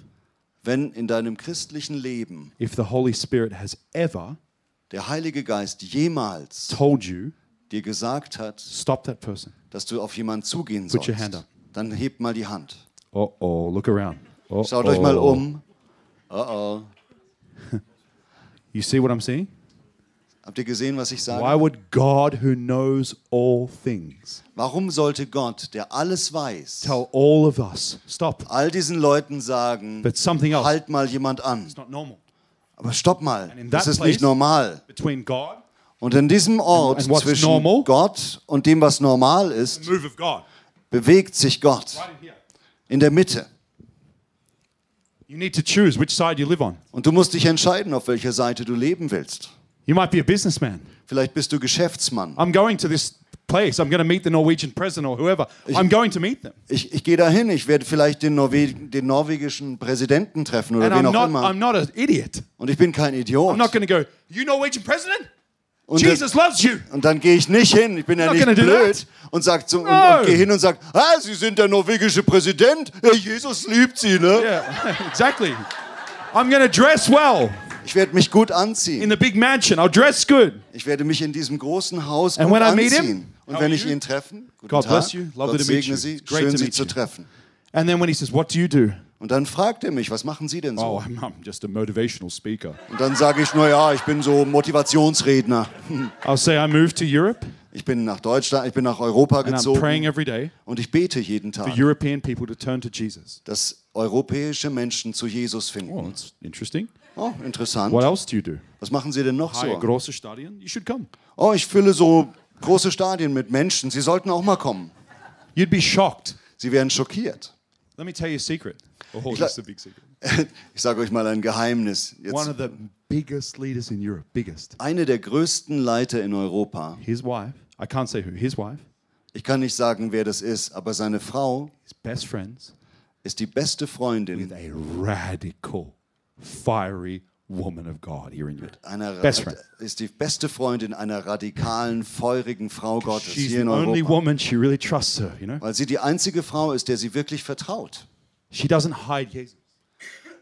Speaker 3: Wenn in deinem christlichen Leben
Speaker 2: if the Holy Spirit has ever
Speaker 3: der Heilige Geist jemals
Speaker 2: told you,
Speaker 3: dir gesagt hat,
Speaker 2: stop that person.
Speaker 3: dass du auf jemanden zugehen
Speaker 2: Put your
Speaker 3: sollst,
Speaker 2: hand up.
Speaker 3: dann hebt mal die Hand.
Speaker 2: Oh, oh, look around. Oh,
Speaker 3: Schaut euch mal um. Oh oh.
Speaker 2: You see what I'm seeing?
Speaker 3: Habt ihr gesehen, was ich
Speaker 2: Why
Speaker 3: sage?
Speaker 2: would God, who knows all things,
Speaker 3: Warum sollte Gott, der alles weiß,
Speaker 2: tell all of us, stop?
Speaker 3: all diesen Leuten sagen,
Speaker 2: But something else.
Speaker 3: halt mal jemand an.
Speaker 2: It's not normal.
Speaker 3: Aber stopp mal,
Speaker 2: in
Speaker 3: das
Speaker 2: that
Speaker 3: ist nicht
Speaker 2: place-
Speaker 3: normal.
Speaker 2: Between God,
Speaker 3: Und in diesem Ort
Speaker 2: And what's
Speaker 3: zwischen
Speaker 2: normal?
Speaker 3: Gott und dem, was normal ist,
Speaker 2: move of God,
Speaker 3: bewegt sich Gott
Speaker 2: in here.
Speaker 3: in der Mitte.
Speaker 2: You need to choose which side you live on.
Speaker 3: Und du musst dich entscheiden, auf welcher Seite du leben willst.
Speaker 2: You might be a businessman.
Speaker 3: Vielleicht bist du Geschäftsmann.
Speaker 2: I'm going to this place. I'm going to meet the Norwegian president or whoever. I'm going to meet them.
Speaker 3: Ich, ich gehe dahin, ich werde vielleicht den, Norwe den norwegischen Präsidenten treffen oder
Speaker 2: And
Speaker 3: wen
Speaker 2: I'm
Speaker 3: auch
Speaker 2: not,
Speaker 3: immer.
Speaker 2: I'm not an idiot.
Speaker 3: und ich bin kein Idiot.
Speaker 2: I'm not going to go, you Norwegian president?
Speaker 3: Und das-
Speaker 2: Jesus loves you.
Speaker 3: Und dann gehe ich nicht hin, ich bin ja
Speaker 2: I'm
Speaker 3: nicht
Speaker 2: not gonna do
Speaker 3: blöd und, sag zum, und,
Speaker 2: No.
Speaker 3: und gehe hin und sage, ah, Sie sind der norwegische Präsident, ja, Jesus liebt Sie, ne?
Speaker 2: Yeah, <laughs> exactly. I'm going to dress well
Speaker 3: Ich werde mich gut
Speaker 2: in
Speaker 3: anziehen.
Speaker 2: the big mansion. I'll dress good.
Speaker 3: Ich werde mich in diesem großen Haus
Speaker 2: And
Speaker 3: gut
Speaker 2: when I meet
Speaker 3: anziehen.
Speaker 2: him,
Speaker 3: und
Speaker 2: how
Speaker 3: wenn
Speaker 2: are
Speaker 3: ich
Speaker 2: you?
Speaker 3: ihn treffen, guten
Speaker 2: God
Speaker 3: Tag,
Speaker 2: bless you. Lovely to meet
Speaker 3: Gott segne
Speaker 2: you.
Speaker 3: Sie,
Speaker 2: Great
Speaker 3: schön
Speaker 2: to
Speaker 3: Sie
Speaker 2: meet
Speaker 3: zu
Speaker 2: you.
Speaker 3: treffen.
Speaker 2: And then when he says, What do you do?
Speaker 3: Und dann fragt er mich, was machen Sie denn
Speaker 2: Oh,
Speaker 3: so?
Speaker 2: I'm, I'm just a motivational speaker.
Speaker 3: Und dann sage ich, na ja, ich bin so Motivationsredner.
Speaker 2: I'll say, I moved to Europe
Speaker 3: Ich bin nach Deutschland, ich bin nach Europa
Speaker 2: and I'm praying
Speaker 3: gezogen
Speaker 2: every day
Speaker 3: und ich bete jeden
Speaker 2: for
Speaker 3: Tag,
Speaker 2: European people to turn to Jesus.
Speaker 3: dass europäische Menschen zu Jesus finden.
Speaker 2: Well, that's interesting.
Speaker 3: Oh, interessant.
Speaker 2: What else do you do?
Speaker 3: Was machen Sie denn noch
Speaker 2: Hi,
Speaker 3: so?
Speaker 2: große Stadion. You should come.
Speaker 3: Oh, ich fülle so große Stadien mit Menschen. Sie sollten auch mal kommen.
Speaker 2: You'd be shocked.
Speaker 3: Sie wären schockiert. <laughs>
Speaker 2: Let me tell you a secret. Oh,
Speaker 3: like-
Speaker 2: that's a big secret.
Speaker 3: Ich sage euch mal ein Geheimnis.
Speaker 2: One
Speaker 3: Jetzt,
Speaker 2: of the biggest leaders in Europe, biggest.
Speaker 3: eine der größten Leiter in Europa,
Speaker 2: His wife, I can't say who, his wife,
Speaker 3: ich kann nicht sagen, wer das ist, aber seine Frau
Speaker 2: his best friends,
Speaker 3: ist die beste
Speaker 2: with
Speaker 3: Freundin
Speaker 2: a radical, fiery woman of God here in Europe.
Speaker 3: einer
Speaker 2: Best friend.
Speaker 3: ist die beste Freundin einer radikalen, feurigen Frau Gottes
Speaker 2: She's
Speaker 3: hier
Speaker 2: the
Speaker 3: in
Speaker 2: only
Speaker 3: Europa.
Speaker 2: woman she really trusts her, you know?
Speaker 3: Weil sie die einzige Frau ist, der sie wirklich vertraut.
Speaker 2: She doesn't hide Jesus.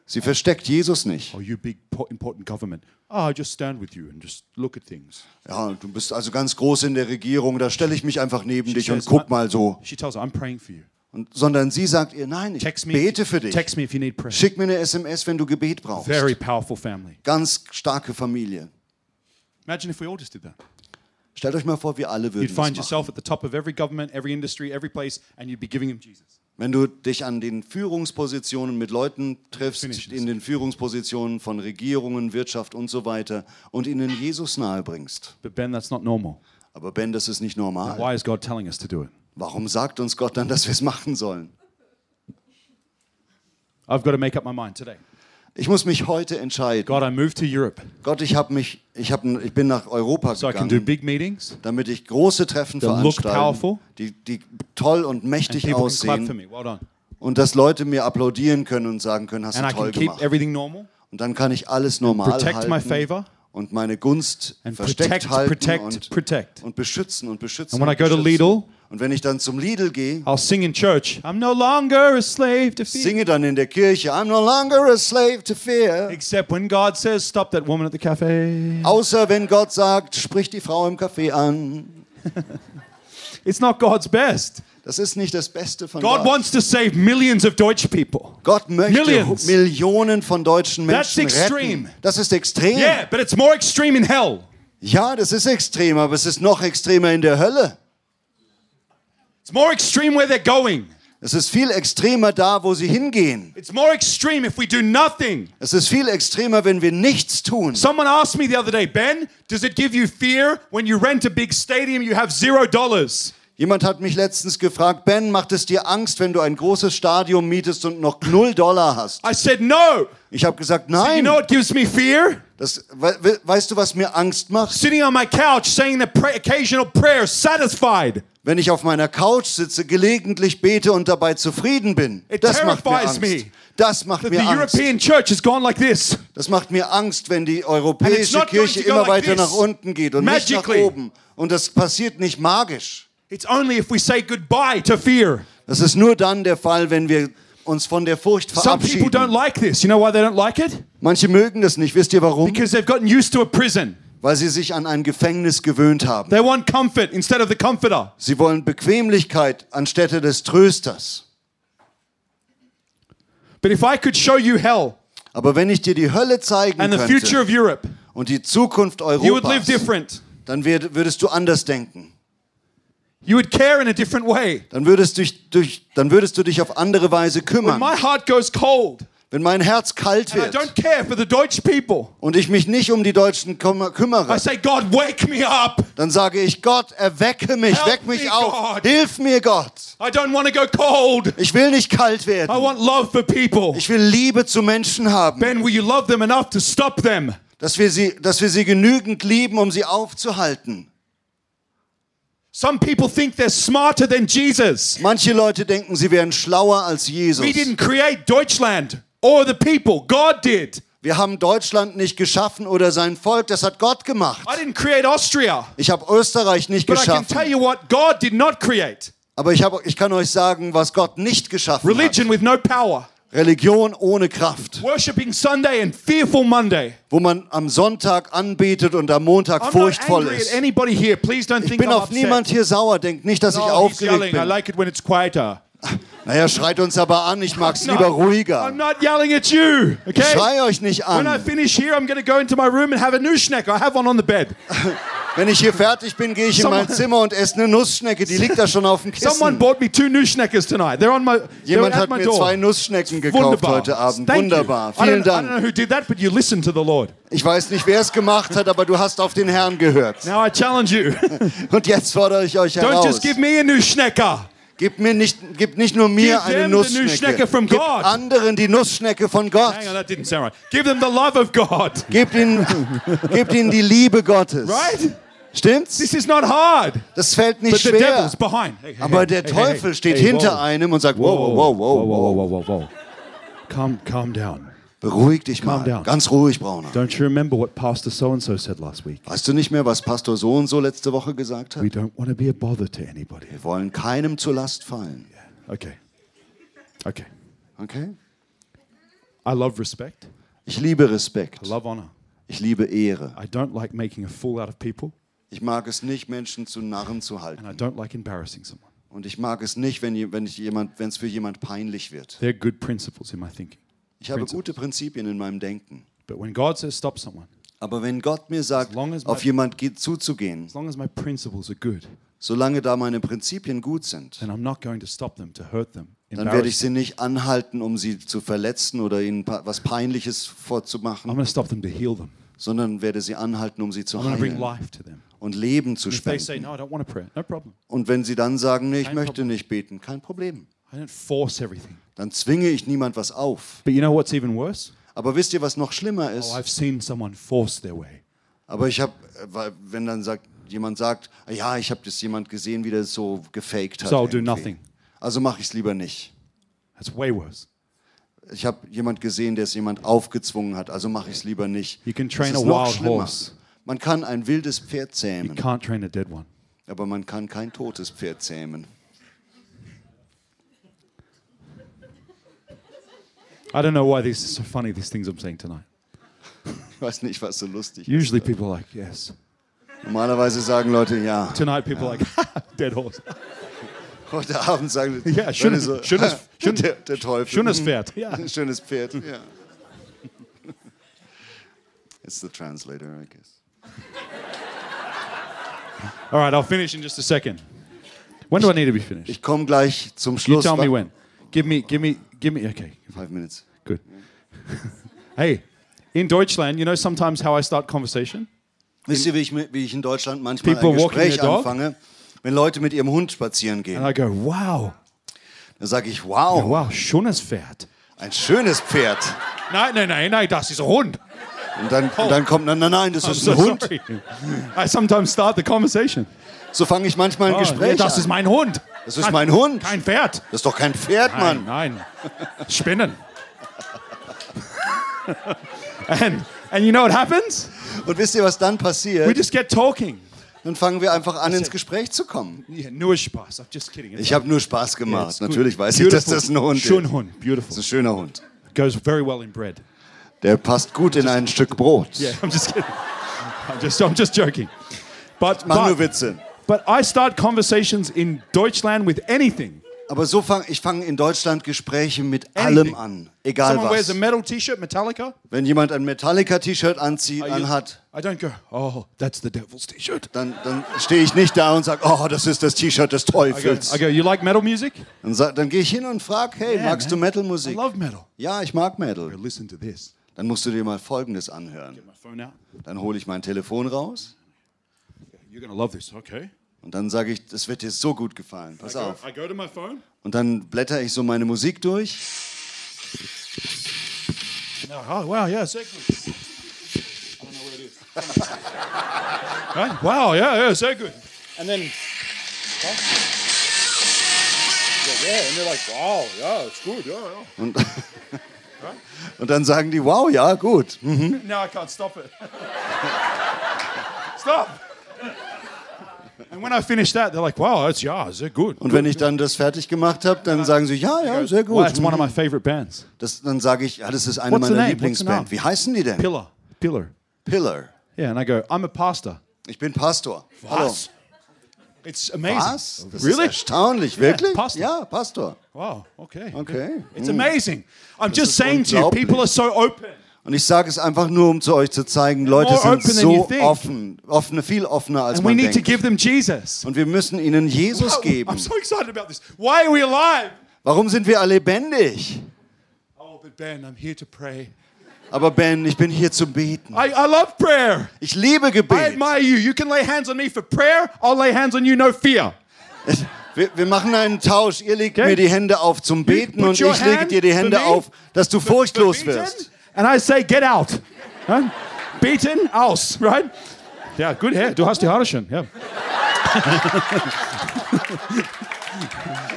Speaker 3: Sie versteckt Jesus nicht.
Speaker 2: Oh, you big po- important government. Oh, I just stand with you and just look at things.
Speaker 3: Ja, du bist also ganz groß in der Regierung, da stelle ich mich einfach neben dich und
Speaker 2: says,
Speaker 3: guck
Speaker 2: "I-
Speaker 3: mal so.
Speaker 2: She tells her, I'm praying for you.
Speaker 3: Und, sondern sie sagt ihr, nein, ich
Speaker 2: Text me.
Speaker 3: bete für dich.
Speaker 2: Text me if you need prayer.
Speaker 3: Schick mir eine SMS, wenn du Gebet brauchst.
Speaker 2: Very powerful family.
Speaker 3: Ganz starke Familie.
Speaker 2: Imagine if we all just did that.
Speaker 3: Stellt euch mal vor, wir alle würden
Speaker 2: You'd
Speaker 3: das
Speaker 2: find
Speaker 3: machen.
Speaker 2: yourself at the top of every government, every industry, every place, and you'd be giving him Jesus.
Speaker 3: Wenn du dich an den Führungspositionen mit Leuten triffst,
Speaker 2: Finish this.
Speaker 3: in den Führungspositionen von Regierungen, Wirtschaft und so weiter und ihnen Jesus nahebringst.
Speaker 2: But Ben, that's not normal.
Speaker 3: Aber Ben, das ist nicht normal.
Speaker 2: Why is God telling us to do it?
Speaker 3: Warum sagt uns Gott dann, dass wir es machen sollen?
Speaker 2: I've got to make up my mind today.
Speaker 3: Ich muss mich heute entscheiden.
Speaker 2: God, I moved to Europe
Speaker 3: Gott, ich habe mich, ich habe, ich bin nach Europa
Speaker 2: so I can do
Speaker 3: gegangen,
Speaker 2: big meetings
Speaker 3: damit ich große Treffen
Speaker 2: They'll look
Speaker 3: veranstalte,
Speaker 2: powerful.
Speaker 3: die, die toll und
Speaker 2: and
Speaker 3: mächtig
Speaker 2: people can clap for
Speaker 3: aussehen
Speaker 2: me. Well done.
Speaker 3: und dass Leute mir applaudieren können und sagen können, hast
Speaker 2: And
Speaker 3: du
Speaker 2: I can
Speaker 3: toll
Speaker 2: keep
Speaker 3: gemacht.
Speaker 2: everything normal,
Speaker 3: Und dann kann ich alles normal
Speaker 2: protect my
Speaker 3: halten
Speaker 2: favor
Speaker 3: und meine Gunst
Speaker 2: and
Speaker 3: versteckt
Speaker 2: protect,
Speaker 3: halten
Speaker 2: protect,
Speaker 3: und,
Speaker 2: protect.
Speaker 3: und beschützen und beschützen.
Speaker 2: And when
Speaker 3: und
Speaker 2: I go to
Speaker 3: beschützen.
Speaker 2: Lidl-
Speaker 3: und wenn ich dann zum Lidl gehe,
Speaker 2: I'll sing in church. I'm no longer a slave to fear.
Speaker 3: singe dann in der Kirche, I'm no longer a slave to fear.
Speaker 2: Except when God says, stop that woman at the cafe.
Speaker 3: Außer wenn Gott sagt, sprich die Frau im Café an.
Speaker 2: It's not God's best.
Speaker 3: Das ist nicht das Beste von
Speaker 2: God
Speaker 3: Gott.
Speaker 2: wants to save millions of Deutsch people.
Speaker 3: Gott möchte
Speaker 2: Millions.
Speaker 3: Millionen von deutschen
Speaker 2: That's
Speaker 3: Menschen
Speaker 2: extreme.
Speaker 3: retten. Das ist extrem.
Speaker 2: Yeah, but it's more extreme in hell.
Speaker 3: Ja, das ist extrem, aber es ist noch extremer in der Hölle.
Speaker 2: It's more extreme where they're going.
Speaker 3: Es ist viel extremer da, wo sie hingehen.
Speaker 2: It's more extreme if we do nothing.
Speaker 3: Es ist viel extremer, wenn wir nichts tun.
Speaker 2: Someone asked me the other day, Ben, does it give you fear when you rent a big stadium you have zero dollars?
Speaker 3: Jemand hat mich letztens gefragt, Ben, macht es dir Angst, wenn du ein großes Stadion mietest und noch null Dollar hast?
Speaker 2: I said, no.
Speaker 3: Ich habe gesagt,
Speaker 2: You
Speaker 3: nein.
Speaker 2: know what gives me fear?
Speaker 3: Das, we, we, weißt du, was mir Angst macht?
Speaker 2: Sitting on my couch saying the pra- occasional prayer, satisfied.
Speaker 3: Wenn ich auf meiner Couch sitze, gelegentlich bete und dabei zufrieden bin.
Speaker 2: It
Speaker 3: Das macht mir
Speaker 2: terrifies
Speaker 3: Angst.
Speaker 2: me.
Speaker 3: Das macht
Speaker 2: That
Speaker 3: mir
Speaker 2: the
Speaker 3: Angst.
Speaker 2: European church has gone like this.
Speaker 3: Das macht mir Angst, wenn die
Speaker 2: And it's
Speaker 3: europäische
Speaker 2: not going
Speaker 3: Kirche
Speaker 2: to go
Speaker 3: immer
Speaker 2: like
Speaker 3: weiter
Speaker 2: this.
Speaker 3: nach unten geht und nicht nach
Speaker 2: Magically.
Speaker 3: oben. Und das passiert nicht magisch.
Speaker 2: It's only if we say goodbye to fear.
Speaker 3: Das ist nur dann der Fall, wenn wir uns von der Furcht
Speaker 2: Some people don't
Speaker 3: verabschieden.
Speaker 2: like this. You know why they don't like it?
Speaker 3: Manche mögen das nicht. Wisst ihr warum?
Speaker 2: Because they've gotten used to a prison.
Speaker 3: Weil sie sich an ein Gefängnis gewöhnt haben.
Speaker 2: They want comfort instead of the comforter.
Speaker 3: Sie wollen Bequemlichkeit anstelle des Trösters.
Speaker 2: But if I could show you hell
Speaker 3: Aber wenn ich dir die Hölle zeigen
Speaker 2: and the future
Speaker 3: könnte
Speaker 2: of Europe,
Speaker 3: und die Zukunft
Speaker 2: you would live
Speaker 3: Europas,
Speaker 2: different.
Speaker 3: dann werd, würdest du anders denken.
Speaker 2: You would care in a different way.
Speaker 3: Dann würdest, du dich, durch, dann würdest du dich auf andere Weise
Speaker 2: When
Speaker 3: kümmern.
Speaker 2: my heart goes cold
Speaker 3: Wenn mein Herz kalt
Speaker 2: and I
Speaker 3: wird
Speaker 2: don't care for the Deutsch people,
Speaker 3: und ich mich nicht um die Deutschen küm-
Speaker 2: I
Speaker 3: kümmere,
Speaker 2: say, God, wake me up.
Speaker 3: dann sage ich, Gott, erwecke mich,
Speaker 2: Help
Speaker 3: weck mich
Speaker 2: me,
Speaker 3: auf,
Speaker 2: God.
Speaker 3: hilf mir, Gott.
Speaker 2: I don't want to go cold.
Speaker 3: Ich will nicht kalt
Speaker 2: I
Speaker 3: werden.
Speaker 2: want love for people.
Speaker 3: Ich will Liebe zu Menschen haben,
Speaker 2: Ben, will you love them enough to stop them?
Speaker 3: dass wir sie, dass wir sie genügend lieben, um sie aufzuhalten.
Speaker 2: Some people think they're smarter than Jesus.
Speaker 3: Manche Leute denken, sie wären schlauer als Jesus.
Speaker 2: We didn't create Deutschland or the people. God did.
Speaker 3: Wir haben Deutschland nicht geschaffen oder sein Volk, das hat Gott gemacht.
Speaker 2: I didn't create Austria.
Speaker 3: Ich habe Österreich nicht
Speaker 2: But I can tell
Speaker 3: geschaffen.
Speaker 2: you what God did not create.
Speaker 3: Aber ich, hab, ich kann euch sagen, was Gott nicht geschaffen
Speaker 2: Religion
Speaker 3: hat.
Speaker 2: with no power.
Speaker 3: Religion ohne Kraft,
Speaker 2: Worshipping Sunday and fearful Monday.
Speaker 3: wo man am Sonntag anbetet und am Montag
Speaker 2: I'm not
Speaker 3: furchtvoll
Speaker 2: angry at
Speaker 3: ist.
Speaker 2: anybody here. Please don't
Speaker 3: Ich
Speaker 2: think
Speaker 3: bin
Speaker 2: I'm
Speaker 3: auf
Speaker 2: upset.
Speaker 3: niemand hier sauer, denkt nicht, dass ich
Speaker 2: No, he's
Speaker 3: aufgeregt
Speaker 2: yelling. I
Speaker 3: bin.
Speaker 2: like it when it's quieter.
Speaker 3: Naja, schreit uns aber
Speaker 2: <laughs>
Speaker 3: an, ich mag's
Speaker 2: No,
Speaker 3: lieber
Speaker 2: I'm
Speaker 3: ruhiger.
Speaker 2: not yelling at you. Okay?
Speaker 3: Ich schrei euch nicht
Speaker 2: When I
Speaker 3: an.
Speaker 2: finish here, I'm going to go into my room and have a Nuschneck. I have one on the bed.
Speaker 3: Wenn ich hier fertig bin, gehe ich in mein
Speaker 2: Someone-
Speaker 3: Zimmer und esse eine Nussschnecke, die liegt da schon auf dem
Speaker 2: Someone
Speaker 3: Kissen.
Speaker 2: bought me two Nuschneckers tonight. They're on my, they're
Speaker 3: Jemand
Speaker 2: at
Speaker 3: hat
Speaker 2: my
Speaker 3: mir
Speaker 2: door.
Speaker 3: zwei Nussschnecken gekauft
Speaker 2: Wunderbar.
Speaker 3: heute Abend.
Speaker 2: Thank you.
Speaker 3: Wunderbar.
Speaker 2: I
Speaker 3: Vielen
Speaker 2: don't, I don't
Speaker 3: Dank.
Speaker 2: know who did that, but you listen to the Lord.
Speaker 3: Ich weiß nicht, wer es gemacht hat, aber du hast auf den Herrn gehört.
Speaker 2: Now I challenge
Speaker 3: <laughs>
Speaker 2: you. <laughs>
Speaker 3: Und jetzt fordere ich euch
Speaker 2: Don't
Speaker 3: heraus.
Speaker 2: just give me a Nuschnecker.
Speaker 3: Gib mir nicht, gib nicht nur
Speaker 2: Give
Speaker 3: mir
Speaker 2: them
Speaker 3: eine
Speaker 2: the
Speaker 3: Nussschnecke.
Speaker 2: Nussschnecke from
Speaker 3: Gib
Speaker 2: God.
Speaker 3: anderen die Nussschnecke von Gott.
Speaker 2: Hang on, that didn't sound right. Give them the love of
Speaker 3: <laughs>
Speaker 2: God.
Speaker 3: Gebt ihnen, gebt ihnen die Liebe Gottes.
Speaker 2: Right?
Speaker 3: Stimmt's?
Speaker 2: This is not hard.
Speaker 3: Das fällt
Speaker 2: But
Speaker 3: nicht
Speaker 2: the devil's
Speaker 3: schwer.
Speaker 2: behind. Hey, hey,
Speaker 3: Aber
Speaker 2: hey,
Speaker 3: der
Speaker 2: hey, hey,
Speaker 3: Teufel
Speaker 2: hey,
Speaker 3: steht
Speaker 2: hey,
Speaker 3: hinter
Speaker 2: whoa.
Speaker 3: einem und sagt, wow, wow, wow, wow, wow.
Speaker 2: whoa, whoa, whoa, whoa. Calm, calm down.
Speaker 3: Beruhig dich
Speaker 2: Calm
Speaker 3: mal.
Speaker 2: down.
Speaker 3: Ganz ruhig, Brauner.
Speaker 2: Don't you remember what Pastor so and so said last week?
Speaker 3: Weißt du nicht mehr, was Pastor so und so letzte Woche gesagt hat?
Speaker 2: We don't want to be a bother to anybody.
Speaker 3: Wir wollen keinem zur Last fallen.
Speaker 2: Okay. Okay.
Speaker 3: Okay?
Speaker 2: I love respect.
Speaker 3: Ich liebe Respekt.
Speaker 2: I love honor.
Speaker 3: Ich liebe Ehre.
Speaker 2: I don't like making a fool out of people,
Speaker 3: Ich mag es nicht, Menschen zu Narren zu
Speaker 2: and I
Speaker 3: halten.
Speaker 2: don't like embarrassing someone.
Speaker 3: Und ich mag es nicht, wenn je- wenn ich jemand, wenn es für jemand peinlich wird.
Speaker 2: They're good principles in my thinking.
Speaker 3: Ich habe
Speaker 2: Principles.
Speaker 3: gute Prinzipien in meinem Denken.
Speaker 2: But when God says stop someone,
Speaker 3: Aber wenn Gott mir sagt,
Speaker 2: As long as my-
Speaker 3: auf jemand geht, zuzugehen,
Speaker 2: as long as my principles are good,
Speaker 3: solange da meine Prinzipien gut sind,
Speaker 2: then I'm not going to stop them to hurt them.
Speaker 3: dann werde
Speaker 2: Embarrass
Speaker 3: ich sie
Speaker 2: them.
Speaker 3: nicht anhalten, um sie zu verletzen oder ihnen pa- was Peinliches
Speaker 2: I'm
Speaker 3: vorzumachen,
Speaker 2: going to stop them to heal them.
Speaker 3: sondern werde sie anhalten, um sie zu
Speaker 2: I'm going to bring
Speaker 3: heilen
Speaker 2: life to them.
Speaker 3: und Leben zu
Speaker 2: If they say
Speaker 3: spenden.
Speaker 2: no, I don't want to pray, no problem.
Speaker 3: Und wenn sie dann sagen, nee, ich
Speaker 2: Kein
Speaker 3: möchte
Speaker 2: Problem.
Speaker 3: nicht beten, kein Problem.
Speaker 2: I don't force everything.
Speaker 3: Dann zwinge ich niemand was auf.
Speaker 2: But you know what's even worse?
Speaker 3: Aber wisst ihr, was noch schlimmer ist?
Speaker 2: Oh, I've seen someone force their way.
Speaker 3: Aber ich habe, wenn dann sagt, jemand sagt, ja, ich habe das jemand gesehen, wie der es so gefaked hat.
Speaker 2: So I'll do
Speaker 3: irgendwie.
Speaker 2: nothing.
Speaker 3: Also mache ich es lieber nicht.
Speaker 2: That's way worse.
Speaker 3: Ich habe jemand gesehen, der es jemand aufgezwungen hat, also mache ich es lieber nicht.
Speaker 2: You can train
Speaker 3: es ist
Speaker 2: a
Speaker 3: noch
Speaker 2: wild
Speaker 3: schlimmer.
Speaker 2: horse.
Speaker 3: Man kann ein wildes Pferd
Speaker 2: You
Speaker 3: zähmen,
Speaker 2: can't train a dead one.
Speaker 3: aber man kann kein totes Pferd zähmen.
Speaker 2: I don't know why this is so funny, these things I'm saying tonight.
Speaker 3: Ich weiß nicht, was so lustig ist.
Speaker 2: Usually people are like, yes.
Speaker 3: Normalerweise sagen Leute ja.
Speaker 2: Tonight people are like, <laughs> dead horse.
Speaker 3: Heute Abend sagen Leute
Speaker 2: Ja, schönes-
Speaker 3: so,
Speaker 2: schönes- schön-
Speaker 3: <laughs> der, der Teufel.
Speaker 2: schönes
Speaker 3: Mhm. <laughs>
Speaker 2: Pferd, ja.
Speaker 3: Schönes
Speaker 2: <laughs>
Speaker 3: Pferd, ja. It's the translator, I guess.
Speaker 2: All right, I'll finish in just a second. When do I need to be finished?
Speaker 3: Ich komme gleich zum
Speaker 2: You
Speaker 3: Schluss.
Speaker 2: tell me when. Give me, give me, give me. Okay,
Speaker 3: Five minutes.
Speaker 2: good. <laughs> hey, in Deutschland, you know sometimes how I start conversation?
Speaker 3: Wisst ihr, wie ich, mit- wie ich in Deutschland manchmal
Speaker 2: People
Speaker 3: ein
Speaker 2: walking
Speaker 3: Gespräch
Speaker 2: their dog?
Speaker 3: anfange? Wenn Leute mit ihrem Hund spazieren
Speaker 2: And
Speaker 3: gehen,
Speaker 2: I go, wow,
Speaker 3: dann sage ich,
Speaker 2: oh,
Speaker 3: wow,
Speaker 2: wow, schönes Pferd.
Speaker 3: ein schönes Pferd.
Speaker 2: Nein, nein, nein, nein, das ist Hund.
Speaker 3: Und dann, und dann kommt, nein, nein, nein, das
Speaker 2: I'm
Speaker 3: ist
Speaker 2: Oh. so
Speaker 3: ein Hund.
Speaker 2: sorry. I sometimes start the conversation.
Speaker 3: So fange ich manchmal ein
Speaker 2: Oh,
Speaker 3: Gespräch
Speaker 2: das ist
Speaker 3: an.
Speaker 2: mein Hund.
Speaker 3: Das ist mein Hund.
Speaker 2: Kein Pferd.
Speaker 3: Das ist doch kein Pferd,
Speaker 2: Nein,
Speaker 3: Mann.
Speaker 2: nein. Spinnen. <laughs> and, and you know what happens?
Speaker 3: Und wisst ihr, was dann
Speaker 2: We
Speaker 3: passiert?
Speaker 2: just get talking.
Speaker 3: Dann fangen wir einfach an, ins Gespräch zu kommen.
Speaker 2: Yeah, nur Spaß. I'm just kidding.
Speaker 3: Ich habe nur Spaß gemacht.
Speaker 2: It's good.
Speaker 3: Natürlich weiß ich,
Speaker 2: Beautiful.
Speaker 3: dass das ein Hund ist.
Speaker 2: Schön
Speaker 3: Das
Speaker 2: Hund. Beautiful.
Speaker 3: ist ein schöner Hund.
Speaker 2: Goes very well in bread.
Speaker 3: Der passt gut in ein Stück Brot.
Speaker 2: Yeah, <laughs> I'm just kidding. I'm just, I'm just joking. But,
Speaker 3: Mach nur
Speaker 2: but,
Speaker 3: Witze.
Speaker 2: but I start conversations in Deutschland with anything.
Speaker 3: Aber so fang ich fange in Deutschland Gespräche mit
Speaker 2: Anything.
Speaker 3: allem an, egal
Speaker 2: Someone wears
Speaker 3: was.
Speaker 2: a metal T-shirt, Metallica.
Speaker 3: Wenn jemand ein Metallica-T-Shirt anzieht, anhat,
Speaker 2: I don't go. Oh, that's the devil's T-shirt.
Speaker 3: dann, dann stehe ich nicht da und sage, oh, das ist das T-Shirt des
Speaker 2: I go,
Speaker 3: Teufels.
Speaker 2: I go. You like metal music?
Speaker 3: Dann, sa- dann gehe ich hin und frage, hey,
Speaker 2: Yeah,
Speaker 3: magst du
Speaker 2: man.
Speaker 3: Metal-Musik?
Speaker 2: I love metal.
Speaker 3: Ja, ich mag
Speaker 2: Go,
Speaker 3: Metal.
Speaker 2: Listen to this.
Speaker 3: Dann musst du dir mal Folgendes anhören.
Speaker 2: My phone out.
Speaker 3: Dann hole ich mein Telefon raus
Speaker 2: You're gonna love this. Okay.
Speaker 3: und dann sage ich, das wird dir so gut gefallen. Pass auf.
Speaker 2: I go to my phone.
Speaker 3: Und dann blätter ich so meine Musik durch.
Speaker 2: No, oh wow, yeah, exactly. <laughs> I don't know where it is. right? Wow, yeah, yeah, so good. And then, yeah, yeah, and they're like, wow, yeah, it's good, yeah, yeah.
Speaker 3: Und dann sagen die, wow, ja, gut. Hm.
Speaker 2: Now I can't stop it. stop. And when I finish that, they're like, wow, that's yeah, so good.
Speaker 3: Und wenn ich dann das fertig gemacht habe, dann sagen sie, ja, ja, sehr
Speaker 2: Well,
Speaker 3: gut.
Speaker 2: that's one of
Speaker 3: Hm.
Speaker 2: my favorite bands.
Speaker 3: Das, dann sage ich, ja, das ist eine
Speaker 2: What's the
Speaker 3: meiner
Speaker 2: name? What's the
Speaker 3: Lieblingsband.
Speaker 2: name?
Speaker 3: Wie heißen die denn?
Speaker 2: Pillar. Pillar.
Speaker 3: Pillar.
Speaker 2: Yeah, and I go, I'm a pastor.
Speaker 3: Ich bin Pastor.
Speaker 2: Us. It's amazing.
Speaker 3: Was? Das
Speaker 2: Oh, Really?
Speaker 3: ist erstaunlich, wirklich?
Speaker 2: Pastor.
Speaker 3: Ja, Pastor.
Speaker 2: Wow, Oh, okay.
Speaker 3: Okay.
Speaker 2: It's amazing. I'm just
Speaker 3: ist
Speaker 2: saying to you, people
Speaker 3: unglaublich.
Speaker 2: are so open.
Speaker 3: Und ich sage es einfach nur, um zu euch zu zeigen, Leute
Speaker 2: more
Speaker 3: sind
Speaker 2: open than you
Speaker 3: so
Speaker 2: think.
Speaker 3: offen, offene, viel offener als
Speaker 2: And we
Speaker 3: man
Speaker 2: need to
Speaker 3: denkt.
Speaker 2: give them Jesus.
Speaker 3: Und wir müssen ihnen Jesus
Speaker 2: Wow,
Speaker 3: geben.
Speaker 2: I'm so excited about this. Why are we alive?
Speaker 3: Warum sind wir alle lebendig?
Speaker 2: Oh, but Ben, I'm here to pray.
Speaker 3: Aber Ben, ich bin hier zum Beten.
Speaker 2: I, I love prayer.
Speaker 3: Ich liebe
Speaker 2: I
Speaker 3: Gebet.
Speaker 2: admire you. You can lay hands on me for prayer. I'll lay hands on you, no fear.
Speaker 3: Wir, wir machen einen Tausch. Ihr legt
Speaker 2: Okay.
Speaker 3: mir die Hände auf zum Beten
Speaker 2: put
Speaker 3: und
Speaker 2: your
Speaker 3: ich lege
Speaker 2: hand
Speaker 3: dir die
Speaker 2: for
Speaker 3: Hände
Speaker 2: me.
Speaker 3: auf, dass du furchtlos
Speaker 2: Beaten,
Speaker 3: wirst.
Speaker 2: And I say, get out. Huh? Beaten, aus, right? Yeah, good hair. Du hast die Haare schön, yeah.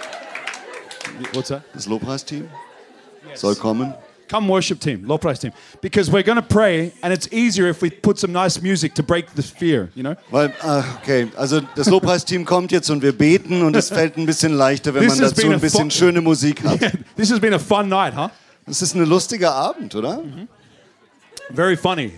Speaker 2: <laughs> What's that?
Speaker 3: Das Lobpreisteam soll kommen.
Speaker 2: Come worship team, low price team. Because we're going to pray and it's easier if we put some nice music to break the fear, you know? <laughs>
Speaker 3: Weil, ah, okay, also das Lobpreisteam kommt jetzt und wir beten und es fällt ein bisschen leichter, wenn
Speaker 2: This
Speaker 3: man
Speaker 2: has
Speaker 3: dazu
Speaker 2: been a
Speaker 3: ein bisschen
Speaker 2: fo-
Speaker 3: schöne Musik hat.
Speaker 2: this has been a fun night, huh?
Speaker 3: Es ist ein lustiger Abend, oder?
Speaker 2: Very funny.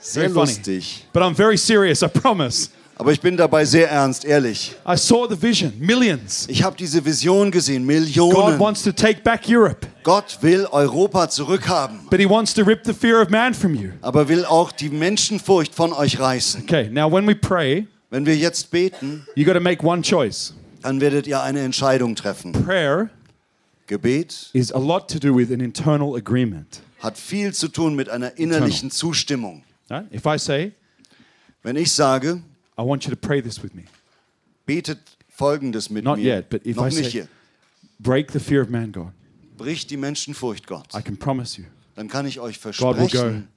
Speaker 3: Sehr
Speaker 2: Very Mhm. funny.
Speaker 3: lustig.
Speaker 2: But I'm very serious, I promise.
Speaker 3: Aber ich bin dabei sehr ernst, ehrlich.
Speaker 2: I saw the vision, millions.
Speaker 3: Ich habe diese Vision gesehen,
Speaker 2: God
Speaker 3: Millionen.
Speaker 2: wants to take back Europe,
Speaker 3: Gott will Europa zurückhaben,
Speaker 2: but he wants to rip the fear of man from you.
Speaker 3: aber will auch die Menschenfurcht von euch reißen.
Speaker 2: Okay, now when we pray,
Speaker 3: Wenn wir jetzt beten,
Speaker 2: you got to make one choice.
Speaker 3: dann werdet ihr eine Entscheidung treffen.
Speaker 2: Prayer
Speaker 3: Gebet
Speaker 2: is a lot to do with an internal agreement.
Speaker 3: hat viel zu tun mit einer innerlichen Zustimmung.
Speaker 2: Right? If I say,
Speaker 3: Wenn ich sage,
Speaker 2: I want you to pray this with me,
Speaker 3: betet folgendes mit
Speaker 2: Not
Speaker 3: mir.
Speaker 2: yet, but if
Speaker 3: Noch
Speaker 2: I
Speaker 3: nicht
Speaker 2: say-
Speaker 3: hier.
Speaker 2: break the fear of man, God.
Speaker 3: Bricht die Menschenfurcht Gott.
Speaker 2: I can promise you,
Speaker 3: Dann kann ich euch
Speaker 2: God will go.
Speaker 3: versprechen,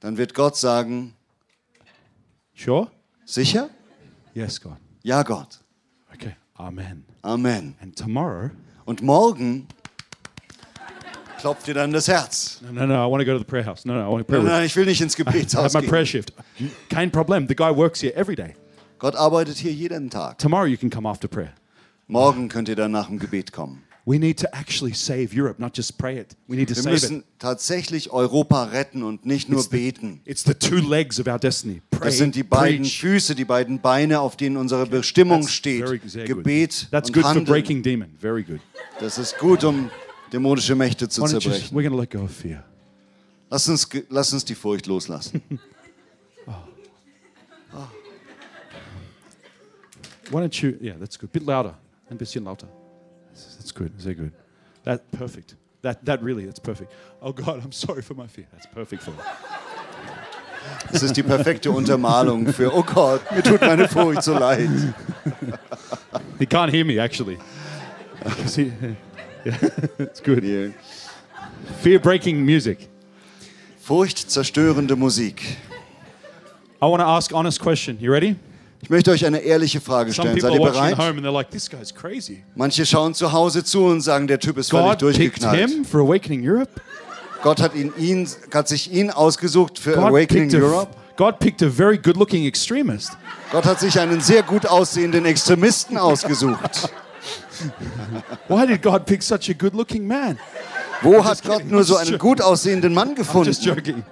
Speaker 3: dann wird Gott sagen,
Speaker 2: Sure?
Speaker 3: sicher?
Speaker 2: Yes, God.
Speaker 3: Ja, Gott.
Speaker 2: Okay, amen.
Speaker 3: Amen.
Speaker 2: And tomorrow,
Speaker 3: Und morgen klopft dir dann das Herz.
Speaker 2: no, no, no, I want to go to the prayer house. No, no, I want to pray
Speaker 3: Nein,
Speaker 2: with
Speaker 3: nein, ich will nicht ins
Speaker 2: I <laughs> have
Speaker 3: Gebetshaus
Speaker 2: my prayer
Speaker 3: gehen.
Speaker 2: shift. Kein problem. The guy works here every day.
Speaker 3: Gott arbeitet hier jeden Tag.
Speaker 2: Tomorrow you can come after prayer.
Speaker 3: Morgen könnt ihr dann nach dem Gebet kommen.
Speaker 2: We need to actually save Europe, not just pray it. We need to
Speaker 3: Wir
Speaker 2: save it.
Speaker 3: müssen tatsächlich Europa retten und nicht nur
Speaker 2: It's the,
Speaker 3: beten.
Speaker 2: it's the two legs of our destiny. Pray,
Speaker 3: Das sind die beiden
Speaker 2: preach.
Speaker 3: Füße, die beiden Beine, auf denen unsere Bestimmung
Speaker 2: That's
Speaker 3: steht.
Speaker 2: very- sehr gut.
Speaker 3: Gebet
Speaker 2: That's
Speaker 3: und
Speaker 2: good for
Speaker 3: Handeln.
Speaker 2: breaking demon. Very good.
Speaker 3: Das ist gut, um dämonische Mächte zu
Speaker 2: Why don't you just-
Speaker 3: zerbrechen.
Speaker 2: we're going to let go of fear.
Speaker 3: Lass uns, ge- lass uns die Furcht loslassen.
Speaker 2: Why don't you? Yeah, that's good. Bit louder. Ein bisschen lauter. That's that's good. Very good. That perfect. That that really. That's perfect. Oh God, I'm sorry for my fear. That's perfect for. That.
Speaker 3: Das ist die perfekte Untermalung für, oh Gott, mir tut meine Furcht so leid.
Speaker 2: He can't hear me <laughs> actually. 'Cause he- <laughs> yeah, it's good.
Speaker 3: Die
Speaker 2: Fear-breaking music.
Speaker 3: Furchtzerstörende Musik.
Speaker 2: I want to ask honest question. You ready?
Speaker 3: Ich möchte euch eine ehrliche Frage
Speaker 2: Some
Speaker 3: stellen.
Speaker 2: people
Speaker 3: Seid
Speaker 2: are
Speaker 3: ihr
Speaker 2: watching at
Speaker 3: bereit?
Speaker 2: home and they're like, "This guy's crazy."
Speaker 3: Manche schauen zu Hause zu und sagen, der Typ ist völlig
Speaker 2: God picked him
Speaker 3: durchgeknallt.
Speaker 2: for awakening Europe.
Speaker 3: Gott hat, ihn, ihn, hat sich ihn ausgesucht für
Speaker 2: God
Speaker 3: Awakening
Speaker 2: picked a,
Speaker 3: Europe.
Speaker 2: God picked a very good-looking extremist.
Speaker 3: Gott hat sich einen sehr gut aussehenden
Speaker 2: <laughs>
Speaker 3: Extremisten ausgesucht.
Speaker 2: Why did God pick such a good-looking man?
Speaker 3: Wo hat Gott nur so einen
Speaker 2: Just-
Speaker 3: gut aussehenden
Speaker 2: I'm
Speaker 3: Mann
Speaker 2: <laughs> just
Speaker 3: gefunden?
Speaker 2: joking.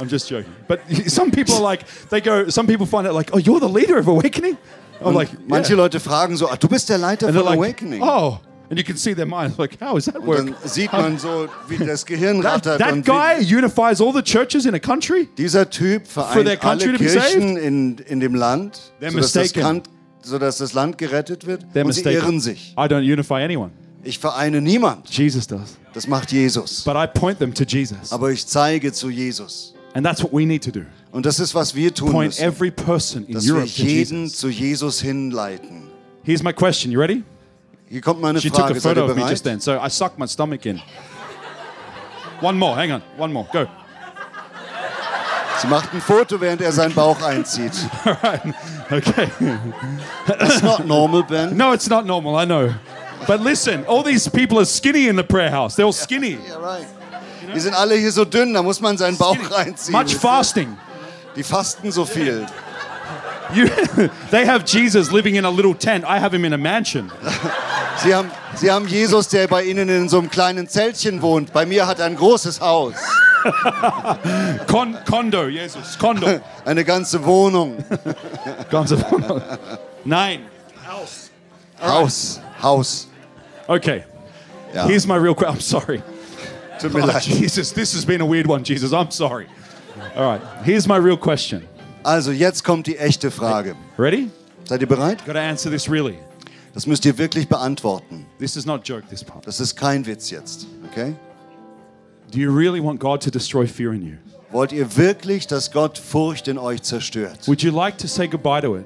Speaker 2: I'm just joking. But <laughs> some people are like, they go, some people find out like, oh, you're the leader of Awakening? I'm like,
Speaker 3: Manche
Speaker 2: yeah.
Speaker 3: Leute fragen so, ah, du bist der Leiter
Speaker 2: And
Speaker 3: von
Speaker 2: they're like,
Speaker 3: Awakening.
Speaker 2: oh. And you can see their minds like, how is that work?
Speaker 3: Und dann sieht man so, wie das Gehirn
Speaker 2: That,
Speaker 3: rattert.
Speaker 2: that
Speaker 3: und
Speaker 2: guy
Speaker 3: wie
Speaker 2: unifies all the churches in a country?
Speaker 3: dieser Typ
Speaker 2: For their
Speaker 3: vereint
Speaker 2: country
Speaker 3: alle
Speaker 2: to be
Speaker 3: Kirchen in, in dem Land,
Speaker 2: They're
Speaker 3: sodass das,
Speaker 2: mistaken.
Speaker 3: kan- sodass das Land gerettet wird.
Speaker 2: They're
Speaker 3: und sie
Speaker 2: mistaken.
Speaker 3: irren sich.
Speaker 2: I don't unify anyone.
Speaker 3: Ich vereine niemand.
Speaker 2: Jesus does.
Speaker 3: Das macht Jesus.
Speaker 2: But I point them to Jesus.
Speaker 3: Aber ich zeige zu Jesus.
Speaker 2: And that's what we need to do.
Speaker 3: Und das ist, was wir tun
Speaker 2: Point
Speaker 3: müssen.
Speaker 2: every person in
Speaker 3: Dass wir
Speaker 2: Europe to
Speaker 3: jeden
Speaker 2: Jesus.
Speaker 3: zu Jesus hinleiten.
Speaker 2: Here's my question. You ready?
Speaker 3: Hier kommt meine
Speaker 2: She took
Speaker 3: Frage.
Speaker 2: a
Speaker 3: Seid
Speaker 2: photo
Speaker 3: ihr
Speaker 2: of me just then,
Speaker 3: bereit?
Speaker 2: so I sucked my stomach in. One more. Hang on. One more. Go.
Speaker 3: Sie macht ein Foto, während er seinen Bauch einzieht.
Speaker 2: Okay.
Speaker 3: That's not normal, Ben.
Speaker 2: No, it's not normal. I know. But listen, all these people are skinny in the prayer house. They're all skinny.
Speaker 3: Yeah, right. Die sind alle hier so dünn, da muss man seinen Bauch reinziehen.
Speaker 2: Much fasting.
Speaker 3: Die fasten so viel.
Speaker 2: You, <laughs> they have Jesus living in a little tent. I have him in a mansion.
Speaker 3: Sie haben, Sie haben Jesus, der bei Ihnen in so einem kleinen Zeltchen wohnt. Bei mir hat er ein großes Haus,
Speaker 2: Con, condo, Jesus, condo.
Speaker 3: eine ganze
Speaker 2: <laughs>
Speaker 3: Wohnung.
Speaker 2: Nine.
Speaker 3: Haus, Haus.
Speaker 2: Okay.
Speaker 3: Ja,
Speaker 2: Here's my real question. I'm sorry.
Speaker 3: tut mir
Speaker 2: Oh,
Speaker 3: leid.
Speaker 2: Jesus, this has been a weird one, Jesus. I'm sorry. All right. Here's my real question.
Speaker 3: Also jetzt kommt die echte Frage.
Speaker 2: Ready?
Speaker 3: Seid ihr bereit?
Speaker 2: Got to answer this really.
Speaker 3: Das müsst ihr wirklich beantworten.
Speaker 2: This is not joke, this part.
Speaker 3: Das ist kein Witz jetzt, okay?
Speaker 2: Do you really want God to destroy fear in you?
Speaker 3: Wollt ihr wirklich, dass Gott Furcht in euch zerstört?
Speaker 2: Would you like to say goodbye to it?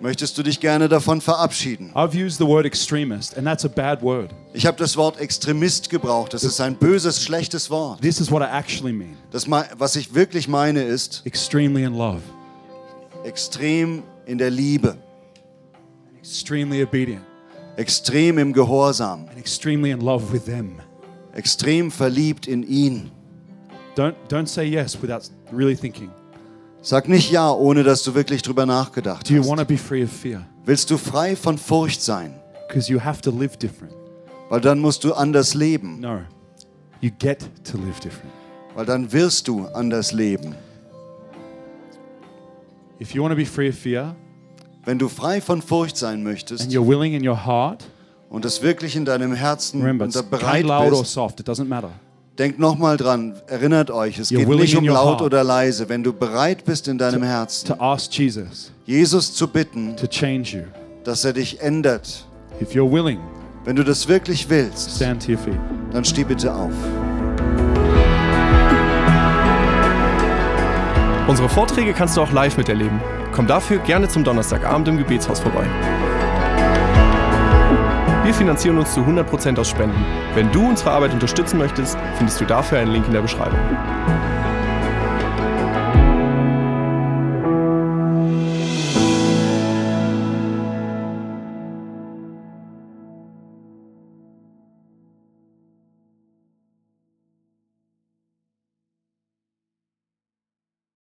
Speaker 3: Möchtest du dich gerne davon verabschieden?
Speaker 2: I've used the word extremist, and that's a bad word.
Speaker 3: Ich habe das Wort Extremist gebraucht. Das ist ein böses, schlechtes Wort.
Speaker 2: This is what I actually mean
Speaker 3: Das, mei- was ich wirklich meine, ist
Speaker 2: extremely in love,
Speaker 3: extrem in der Liebe,
Speaker 2: extremely obedient,
Speaker 3: extrem im Gehorsam,
Speaker 2: and extremely in love with them.
Speaker 3: extrem verliebt in ihn.
Speaker 2: Don't, don't say yes without really thinking.
Speaker 3: Sag nicht ja, ohne dass du wirklich drüber nachgedacht
Speaker 2: Do you want to
Speaker 3: hast.
Speaker 2: be free of fear?
Speaker 3: Willst du frei von Furcht sein?
Speaker 2: Because you have to live different.
Speaker 3: Weil dann musst du anders leben.
Speaker 2: No. You get to live different.
Speaker 3: weil dann wirst du anders leben.
Speaker 2: If you want to be free of fear
Speaker 3: Wenn du frei von Furcht sein
Speaker 2: and
Speaker 3: möchtest
Speaker 2: you're willing in your heart,
Speaker 3: und es wirklich in deinem Herzen
Speaker 2: remember,
Speaker 3: und
Speaker 2: it's
Speaker 3: da
Speaker 2: kind,
Speaker 3: bereit
Speaker 2: loud or
Speaker 3: bist,
Speaker 2: soft, it doesn't matter.
Speaker 3: denkt nochmal dran, erinnert euch, es
Speaker 2: You're
Speaker 3: geht
Speaker 2: willing
Speaker 3: nicht
Speaker 2: in
Speaker 3: um
Speaker 2: your
Speaker 3: laut
Speaker 2: heart.
Speaker 3: oder leise. Wenn du bereit bist in deinem Herzen,
Speaker 2: To ask Jesus
Speaker 3: Jesus zu bitten,
Speaker 2: to change you.
Speaker 3: dass er dich ändert,
Speaker 2: If you're willing,
Speaker 3: wenn du das wirklich willst,
Speaker 2: stand to your feet.
Speaker 3: dann steh bitte auf.
Speaker 1: Unsere Vorträge kannst du auch live miterleben. Komm dafür gerne zum Donnerstagabend im Gebetshaus vorbei. Wir finanzieren uns zu 100% aus Spenden. Wenn du unsere Arbeit unterstützen möchtest, findest du dafür einen Link in der Beschreibung.